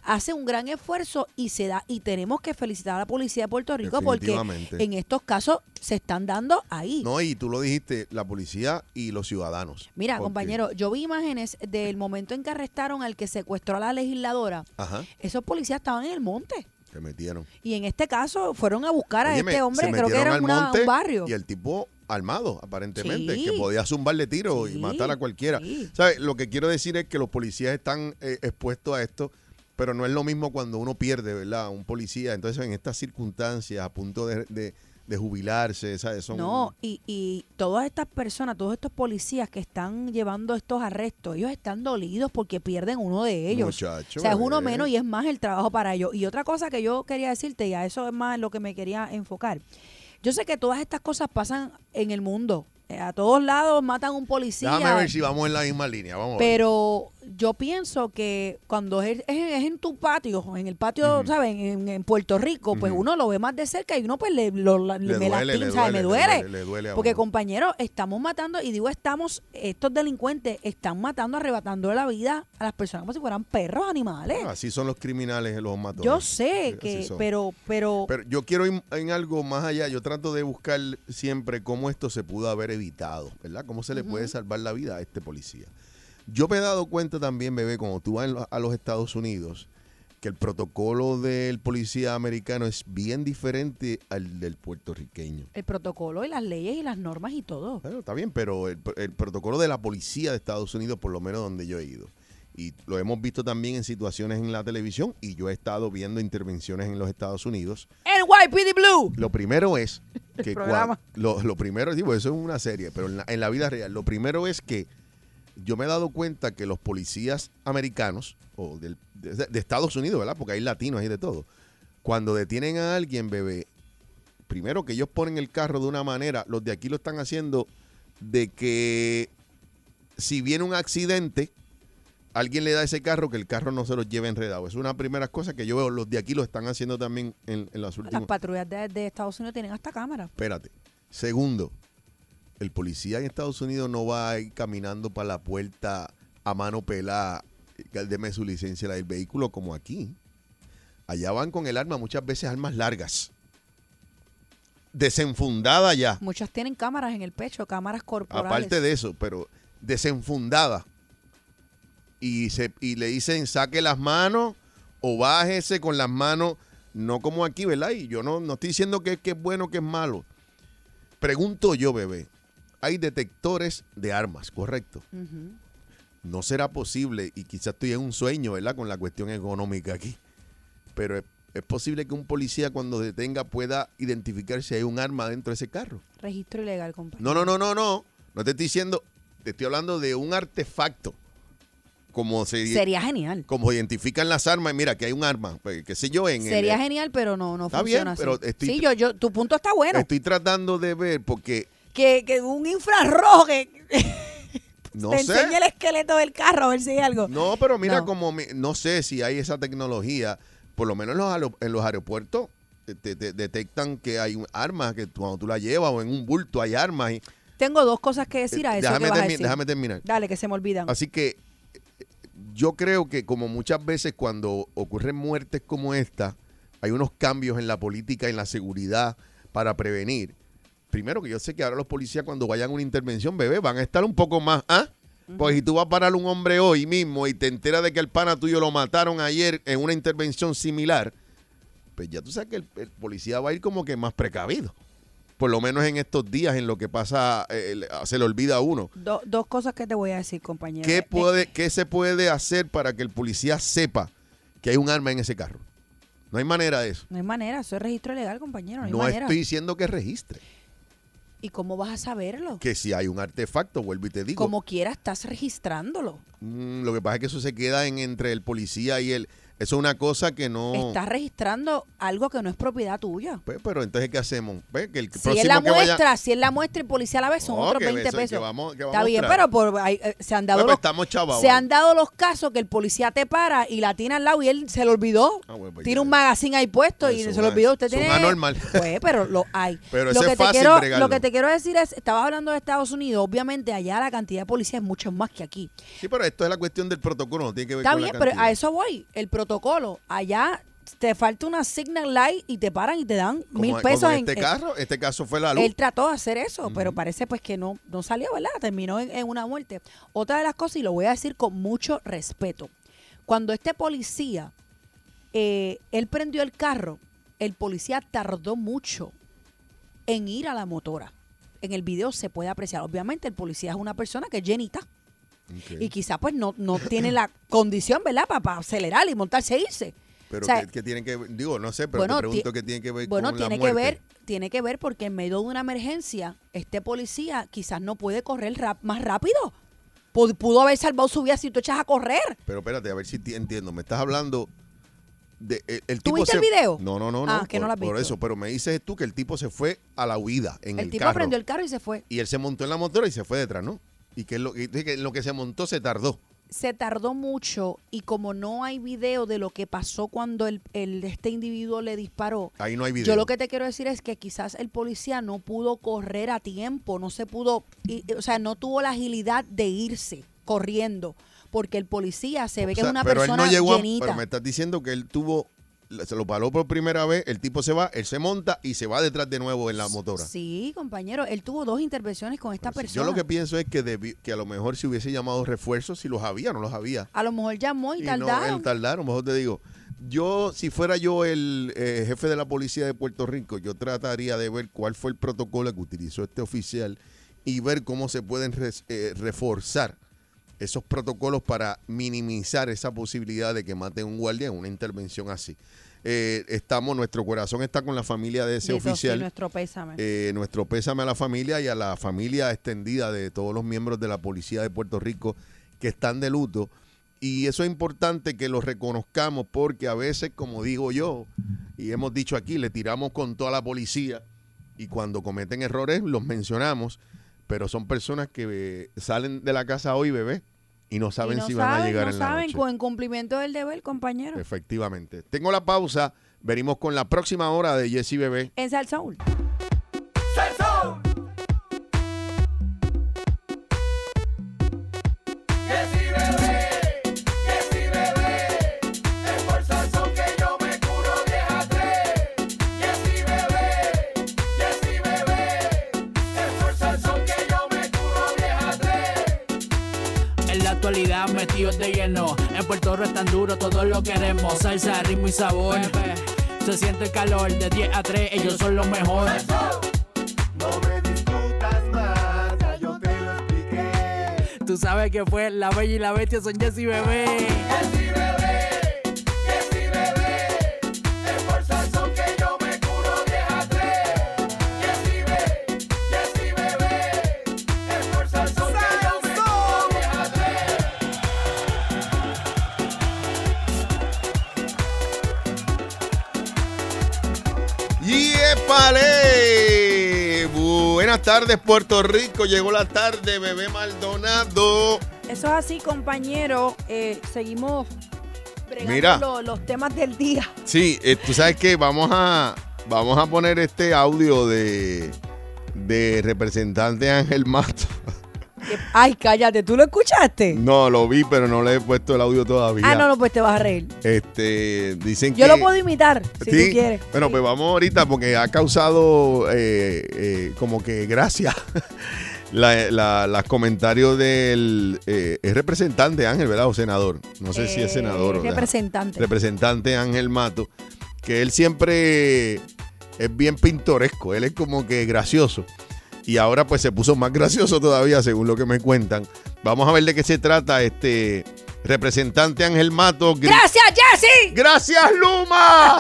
Speaker 4: hace un gran esfuerzo y se da y tenemos que felicitar a la policía de Puerto Rico porque
Speaker 3: Definitivamente.
Speaker 4: en estos casos se están dando ahí.
Speaker 3: No, y tú lo dijiste, la policía y los ciudadanos.
Speaker 4: Mira,
Speaker 3: Porque-
Speaker 4: compañero, yo vi imágenes del momento en que arrestaron al que secuestró a la legisladora.
Speaker 3: Ajá,
Speaker 4: Esos policías estaban en el monte
Speaker 3: se metieron.
Speaker 4: y en este caso fueron a buscar a
Speaker 3: Óyeme,
Speaker 4: este
Speaker 3: se
Speaker 4: hombre, creo que
Speaker 3: metieron
Speaker 4: era
Speaker 3: al
Speaker 4: una-
Speaker 3: monte
Speaker 4: un barrio.
Speaker 3: Y el tipo armado, aparentemente,
Speaker 4: Sí.
Speaker 3: que podía zumbarle tiro y
Speaker 4: Sí,
Speaker 3: matar a cualquiera.
Speaker 4: sí.
Speaker 3: ¿Sabes? Lo que quiero decir es que los policías están eh, expuestos a esto, pero no es lo mismo cuando uno pierde, ¿verdad? Un policía. Entonces, en estas circunstancias, a punto de, de- de jubilarse, ¿sabes? Son,
Speaker 4: No, y, y todas estas personas, todos estos policías que están llevando estos arrestos, ellos están dolidos porque pierden uno de ellos.
Speaker 3: Muchacho,
Speaker 4: o sea, es uno
Speaker 3: bebé.
Speaker 4: menos y es más el trabajo para ellos. Y otra cosa que yo quería decirte, y a eso es más lo que me quería enfocar. Yo sé que todas estas cosas pasan en el mundo. Eh, A todos lados matan un policía.
Speaker 3: Déjame ver si vamos en la misma línea. Vamos a ver.
Speaker 4: Pero yo pienso que cuando es, es- es en tu patio, en el patio, ¿sabes? En, en Puerto Rico, pues uno lo ve más de cerca y uno pues le, lo- la-
Speaker 3: Le
Speaker 4: me
Speaker 3: duele,
Speaker 4: lastima,
Speaker 3: le
Speaker 4: ¿sabes? Me
Speaker 3: duele, le
Speaker 4: duele.
Speaker 3: duele, le duele a
Speaker 4: Porque
Speaker 3: uno.
Speaker 4: compañeros, estamos matando, y digo estamos, estos delincuentes están matando, arrebatando la vida a las personas como si fueran perros, animales.
Speaker 3: Ah, así son los criminales, los matones.
Speaker 4: yo sé
Speaker 3: Así
Speaker 4: que,
Speaker 3: son.
Speaker 4: pero, pero,
Speaker 3: Pero yo quiero ir en algo más allá. Yo trato de buscar siempre cómo esto se pudo haber evitado, ¿verdad? Cómo se le puede salvar la vida a este policía. Yo me he dado cuenta también, bebé, cuando tú vas en lo- a los Estados Unidos, que el protocolo del policía americano es bien diferente al del puertorriqueño.
Speaker 4: el protocolo y las leyes y las normas y todo.
Speaker 3: Bueno, está bien, pero el, el protocolo de la policía de Estados Unidos, por lo menos donde yo he ido, y lo hemos visto también en situaciones en la televisión, y yo he estado viendo intervenciones en los Estados Unidos,
Speaker 4: El YPD Blue.
Speaker 3: lo primero es que cua-
Speaker 4: programa.
Speaker 3: lo, lo primero, digo, eso es una serie, pero en la, en la vida real, lo primero es que yo me he dado cuenta que los policías americanos, o del- de, de Estados Unidos, ¿verdad? Porque hay latinos, hay de todo. Cuando detienen a alguien, bebé, primero que ellos ponen el carro de una manera, los de aquí lo están haciendo de que si viene un accidente, alguien le da ese carro, que el carro no se los lleve enredado. Es una primera cosa que yo veo, los de aquí lo están haciendo también en, en
Speaker 4: Las
Speaker 3: las últimas...
Speaker 4: patrullas de, de Estados Unidos tienen hasta cámaras.
Speaker 3: Espérate. Segundo, el policía en Estados Unidos no va a ir caminando para la puerta a mano pelada, que deme su licencia la del vehículo como aquí. Allá van con el arma, muchas veces armas largas. Desenfundada ya.
Speaker 4: Muchas tienen cámaras en el pecho, cámaras corporales.
Speaker 3: Aparte de eso, pero desenfundada. Y, se, y le dicen saque las manos o bájese con las manos, no como aquí, ¿verdad? Y yo no, no estoy diciendo que, que es bueno, que es malo. Pregunto yo, bebé, hay detectores de armas, ¿correcto?
Speaker 4: Ujú.
Speaker 3: No será posible, y quizás estoy en un sueño, ¿verdad? Con la cuestión económica aquí. Pero es, es posible que un policía cuando detenga pueda identificar si hay un arma dentro de ese carro.
Speaker 4: Registro ilegal, compadre.
Speaker 3: No, no, no, no, no. No te estoy diciendo, te estoy hablando de un artefacto. Como se,
Speaker 4: Sería genial.
Speaker 3: Como identifican las armas, mira, que hay un arma, pues, qué sé yo, en el-
Speaker 4: Sería genial, pero no, no
Speaker 3: Está
Speaker 4: funciona
Speaker 3: bien,
Speaker 4: así.
Speaker 3: pero estoy-
Speaker 4: sí, yo, yo, tu punto está bueno.
Speaker 3: Estoy tratando de ver porque
Speaker 4: Que, que un infrarrojo que
Speaker 3: no
Speaker 4: te
Speaker 3: sé.
Speaker 4: enseñe el esqueleto del carro a ver si hay algo.
Speaker 3: No, pero mira,
Speaker 4: No.
Speaker 3: como mi- no sé si hay esa tecnología, por lo menos en los, aero- en los aeropuertos te, te- te detectan que hay un- armas, que tú- cuando tú la llevas o en un bulto hay armas. Y,
Speaker 4: Tengo dos cosas que decir a eso.
Speaker 3: Eh, déjame,
Speaker 4: que vas a
Speaker 3: termi-
Speaker 4: decir.
Speaker 3: déjame terminar.
Speaker 4: Dale, que se me olvidan.
Speaker 3: Así que eh, yo creo que como muchas veces cuando ocurren muertes como esta, hay unos cambios en la política, en la seguridad para prevenir. Primero que yo sé que ahora los policías cuando vayan a una intervención, bebé, van a estar un poco más, ¿ah? Pues si tú vas a parar un hombre hoy mismo y te enteras de que el pana tuyo lo mataron ayer en una intervención similar, pues ya tú sabes que el, el policía va a ir como que más precavido. Por lo menos en estos días, en lo que pasa, eh, le- se le olvida a uno.
Speaker 4: Do- dos cosas que te voy a decir, compañero.
Speaker 3: ¿Qué, puede, ¿Qué se puede hacer para que el policía sepa que hay un arma en ese carro? No hay manera de eso.
Speaker 4: No hay manera, eso es registro legal, compañero. No hay
Speaker 3: No
Speaker 4: manera.
Speaker 3: estoy diciendo que registre,
Speaker 4: ¿Y cómo vas a saberlo?
Speaker 3: que si hay un artefacto, vuelvo y te digo.
Speaker 4: Como quiera, estás registrándolo.
Speaker 3: Mm, lo que pasa es que eso se queda en, entre el policía y el... Eso es una cosa que no...
Speaker 4: Estás registrando algo que no es propiedad tuya.
Speaker 3: Pues, pero entonces, ¿qué hacemos? Pues, que el
Speaker 4: Si
Speaker 3: próximo
Speaker 4: es la
Speaker 3: que vaya-
Speaker 4: muestra, si es la muestra y policía a la vez son
Speaker 3: No,
Speaker 4: otros
Speaker 3: que
Speaker 4: 20
Speaker 3: eso, que
Speaker 4: pesos.
Speaker 3: vamos- que
Speaker 4: Está
Speaker 3: vamos
Speaker 4: bien,
Speaker 3: tras.
Speaker 4: pero por, ahí, eh, se han dado
Speaker 3: Pues, pues,
Speaker 4: los,
Speaker 3: estamos chavados.
Speaker 4: se han dado los casos que el policía te para y la tiene al lado y él se lo olvidó.
Speaker 3: Ah, bueno, pues
Speaker 4: tiene un magazine ahí puesto y
Speaker 3: Eso,
Speaker 4: se lo
Speaker 3: una-
Speaker 4: olvidó. Usted
Speaker 3: eso es
Speaker 4: tiene
Speaker 3: un anormal.
Speaker 4: Pues, pero lo hay.
Speaker 3: Pero
Speaker 4: lo
Speaker 3: ese
Speaker 4: que
Speaker 3: es
Speaker 4: te
Speaker 3: fácil
Speaker 4: quiero,
Speaker 3: bregarlo.
Speaker 4: lo que te quiero decir es, estabas hablando de Estados Unidos, obviamente allá la cantidad de policías es mucho más que aquí.
Speaker 3: Sí, pero esto es la cuestión del protocolo, no tiene que ver
Speaker 4: Está
Speaker 3: con la
Speaker 4: bien, pero
Speaker 3: cantidad.
Speaker 4: a eso voy, el protocolo. Allá te falta una signal light y te paran y te dan
Speaker 3: Como-
Speaker 4: mil
Speaker 3: como
Speaker 4: pesos eh,
Speaker 3: en este caso, este caso fue la luz.
Speaker 4: Él trató de hacer eso, pero parece pues que no, no salió, ¿verdad? Terminó en, en una muerte. Otra de las cosas, y lo voy a decir con mucho respeto, cuando este policía, eh, él prendió el carro, el policía tardó mucho en ir a la motora. En el video se puede apreciar. Obviamente el policía es una persona que es llenita
Speaker 3: Ok.
Speaker 4: y quizá pues no, no tiene la condición, ¿verdad? Para, acelerar y montarse e irse.
Speaker 3: Pero
Speaker 4: O sea,
Speaker 3: que, tienen que ver- digo, no sé, pero
Speaker 4: bueno,
Speaker 3: te pregunto
Speaker 4: ti-
Speaker 3: qué tiene que ver
Speaker 4: bueno,
Speaker 3: con
Speaker 4: tiene
Speaker 3: la muerte.
Speaker 4: que ver, tiene que ver porque en medio de una emergencia, este policía quizás no puede correr rap- más rápido. Pu- Pudo haber salvado su vida si tú echas a correr.
Speaker 3: Pero espérate, a ver si te entiendo. Me estás hablando de el, el
Speaker 4: ¿Tú
Speaker 3: tipo
Speaker 4: viste
Speaker 3: se-
Speaker 4: el video?
Speaker 3: No, no, no,
Speaker 4: Ah,
Speaker 3: no.
Speaker 4: que no
Speaker 3: por,
Speaker 4: lo has
Speaker 3: por
Speaker 4: visto.
Speaker 3: eso, pero me dices tú que el tipo se fue a la huida en el,
Speaker 4: El, tipo
Speaker 3: carro.
Speaker 4: prendió el carro y se fue.
Speaker 3: Y él se montó en la motora y se fue detrás, ¿no? Y que lo, y dice que lo que se montó se tardó.
Speaker 4: Se tardó mucho y como no hay video de lo que pasó cuando el, el- este individuo le disparó,
Speaker 3: Ahí no Ah, hay video.
Speaker 4: yo lo que te quiero decir es que quizás el policía no pudo correr a tiempo, no se pudo, y- o sea, no tuvo la agilidad de irse corriendo, porque el policía se ve
Speaker 3: O
Speaker 4: que
Speaker 3: sea,
Speaker 4: es una
Speaker 3: pero
Speaker 4: persona
Speaker 3: él no llegó a-
Speaker 4: llenita.
Speaker 3: pero me estás diciendo que él tuvo se lo paró por primera vez, el tipo se va, él se monta y se va detrás de nuevo en la motora.
Speaker 4: Sí, compañero, él tuvo dos intervenciones con esta
Speaker 3: Yo
Speaker 4: persona.
Speaker 3: lo que pienso es que debi- que a lo mejor si hubiese llamado refuerzos, si los había, no los había.
Speaker 4: A lo mejor llamó y,
Speaker 3: Y No,
Speaker 4: tardaron.
Speaker 3: el tardaron, mejor te digo. Yo, si fuera yo el eh, jefe de la policía de Puerto Rico, yo trataría de ver cuál fue el protocolo que utilizó este oficial y ver cómo se pueden res- eh, reforzar esos protocolos para minimizar esa posibilidad de que maten un guardia en una intervención así. Eh, estamos, nuestro corazón está con la familia de ese
Speaker 4: Eso sí,
Speaker 3: oficial.
Speaker 4: nuestro pésame.
Speaker 3: Eh, nuestro pésame a la familia y a la familia extendida de todos los miembros de la policía de Puerto Rico que están de luto. Y eso es importante que lo reconozcamos porque a veces, como digo yo, y hemos dicho aquí, le tiramos con toda la policía y cuando cometen errores los mencionamos, pero son personas que eh, salen de la casa hoy, bebé, y no saben
Speaker 4: Y no
Speaker 3: si van a
Speaker 4: saben,
Speaker 3: llegar
Speaker 4: no
Speaker 3: en la
Speaker 4: saben,
Speaker 3: noche.
Speaker 4: con- en cumplimiento del deber, compañero.
Speaker 3: Efectivamente. Tengo la pausa, venimos con la próxima hora de Jesse Bebé.
Speaker 4: En Salsoul.
Speaker 13: En la actualidad metidos de lleno. En Puerto Rico es tan duro, todos lo queremos. Salsa, ritmo y sabor. Se siente el calor de 10 a 3, ellos son los mejores. Tú sabes que fue la bella y la bestia son Jessy Bebé.
Speaker 3: ¡Yepale! Buenas tardes, Puerto Rico. Llegó la tarde, bebé Maldonado.
Speaker 4: Eso es así, compañero. Eh, seguimos bregando
Speaker 3: Mira.
Speaker 4: lo- los temas del día.
Speaker 3: Sí, eh, tú sabes que vamos a, vamos a poner este audio de, de representante Ángel Mato.
Speaker 4: Ay, cállate, ¿tú lo escuchaste?
Speaker 3: No, lo vi, pero no le he puesto el audio todavía.
Speaker 4: Ah, no, no, pues te vas a reír.
Speaker 3: Este, dicen
Speaker 4: Yo
Speaker 3: que...
Speaker 4: lo puedo imitar, si
Speaker 3: Sí.
Speaker 4: tú quieres.
Speaker 3: Bueno, pues vamos ahorita porque ha causado eh, eh, como que gracia la, la- los comentarios del eh, es representante Ángel, ¿verdad? O senador. No sé si es senador o
Speaker 4: Eh, representante.
Speaker 3: Representante Ángel Mato, que él siempre es bien pintoresco, él es como que gracioso. Y ahora pues se puso más gracioso todavía, según lo que me cuentan. Vamos a ver de qué se trata este representante Ángel Mato. gri-
Speaker 4: ¡Gracias, Jessy!
Speaker 3: ¡Gracias, Luma!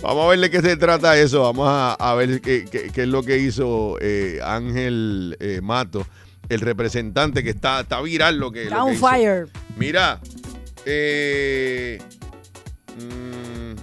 Speaker 3: Vamos a ver de qué se trata eso. Vamos a, a ver qué, qué- qué es lo que hizo eh, Ángel eh, Mato, el representante que está, está viral lo que. lo
Speaker 4: Está
Speaker 3: que
Speaker 4: on
Speaker 3: hizo.
Speaker 4: fire.
Speaker 3: Mira, eh, mm,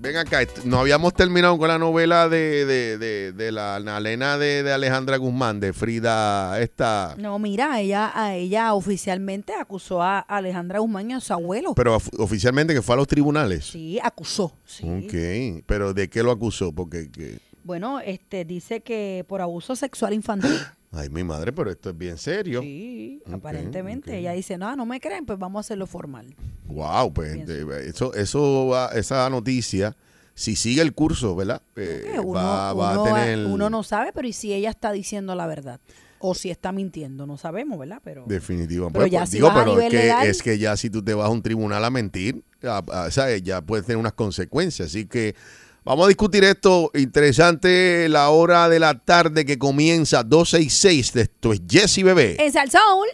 Speaker 3: ven acá, est- no habíamos terminado con la novela de, de- de- de la Nalena de, de Alejandra Guzmán, de Frida, esta.
Speaker 4: No, mira, ella, a ella oficialmente acusó a Alejandra Guzmán y a su abuelo.
Speaker 3: Pero of- oficialmente que fue a los tribunales.
Speaker 4: Sí, acusó. sí.
Speaker 3: Ok, pero ¿de qué lo acusó? Porque, que-
Speaker 4: Bueno, este dice que por abuso sexual infantil.
Speaker 3: ay, mi madre, pero esto es bien serio.
Speaker 4: Sí,
Speaker 3: Ok,
Speaker 4: aparentemente.
Speaker 3: ok.
Speaker 4: Ella dice, no, no me creen, pues vamos a hacerlo formal.
Speaker 3: Wow, pues de- eso, eso va- esa noticia, si sigue el curso, ¿verdad? Eh,
Speaker 4: Que Pues uno,
Speaker 3: va, va
Speaker 4: uno-
Speaker 3: a tener.
Speaker 4: uno no sabe, pero ¿y si ella está diciendo la verdad? O si está mintiendo, no sabemos, ¿verdad? Pero
Speaker 3: Definitivo.
Speaker 4: Pero
Speaker 3: Pues,
Speaker 4: ya
Speaker 3: pues,
Speaker 4: si
Speaker 3: digo,
Speaker 4: vas a
Speaker 3: pero es
Speaker 4: nivel legal-
Speaker 3: que, es que ya si tú te vas a un tribunal a mentir, a- a- ¿sabes? ya puedes tener unas consecuencias. Así que vamos a discutir esto. Interesante la hora de la tarde que comienza 12 y 6. Esto es Jesse Bebé.
Speaker 4: En Salsoul,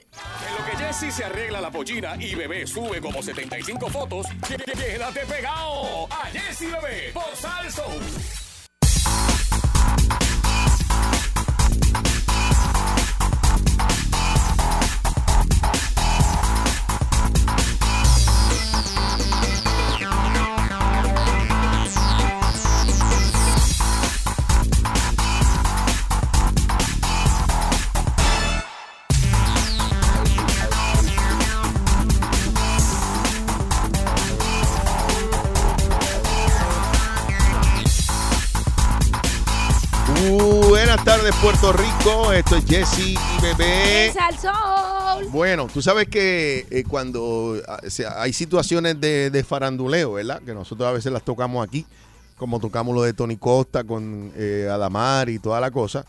Speaker 2: Lo que Jesse se arregla la pollina y bebé sube como 75 fotos, qu- qu- quédate pegado a Jesse Bebé por Salso.
Speaker 3: Buenas tardes, Puerto Rico. Esto es Jesse y Bebé.
Speaker 4: en Salsoul.
Speaker 3: Eh, Bueno, tú sabes que eh, cuando ah, se- hay situaciones de, de faranduleo, ¿verdad? Que nosotros a veces las tocamos aquí, como tocamos lo de Tony Costa con eh, Adamar y toda la cosa.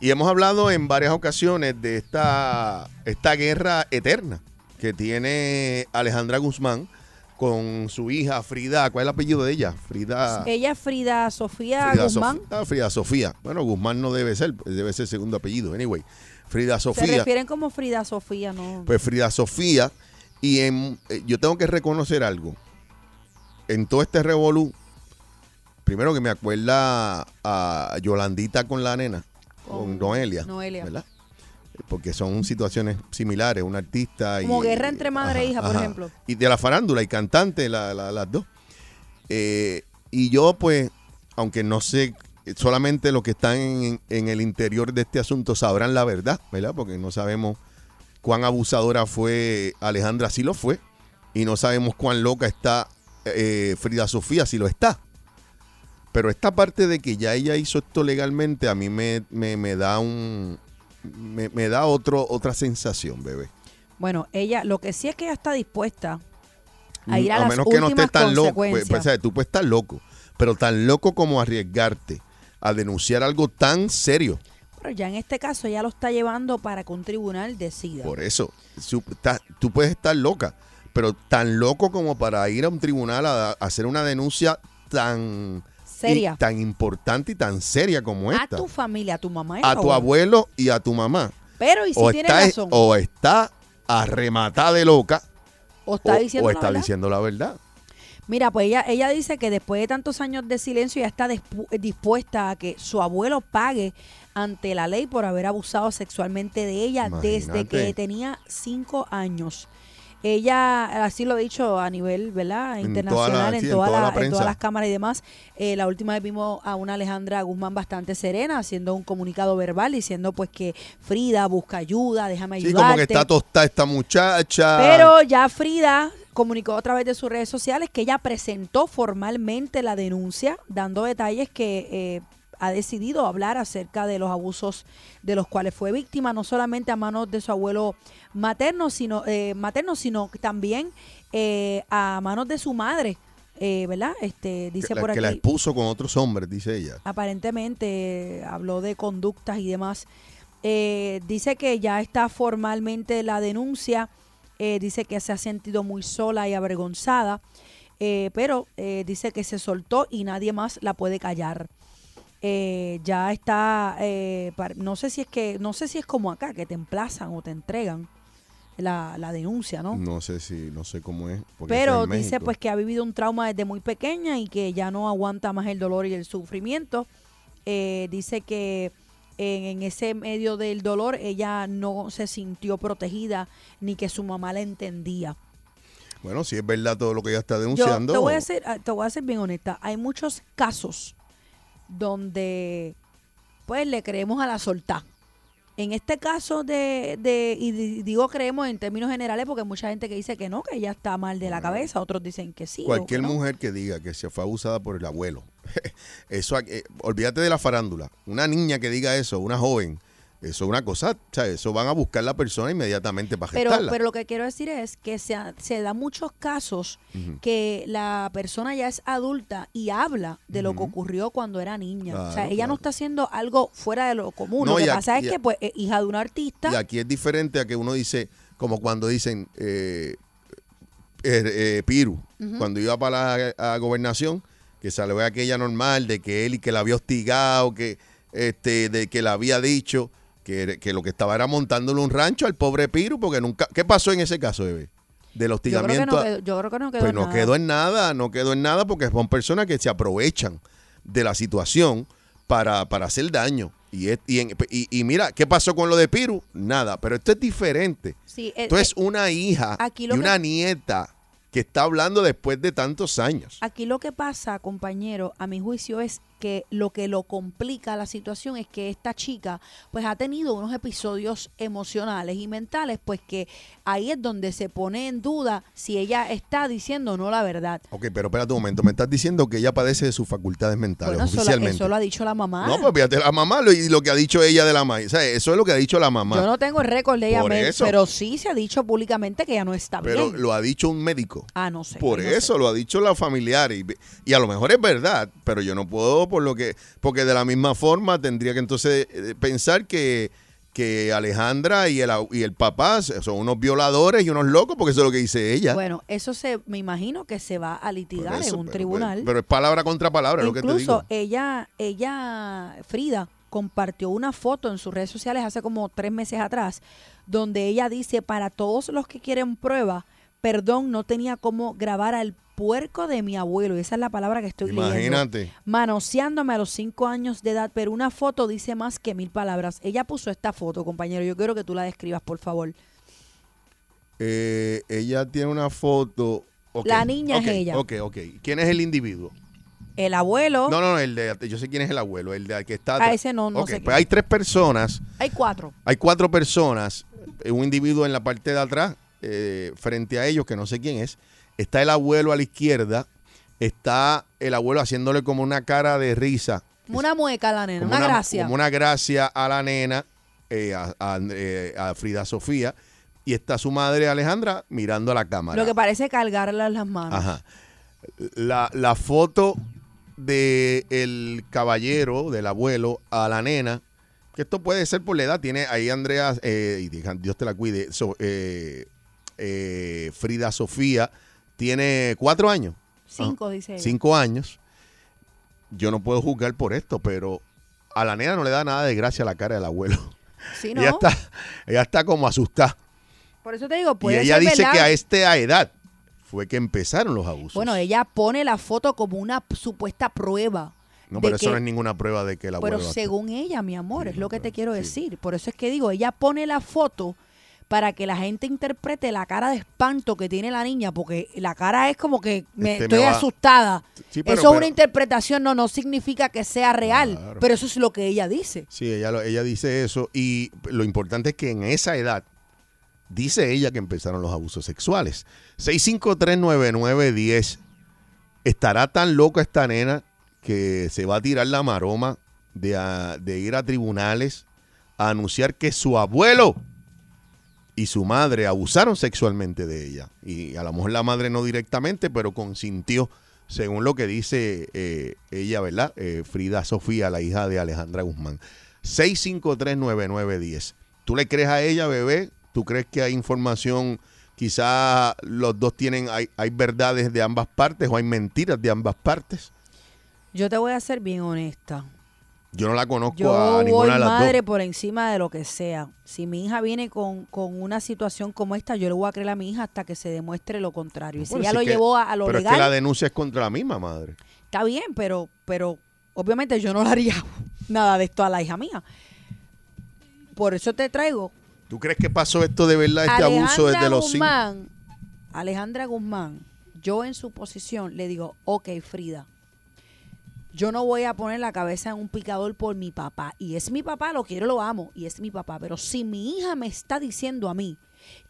Speaker 3: Y hemos hablado en varias ocasiones de esta, esta guerra eterna que tiene Alejandra Guzmán con su hija Frida. ¿Cuál es el apellido de ella? Frida.
Speaker 4: Ella es Frida Sofía
Speaker 3: Frida
Speaker 4: Guzmán.
Speaker 3: Sof- ah, Frida Sofía. Bueno, Guzmán no debe ser, debe ser segundo apellido. Anyway, Frida Sofía.
Speaker 4: Se refieren como Frida Sofía, ¿no?
Speaker 3: Pues Frida Sofía. Y en- eh, yo tengo que reconocer algo. En todo este revolú, primero que me acuerda a Yolandita con la nena, con, Noelia.
Speaker 4: Noelia.
Speaker 3: ¿verdad? Porque son situaciones similares, un artista y...
Speaker 4: Como guerra entre madre e hija, por
Speaker 3: ajá.
Speaker 4: ejemplo.
Speaker 3: Y de la farándula y cantante, la- la- las dos. Eh, y yo, pues, aunque no sé, solamente los que están en, en el interior de este asunto sabrán la verdad, ¿verdad? Porque no sabemos cuán abusadora fue Alejandra, si lo fue. Y no sabemos cuán loca está eh, Frida Sofía, si lo está. Pero esta parte de que ya ella hizo esto legalmente, a mí me, me- me da un. Me, me da otro, otra sensación, bebé.
Speaker 4: Bueno, ella, lo que sí es que ella está dispuesta a ir a, las
Speaker 3: menos que no
Speaker 4: últimas
Speaker 3: estés tan loco. Pues,
Speaker 4: consecuencias.
Speaker 3: pues, sabes, tú puedes estar loco, pero tan loco como arriesgarte a denunciar algo tan serio.
Speaker 4: Pero ya en este caso ya lo está llevando para que un tribunal decida.
Speaker 3: Por eso, su- ta- tú puedes estar loca, pero tan loco como para ir a un tribunal a, a hacer una denuncia tan
Speaker 4: Seria.
Speaker 3: y- tan importante y tan seria como
Speaker 4: A
Speaker 3: esta.
Speaker 4: tu familia, a tu mamá y
Speaker 3: pues, a tu abuelo y a tu mamá.
Speaker 4: Pero, ¿y si tiene
Speaker 3: está,
Speaker 4: razón?
Speaker 3: o está arrematada de loca
Speaker 4: O
Speaker 3: o,
Speaker 4: está diciendo
Speaker 3: o
Speaker 4: la
Speaker 3: está
Speaker 4: verdad.
Speaker 3: diciendo la verdad.
Speaker 4: Mira, pues ella, ella dice que después de tantos años de silencio ya está despu- eh, dispuesta a que su abuelo pague ante la ley por haber abusado sexualmente de ella desde
Speaker 3: Imagínate.
Speaker 4: que tenía cinco años. Ella, así lo he dicho a nivel ¿verdad?
Speaker 3: En
Speaker 4: internacional,
Speaker 3: toda la-
Speaker 4: en,
Speaker 3: sí, en
Speaker 4: toda
Speaker 3: toda
Speaker 4: la-
Speaker 3: la
Speaker 4: en todas
Speaker 3: prensa.
Speaker 4: las cámaras y demás, eh, la última vez vimos a una Alejandra Guzmán bastante serena haciendo un comunicado verbal diciendo pues que Frida busca ayuda, déjame
Speaker 3: Sí,
Speaker 4: ayudarte.
Speaker 3: como que está tostada esta muchacha.
Speaker 4: Pero ya Frida comunicó a través de sus redes sociales que ella presentó formalmente la denuncia, dando detalles que eh, ha decidido hablar acerca de los abusos de los cuales fue víctima, no solamente a manos de su abuelo materno, sino, eh, materno, sino también eh, a manos de su madre, eh, ¿verdad? Este, dice
Speaker 3: que, la,
Speaker 4: por
Speaker 3: que
Speaker 4: aquí.
Speaker 3: la expuso con otros hombres, dice ella.
Speaker 4: Aparentemente eh, habló de conductas y demás. Eh, dice que ya está formalmente la denuncia. eh, dice que se ha sentido muy sola y avergonzada. eh, pero eh, dice que se soltó y nadie más la puede callar. Eh, ya está, eh, par- no sé si es que, no sé si es como acá, que te emplazan o te entregan la, la denuncia, ¿no?
Speaker 3: No sé si, no sé cómo es. porque eso
Speaker 4: Pero
Speaker 3: es en
Speaker 4: dice
Speaker 3: México.
Speaker 4: pues que ha vivido un trauma desde muy pequeña y que ya no aguanta más el dolor y el sufrimiento. Eh, dice que en, en ese medio del dolor ella no se sintió protegida ni que su mamá la entendía.
Speaker 3: Bueno, si es verdad todo lo que ella está
Speaker 4: Yo
Speaker 3: denunciando.
Speaker 4: te voy, a ser, ah, te voy a ser bien honesta, hay muchos casos donde pues le creemos a la soltá. En este caso de, de- y di- digo creemos en términos generales porque hay mucha gente que dice que no, que ella está mal de la cabeza, otros dicen que sí. o
Speaker 3: Cualquier
Speaker 4: que no.
Speaker 3: mujer que diga que se fue abusada por el abuelo, eso, eh, olvídate de la farándula. Una niña que diga eso, una joven, eso es una cosa, o sea, eso van a buscar la persona inmediatamente para
Speaker 4: pero,
Speaker 3: gestarla.
Speaker 4: pero lo que quiero decir es que se, ha- se da muchos casos
Speaker 3: Ujú.
Speaker 4: que la persona ya es adulta y habla de lo que
Speaker 3: Ujú.
Speaker 4: ocurrió cuando era niña. o sea,
Speaker 3: Mm. Claro,
Speaker 4: ella no está haciendo algo fuera de lo común.
Speaker 3: No,
Speaker 4: lo que
Speaker 3: y a-
Speaker 4: pasa es
Speaker 3: y a-
Speaker 4: que, pues, eh, hija de un artista,
Speaker 3: Y aquí es diferente a que uno dice, como cuando dicen eh, eh, eh, Piru,
Speaker 4: Ujú.
Speaker 3: cuando iba para la a gobernación, que salió aquella normal de que él y que la había hostigado, que este, de que le había dicho que, que lo que estaba era montándole un rancho al pobre Piru, porque nunca. ¿Qué pasó en ese caso, bebé? Del
Speaker 4: yo creo, que
Speaker 3: hostigamiento.
Speaker 4: no
Speaker 3: a-
Speaker 4: quedó, yo creo que no quedó
Speaker 3: pues
Speaker 4: nada.
Speaker 3: no quedó en nada, no quedó en nada porque son personas que se aprovechan de la situación para, para hacer daño. Y, es- y, en- y- y mira, ¿qué pasó con lo de Piru? Nada, pero esto es diferente.
Speaker 4: Sí, eh,
Speaker 3: Esto
Speaker 4: eh,
Speaker 3: es una hija
Speaker 4: aquí
Speaker 3: y
Speaker 4: lo que-
Speaker 3: una nieta que está hablando después de tantos años.
Speaker 4: Aquí lo que pasa, compañero, a mi juicio es que lo que lo complica la situación es que esta chica pues ha tenido unos episodios emocionales y mentales, pues que ahí es donde se pone en duda si ella está diciendo o no la verdad.
Speaker 3: Ok, pero espérate un momento, me estás diciendo que ella padece de sus facultades mentales
Speaker 4: Bueno, eso, la-
Speaker 3: oficialmente.
Speaker 4: eso lo ha dicho la mamá.
Speaker 3: No, pues fíjate, la mamá lo- y lo que ha dicho ella de la mamá. O sea, eso es lo que ha dicho la mamá.
Speaker 4: Yo no tengo el récord de ella,
Speaker 3: Por
Speaker 4: men,
Speaker 3: eso.
Speaker 4: pero sí se ha dicho públicamente que ella no está
Speaker 3: pero
Speaker 4: bien.
Speaker 3: lo ha dicho un médico.
Speaker 4: Ah, no sé.
Speaker 3: Por
Speaker 4: no sé.
Speaker 3: eso lo ha dicho la familiar y, y a lo mejor es verdad, pero yo no puedo por lo que porque de la misma forma tendría que entonces eh, pensar que, que Alejandra y el au- y el papá son unos violadores y unos locos porque eso es lo que dice ella.
Speaker 4: Bueno, eso se, me imagino que se va a
Speaker 3: Por
Speaker 4: litigar
Speaker 3: eso,
Speaker 4: en un
Speaker 3: pero-
Speaker 4: tribunal.
Speaker 3: Pero, es palabra contra palabra lo que te
Speaker 4: Incluso
Speaker 3: digo.
Speaker 4: ella, ella, Frida, compartió una foto en sus redes sociales hace como tres meses atrás, donde ella dice, para todos los que quieren prueba, perdón, no tenía cómo grabar al puerco de mi abuelo. Y esa es la palabra que estoy leyendo
Speaker 3: Imagínate.
Speaker 4: manoseándome a los cinco años de edad, pero una foto dice más que mil palabras. Ella puso esta foto, compañero. Yo quiero que tú la describas, por favor.
Speaker 3: Eh, ella tiene una foto. ok,
Speaker 4: La niña es
Speaker 3: ok,
Speaker 4: ella.
Speaker 3: Ok, ok. ¿Quién es el individuo?
Speaker 4: El abuelo.
Speaker 3: No, no, no, el de, yo sé quién es el abuelo, el de que está.
Speaker 4: Ah,
Speaker 3: atrás.
Speaker 4: ese no, no
Speaker 3: Ok,
Speaker 4: sé
Speaker 3: pues
Speaker 4: quién.
Speaker 3: hay tres personas
Speaker 4: Hay cuatro.
Speaker 3: Hay cuatro personas, eh, un individuo en la parte de atrás, eh, frente a ellos, que no sé quién es. Está el abuelo a la izquierda, está el abuelo haciéndole como una cara de risa.
Speaker 4: Como una mueca, la nena.
Speaker 3: Como
Speaker 4: Una, gracia.
Speaker 3: Como una gracia a la nena, eh, a, a- eh, a Frida Sofía. Y está su madre Alejandra mirando a la cámara.
Speaker 4: Lo que parece cargarle las manos.
Speaker 3: Ajá. La, la foto de el caballero, del abuelo, a la nena, que esto puede ser por la edad, tiene ahí Andrea, eh, y diga- Dios te la cuide, so- eh, eh, Frida Sofía, tiene cuatro años.
Speaker 4: Cinco, dice ella.
Speaker 3: ah, Cinco años. Yo no puedo juzgar por esto, pero a la nena no le da nada de gracia la cara del abuelo.
Speaker 4: Sí,
Speaker 3: Ella
Speaker 4: ¿no?
Speaker 3: está, ella está como asustada.
Speaker 4: Por eso te digo,
Speaker 3: Y
Speaker 4: puede
Speaker 3: ella
Speaker 4: ser
Speaker 3: dice
Speaker 4: verdad.
Speaker 3: que a este esta edad fue que empezaron los abusos.
Speaker 4: Bueno, ella pone la foto como una p- supuesta prueba.
Speaker 3: No,
Speaker 4: Pues, de
Speaker 3: pero eso
Speaker 4: que-
Speaker 3: no es ninguna prueba de que el abuelo.
Speaker 4: Pero según ella, mi amor, es lo que te quiero decir. Por eso es que digo, ella pone la foto para que la gente interprete la cara de espanto que tiene la niña, porque la cara es como que me,
Speaker 3: Este me
Speaker 4: estoy
Speaker 3: va-
Speaker 4: asustada.
Speaker 3: Sí, pero-
Speaker 4: eso es
Speaker 3: pero-
Speaker 4: una interpretación, no, no significa que sea real,
Speaker 3: Claro.
Speaker 4: pero eso es lo que ella dice.
Speaker 3: Sí, ella, lo- ella dice eso. Y lo importante es que en esa edad, dice ella que empezaron los abusos sexuales. 6539910. ¿Estará tan loca esta nena que se va a tirar la maroma de, a- de ir a tribunales a anunciar que su abuelo y su madre abusaron sexualmente de ella. Y a lo mejor la madre no directamente, pero consintió, según lo que dice eh, ella, ¿verdad? Eh, Frida Sofía, la hija de Alejandra Guzmán. 6539910. ¿Tú le crees a ella, bebé? ¿Tú crees que hay información? Quizás los dos tienen, hay, hay verdades de ambas partes o hay mentiras de ambas partes.
Speaker 4: Yo te voy a ser bien honesta.
Speaker 3: Yo no la conozco
Speaker 4: Yo
Speaker 3: a
Speaker 4: voy
Speaker 3: ninguna de las
Speaker 4: madre
Speaker 3: dos.
Speaker 4: por encima de lo que sea. Si mi hija viene con, con una situación como esta, yo le voy a creer a mi hija hasta que se demuestre lo contrario. Y si
Speaker 3: Bueno,
Speaker 4: pues, ella
Speaker 3: sí
Speaker 4: lo
Speaker 3: que-
Speaker 4: llevó a, a lo
Speaker 3: Pero
Speaker 4: legal,
Speaker 3: es que la denuncia es contra la misma madre.
Speaker 4: está bien, pero, pero obviamente yo no le haría nada de esto a la hija mía. Por eso te traigo
Speaker 3: ¿Tú crees que pasó esto de verdad, este abuso desde los cinco?
Speaker 4: Guzmán, Alejandra Guzmán, yo en su posición le digo, ok, Frida, yo no voy a poner la cabeza en un picador por mi papá. Y es mi papá, lo quiero, lo amo, y es mi papá. Pero si mi hija me está diciendo a mí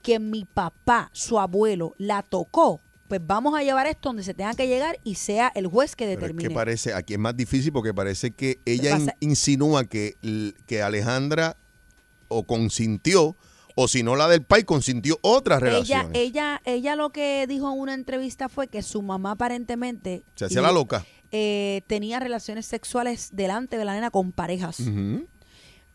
Speaker 4: que mi papá, su abuelo, la tocó, pues vamos a llevar esto donde se tenga que llegar y sea el juez que
Speaker 3: Pero es que
Speaker 4: determine.
Speaker 3: parece, aquí es más difícil porque parece que ella in-
Speaker 4: pasa-
Speaker 3: insinúa que, l- que Alejandra o consintió, o si no la del país, consintió otras
Speaker 4: ella,
Speaker 3: relaciones.
Speaker 4: ella, ella lo que dijo en una entrevista fue que su mamá aparentemente
Speaker 3: Se hacía la loca.
Speaker 4: eh, tenía relaciones sexuales delante de la nena con parejas.
Speaker 3: Ujú.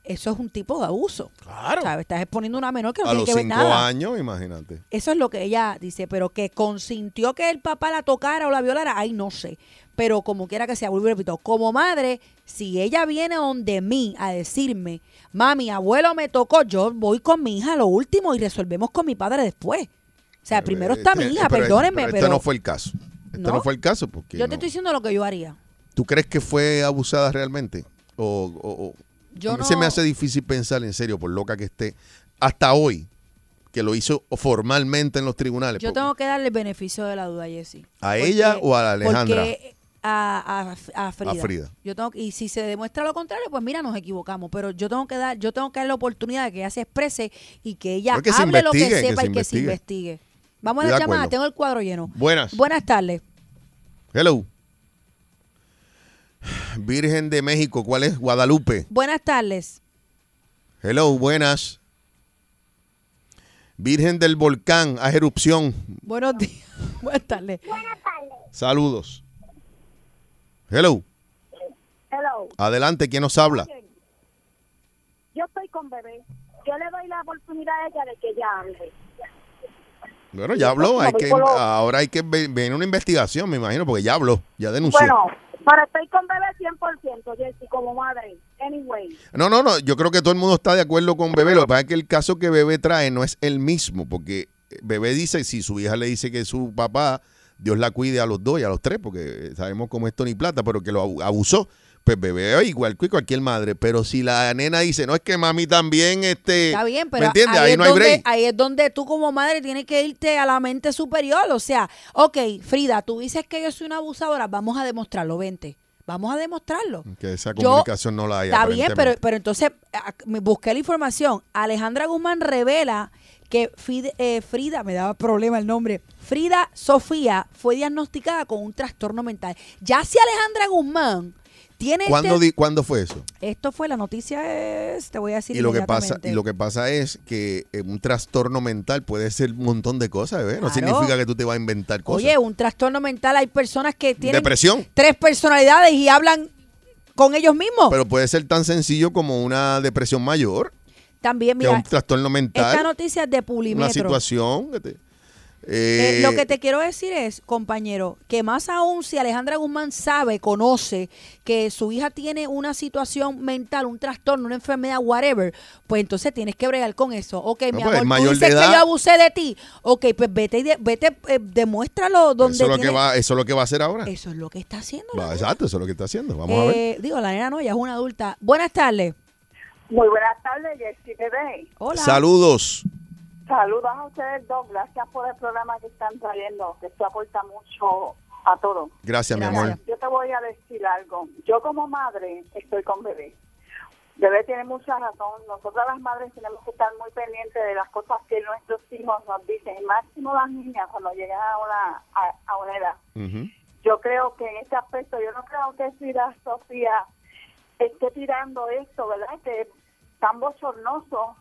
Speaker 4: Eso es un tipo de abuso.
Speaker 3: Claro.
Speaker 4: ¿Sabes? Estás exponiendo a una menor que no
Speaker 3: a
Speaker 4: tiene
Speaker 3: los
Speaker 4: que ver
Speaker 3: cinco
Speaker 4: nada.
Speaker 3: años, imagínate.
Speaker 4: Eso es lo que ella dice, pero que consintió que el papá la tocara o la violara, ay, no sé. Pero como quiera que sea, vuelvo y repito, como madre, si ella viene donde mí a decirme, mami, abuelo me tocó, yo voy con mi hija a lo último y resolvemos con mi padre después. O sea, primero está mi
Speaker 3: Este-
Speaker 4: hija,
Speaker 3: pero-
Speaker 4: perdónenme, pero,
Speaker 3: este no fue el caso. Este no,
Speaker 4: ¿No?
Speaker 3: fue el caso porque
Speaker 4: yo
Speaker 3: no-
Speaker 4: te estoy diciendo lo que yo haría.
Speaker 3: ¿Tú crees que fue abusada realmente? O, o- o-
Speaker 4: Yo
Speaker 3: a mí se
Speaker 4: no-
Speaker 3: me hace difícil pensar en serio, por loca que esté, hasta hoy, que lo hizo formalmente en los tribunales.
Speaker 4: Yo
Speaker 3: po-
Speaker 4: tengo que darle el beneficio de la duda, Jessy.
Speaker 3: ¿A ella o a la Alejandra?
Speaker 4: Porque a, a- a Frida.
Speaker 3: A Frida.
Speaker 4: Yo tengo, y si se demuestra lo contrario, pues mira, nos equivocamos. Pero yo tengo que dar, yo tengo que dar la oportunidad de que ella se exprese y que ella
Speaker 3: Pero que se
Speaker 4: hable lo que
Speaker 3: investigue, que
Speaker 4: sepa
Speaker 3: se
Speaker 4: y que se investigue. Vamos a
Speaker 3: Estoy
Speaker 4: la
Speaker 3: de
Speaker 4: llamada,
Speaker 3: acuerdo.
Speaker 4: tengo el cuadro lleno.
Speaker 3: Buenas.
Speaker 4: Buenas tardes.
Speaker 3: Hello. Virgen de México, ¿cuál es? Guadalupe.
Speaker 4: Buenas tardes.
Speaker 3: Hello, buenas. Virgen del Volcán, haz erupción.
Speaker 4: Buenos días. Buenas tardes. Buenas tardes.
Speaker 3: Saludos. Hello.
Speaker 14: Hello.
Speaker 3: Adelante, ¿quién nos habla?
Speaker 14: Oye, Yo estoy con bebé. Yo le doy la oportunidad a ella de que ella hable.
Speaker 3: Bueno, ya habló. Hay que,
Speaker 14: Vamos con lo-
Speaker 3: ahora hay que ve- venir una investigación, me imagino, porque ya habló, ya denunció.
Speaker 14: Bueno, pero estoy con bebé 100%, Jessy, como madre. Anyway.
Speaker 3: No, no, no. Yo creo que todo el mundo está de acuerdo con Bebé. Lo que pasa es que el caso que Bebé trae no es el mismo, porque Bebé dice, si su hija le dice que su papá, Dios la cuide a los dos y a los tres, porque eh, sabemos cómo es Tony Plata, pero que lo abu- abusó, pues Bebé es igual que cualquier madre. Pero si la nena dice, no, es que mami también, este...
Speaker 4: Está bien,
Speaker 3: ¿Me
Speaker 4: pero
Speaker 3: entiendes?
Speaker 4: ahí,
Speaker 3: Ahí
Speaker 4: es
Speaker 3: no hay
Speaker 4: donde,
Speaker 3: break.
Speaker 4: ahí es donde tú como madre tienes que irte a la mente superior. O sea, ok, Frida, tú dices que yo soy una abusadora, vamos a demostrarlo, vente. Vamos a demostrarlo.
Speaker 3: Que esa
Speaker 4: Yo-
Speaker 3: comunicación no la hay.
Speaker 4: Está bien, pero,
Speaker 3: Mm, aparentemente.
Speaker 4: pero entonces ah, me busqué la información. Alejandra Guzmán revela que Fid- eh, Frida, me daba problema el nombre, Frida Sofía fue diagnosticada con un trastorno mental. Ya si Alejandra Guzmán tiene... este-
Speaker 3: ¿Cuándo, di- ¿Cuándo fue eso?
Speaker 4: Esto fue la noticia, es, te voy a decir.
Speaker 3: y lo que pasa y
Speaker 4: inmediatamente.
Speaker 3: lo que pasa es que eh, un trastorno mental puede ser un montón de cosas bebé. no
Speaker 4: Claro.
Speaker 3: significa que tú te vas a inventar cosas
Speaker 4: Oye, un trastorno mental, hay personas que tienen
Speaker 3: Depresión.
Speaker 4: tres personalidades y hablan con ellos mismos.
Speaker 3: pero puede ser tan sencillo como una depresión mayor
Speaker 4: También,
Speaker 3: que un
Speaker 4: mira,
Speaker 3: trastorno
Speaker 4: esta
Speaker 3: mental
Speaker 4: noticia es de Pulimetro.
Speaker 3: una situación que te-
Speaker 4: Eh,
Speaker 3: eh,
Speaker 4: lo que te quiero decir es, compañero, que más aún si Alejandra Guzmán sabe, conoce que su hija tiene una situación mental, un trastorno, una enfermedad, whatever, pues entonces tienes que bregar con eso. Ok,
Speaker 3: No,
Speaker 4: mi
Speaker 3: pues,
Speaker 4: amor,
Speaker 3: mayor
Speaker 4: tú
Speaker 3: de
Speaker 4: dices
Speaker 3: edad.
Speaker 4: que yo abusé de ti. Ok, pues vete, y de- vete eh, demuéstralo donde
Speaker 3: eso es lo que
Speaker 4: tiene-
Speaker 3: va eso es lo que va a hacer ahora
Speaker 4: Eso es lo que está haciendo.
Speaker 3: Va, exacto eso es lo que está haciendo vamos a ver
Speaker 4: Eh, Digo, la nena no, ella es una adulta. Buenas tardes.
Speaker 14: Muy buenas tardes, Jessy, bebé.
Speaker 4: Hola.
Speaker 3: saludos
Speaker 14: Saludos a ustedes dos. Gracias por el programa que están trayendo, que esto aporta mucho a todos.
Speaker 3: gracias, mi amor
Speaker 14: Yo te voy a decir algo. Yo como madre estoy con bebé. Bebé tiene mucha razón. Nosotras las madres tenemos que estar muy pendientes de las cosas que nuestros hijos nos dicen, y máximo las niñas cuando llegan a una, a, a una edad. Yo creo que en este aspecto, yo no creo que Frida Sofía esté tirando esto, ¿verdad? Que es tan bochornoso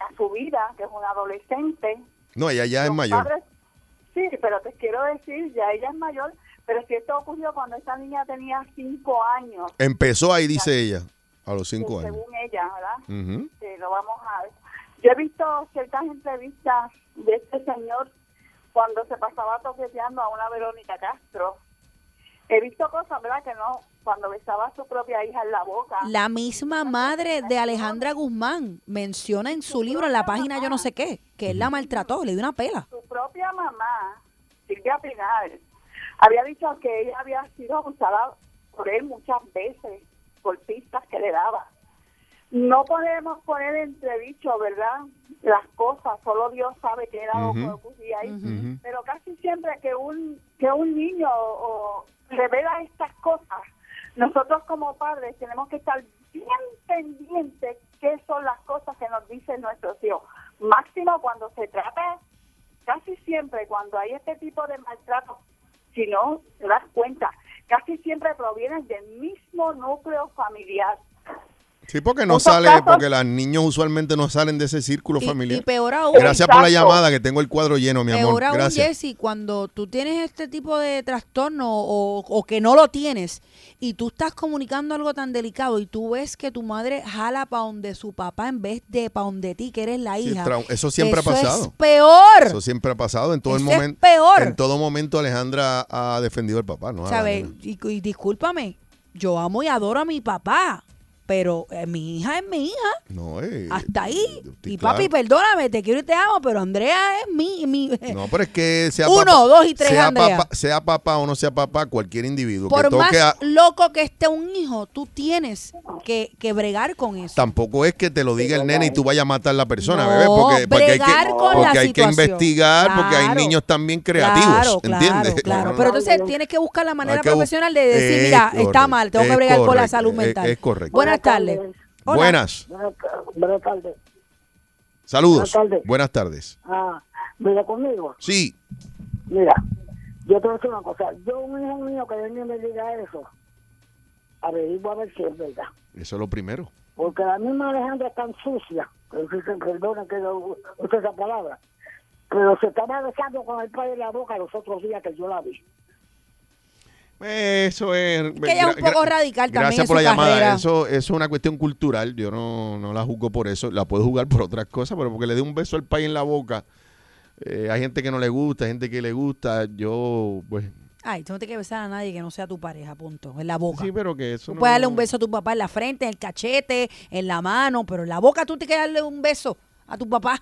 Speaker 14: a su vida, que es una adolescente.
Speaker 3: No, ella ya es mayor.
Speaker 14: Padres- sí, pero te quiero decir, ya ella es mayor, pero si esto ocurrió cuando esta niña tenía cinco años,
Speaker 3: Empezó ahí, dice ella, a los cinco
Speaker 14: Eh,
Speaker 3: años.
Speaker 14: según ella, ¿verdad?
Speaker 3: Ujú.
Speaker 14: Sí, lo vamos a ver. Yo he visto ciertas entrevistas de este señor cuando se pasaba toqueteando a una Verónica Castro. He visto cosas, ¿verdad? Que no, cuando besaba a su propia hija en la boca.
Speaker 4: La misma madre de Alejandra Guzmán menciona en su libro, en la página yo no sé qué, que él la maltrató, le dio una pela.
Speaker 14: Su propia mamá, Silvia Pinar, había dicho que ella había sido abusada por él muchas veces, por pistas que le daba. No podemos poner entredicho, ¿verdad? Las cosas, solo Dios sabe qué era lo que
Speaker 15: Ujú.
Speaker 14: ocurría ahí.
Speaker 15: Ujú.
Speaker 14: Pero casi siempre que un, que un niño o, revela estas cosas, nosotros como padres tenemos que estar bien pendientes qué son las cosas que nos dicen nuestros hijos. Máximo cuando se trata, casi siempre cuando hay este tipo de maltrato, si no te das cuenta, casi siempre provienen del mismo núcleo familiar.
Speaker 3: Sí, porque no
Speaker 14: Muchos
Speaker 3: sale,
Speaker 14: casos-
Speaker 3: porque los niños usualmente no salen de ese círculo
Speaker 4: Y-
Speaker 3: familiar.
Speaker 4: y peor aún-
Speaker 3: Gracias por la
Speaker 4: Exacto.
Speaker 3: llamada, que tengo el cuadro lleno, mi amor.
Speaker 4: Peor aún,
Speaker 3: Gracias.
Speaker 4: Jessy, cuando tú tienes este tipo de trastorno o, o que no lo tienes y tú estás comunicando algo tan delicado y tú ves que tu madre jala pa' donde su papá en vez de pa' donde ti, que eres la
Speaker 3: Sí,
Speaker 4: hija.
Speaker 3: trau- eso siempre ha pasado.
Speaker 4: Es peor.
Speaker 3: Eso siempre ha pasado en todo el
Speaker 4: Eso es
Speaker 3: momento.
Speaker 4: peor.
Speaker 3: En todo momento Alejandra ha defendido al papá, ¿no? a la
Speaker 4: ¿Sabes?
Speaker 3: nena.
Speaker 4: Y, y discúlpame, yo amo y adoro a mi papá, pero eh, mi hija es mi hija.
Speaker 3: No, eh,
Speaker 4: Hasta ahí.
Speaker 3: sí,
Speaker 4: Y
Speaker 3: claro.
Speaker 4: papi, perdóname, te quiero y te amo, pero Andrea es mi... mi eh,
Speaker 3: No, pero es que sea
Speaker 4: Uno,
Speaker 3: papá,
Speaker 4: dos y tres,
Speaker 3: sea
Speaker 4: Andrea.
Speaker 3: papá, sea papá o no sea papá, cualquier individuo que
Speaker 4: Por más
Speaker 3: toque a-
Speaker 4: loco que esté un hijo, tú tienes que, que bregar con eso.
Speaker 3: Tampoco es que te lo diga el nene y tú vayas a matar a la persona,
Speaker 4: No,
Speaker 3: bebé, porque, porque hay,
Speaker 4: bregar
Speaker 3: que,
Speaker 4: con
Speaker 3: porque
Speaker 4: la
Speaker 3: hay que
Speaker 4: situación.
Speaker 3: investigar, porque hay
Speaker 4: Claro.
Speaker 3: niños también creativos,
Speaker 4: Claro, claro,
Speaker 3: ¿entiendes?
Speaker 4: claro.
Speaker 3: No, no,
Speaker 4: Pero
Speaker 3: no.
Speaker 4: entonces tienes que buscar la manera
Speaker 3: Hay que bus-
Speaker 4: profesional de decir,
Speaker 3: Es
Speaker 4: mira, está
Speaker 3: correcto,
Speaker 4: mal, tengo que
Speaker 3: es
Speaker 4: bregar con la
Speaker 3: correcto,
Speaker 4: salud
Speaker 3: es-
Speaker 4: mental.
Speaker 3: es correcto.
Speaker 4: Buenas tardes. Hola.
Speaker 3: Buenas,
Speaker 16: Buenas ta- buenas tardes.
Speaker 3: saludos.
Speaker 16: Buenas tardes.
Speaker 3: Buenas tardes.
Speaker 16: Ah, mira conmigo.
Speaker 3: Sí,
Speaker 16: Mira, yo te voy a decir una cosa. Yo, un hijo mío que venga y me diga eso, averiguo a ver si es verdad.
Speaker 3: eso es lo primero.
Speaker 16: Porque la misma Alejandra es tan sucia, que dicen, perdonen que yo use esa palabra, pero se estaba besando con el padre en la boca los otros días que yo la vi.
Speaker 3: Eso es.
Speaker 4: que ella es un
Speaker 3: gra-
Speaker 4: poco
Speaker 3: gra-
Speaker 4: radical también en
Speaker 3: Gracias por
Speaker 4: su
Speaker 3: la llamada.
Speaker 4: carrera.
Speaker 3: Eso, eso es una cuestión cultural. Yo no, no la juzgo por eso. La puedo jugar por otras cosas, pero porque le dé un beso al país en la boca. eh, hay gente que no le gusta, hay gente que le gusta. Yo, pues.
Speaker 4: Ay, tú no te que besar a nadie que no sea tu pareja, punto. En la boca.
Speaker 3: Sí, pero que eso.
Speaker 4: Tú
Speaker 3: no-
Speaker 4: puedes darle un beso a tu papá en la frente, en el cachete, en la mano, pero en la boca tú tienes que darle un beso a tu papá.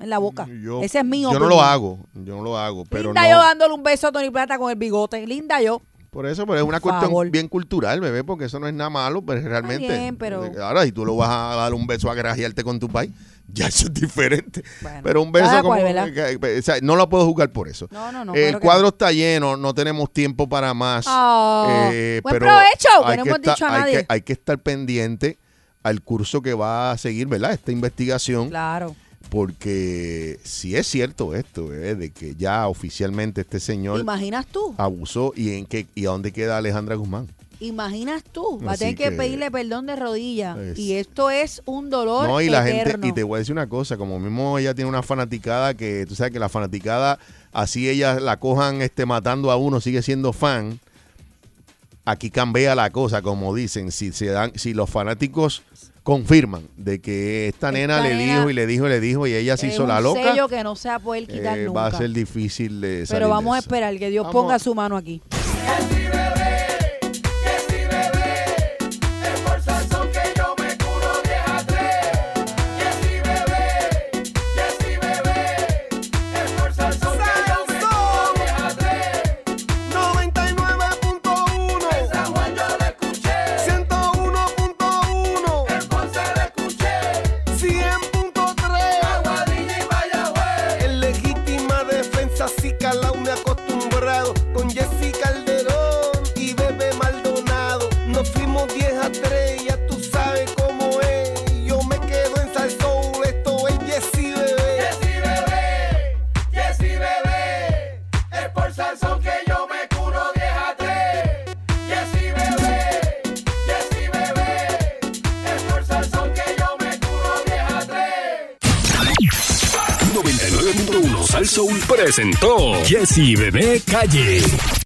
Speaker 4: En la boca.
Speaker 3: Yo,
Speaker 4: Ese es mío.
Speaker 3: Yo no lo hago. Yo no lo hago. Pero
Speaker 4: Linda
Speaker 3: no-
Speaker 4: yo dándole un beso a Tony Plata con el bigote. Linda yo.
Speaker 3: Por eso, pero es una
Speaker 4: Por
Speaker 3: cuestión
Speaker 4: favor.
Speaker 3: bien cultural, bebé, porque eso no es nada malo, pero realmente.
Speaker 4: bien, pero-
Speaker 3: Ahora, si tú lo vas a dar un beso a grajearte con tu país, ya eso es diferente. pero un
Speaker 4: cada
Speaker 3: beso como.
Speaker 4: cual, ¿verdad?
Speaker 3: que- o sea, no lo puedo juzgar por eso.
Speaker 4: No, no, no,
Speaker 3: El
Speaker 4: claro que
Speaker 3: cuadro está lleno, no tenemos tiempo para más. eh,
Speaker 4: Ah, buen
Speaker 3: pero
Speaker 4: provecho, que
Speaker 3: hay
Speaker 4: no
Speaker 3: que
Speaker 4: hemos dicho a
Speaker 3: hay
Speaker 4: nadie.
Speaker 3: que- hay que estar pendiente al curso que va a seguir, ¿verdad? Esta investigación.
Speaker 4: Claro.
Speaker 3: Porque si es cierto esto, bebé, de que ya oficialmente este señor
Speaker 4: Imaginas tú.
Speaker 3: Ah. abusó y en qué y a dónde queda Alejandra Guzmán.
Speaker 4: Imaginas tú. Va a
Speaker 3: Así
Speaker 4: tener que,
Speaker 3: que-
Speaker 4: pedirle perdón de rodillas.
Speaker 3: Es-
Speaker 4: Y esto es un dolor
Speaker 3: No, y la
Speaker 4: eterno.
Speaker 3: gente, y te voy a decir una cosa, como mismo ella tiene una fanaticada que, tú sabes que la fanaticada, así ella la cojan este matando a uno, sigue siendo fan. Aquí cambia la cosa, como dicen, si se dan, si los fanáticos confirman de que esta nena le
Speaker 4: nena
Speaker 3: dijo y le dijo y le dijo y ella se
Speaker 4: Es
Speaker 3: hizo la
Speaker 4: un
Speaker 3: loca,
Speaker 4: sello que no se va a poder quitar
Speaker 3: eh,
Speaker 4: nunca.
Speaker 3: va a ser difícil de salir
Speaker 4: Pero
Speaker 3: de
Speaker 4: vamos a
Speaker 3: eso.
Speaker 4: esperar que Dios
Speaker 3: Vamos
Speaker 4: ponga
Speaker 3: a-
Speaker 4: su mano aquí.
Speaker 15: que yo me curo 10 a 3. Jessy bebé, Jessy bebé, esfuerza el son que yo me curo 10 a 3. 99.1, en San Juan yo lo escuché. 101.1, en Ponce lo escuché. 100.3, Aguadilla y Mayagüez. En legítima defensa, sí calao me acostumbrado con Jessy Calderón y Bebe Maldonado. Nos fuimos 10 a 3, ya tú sabes cómo es. Yo me quedo en Salsoul, esto es Jessy Bebé. Jessy Bebé, Jessy Bebé, es por Salsoul que yo me curo 10 a 3. Jessy Bebé, Jessy Bebé.
Speaker 2: Sal Soul presentó Jessy Bebé Calle.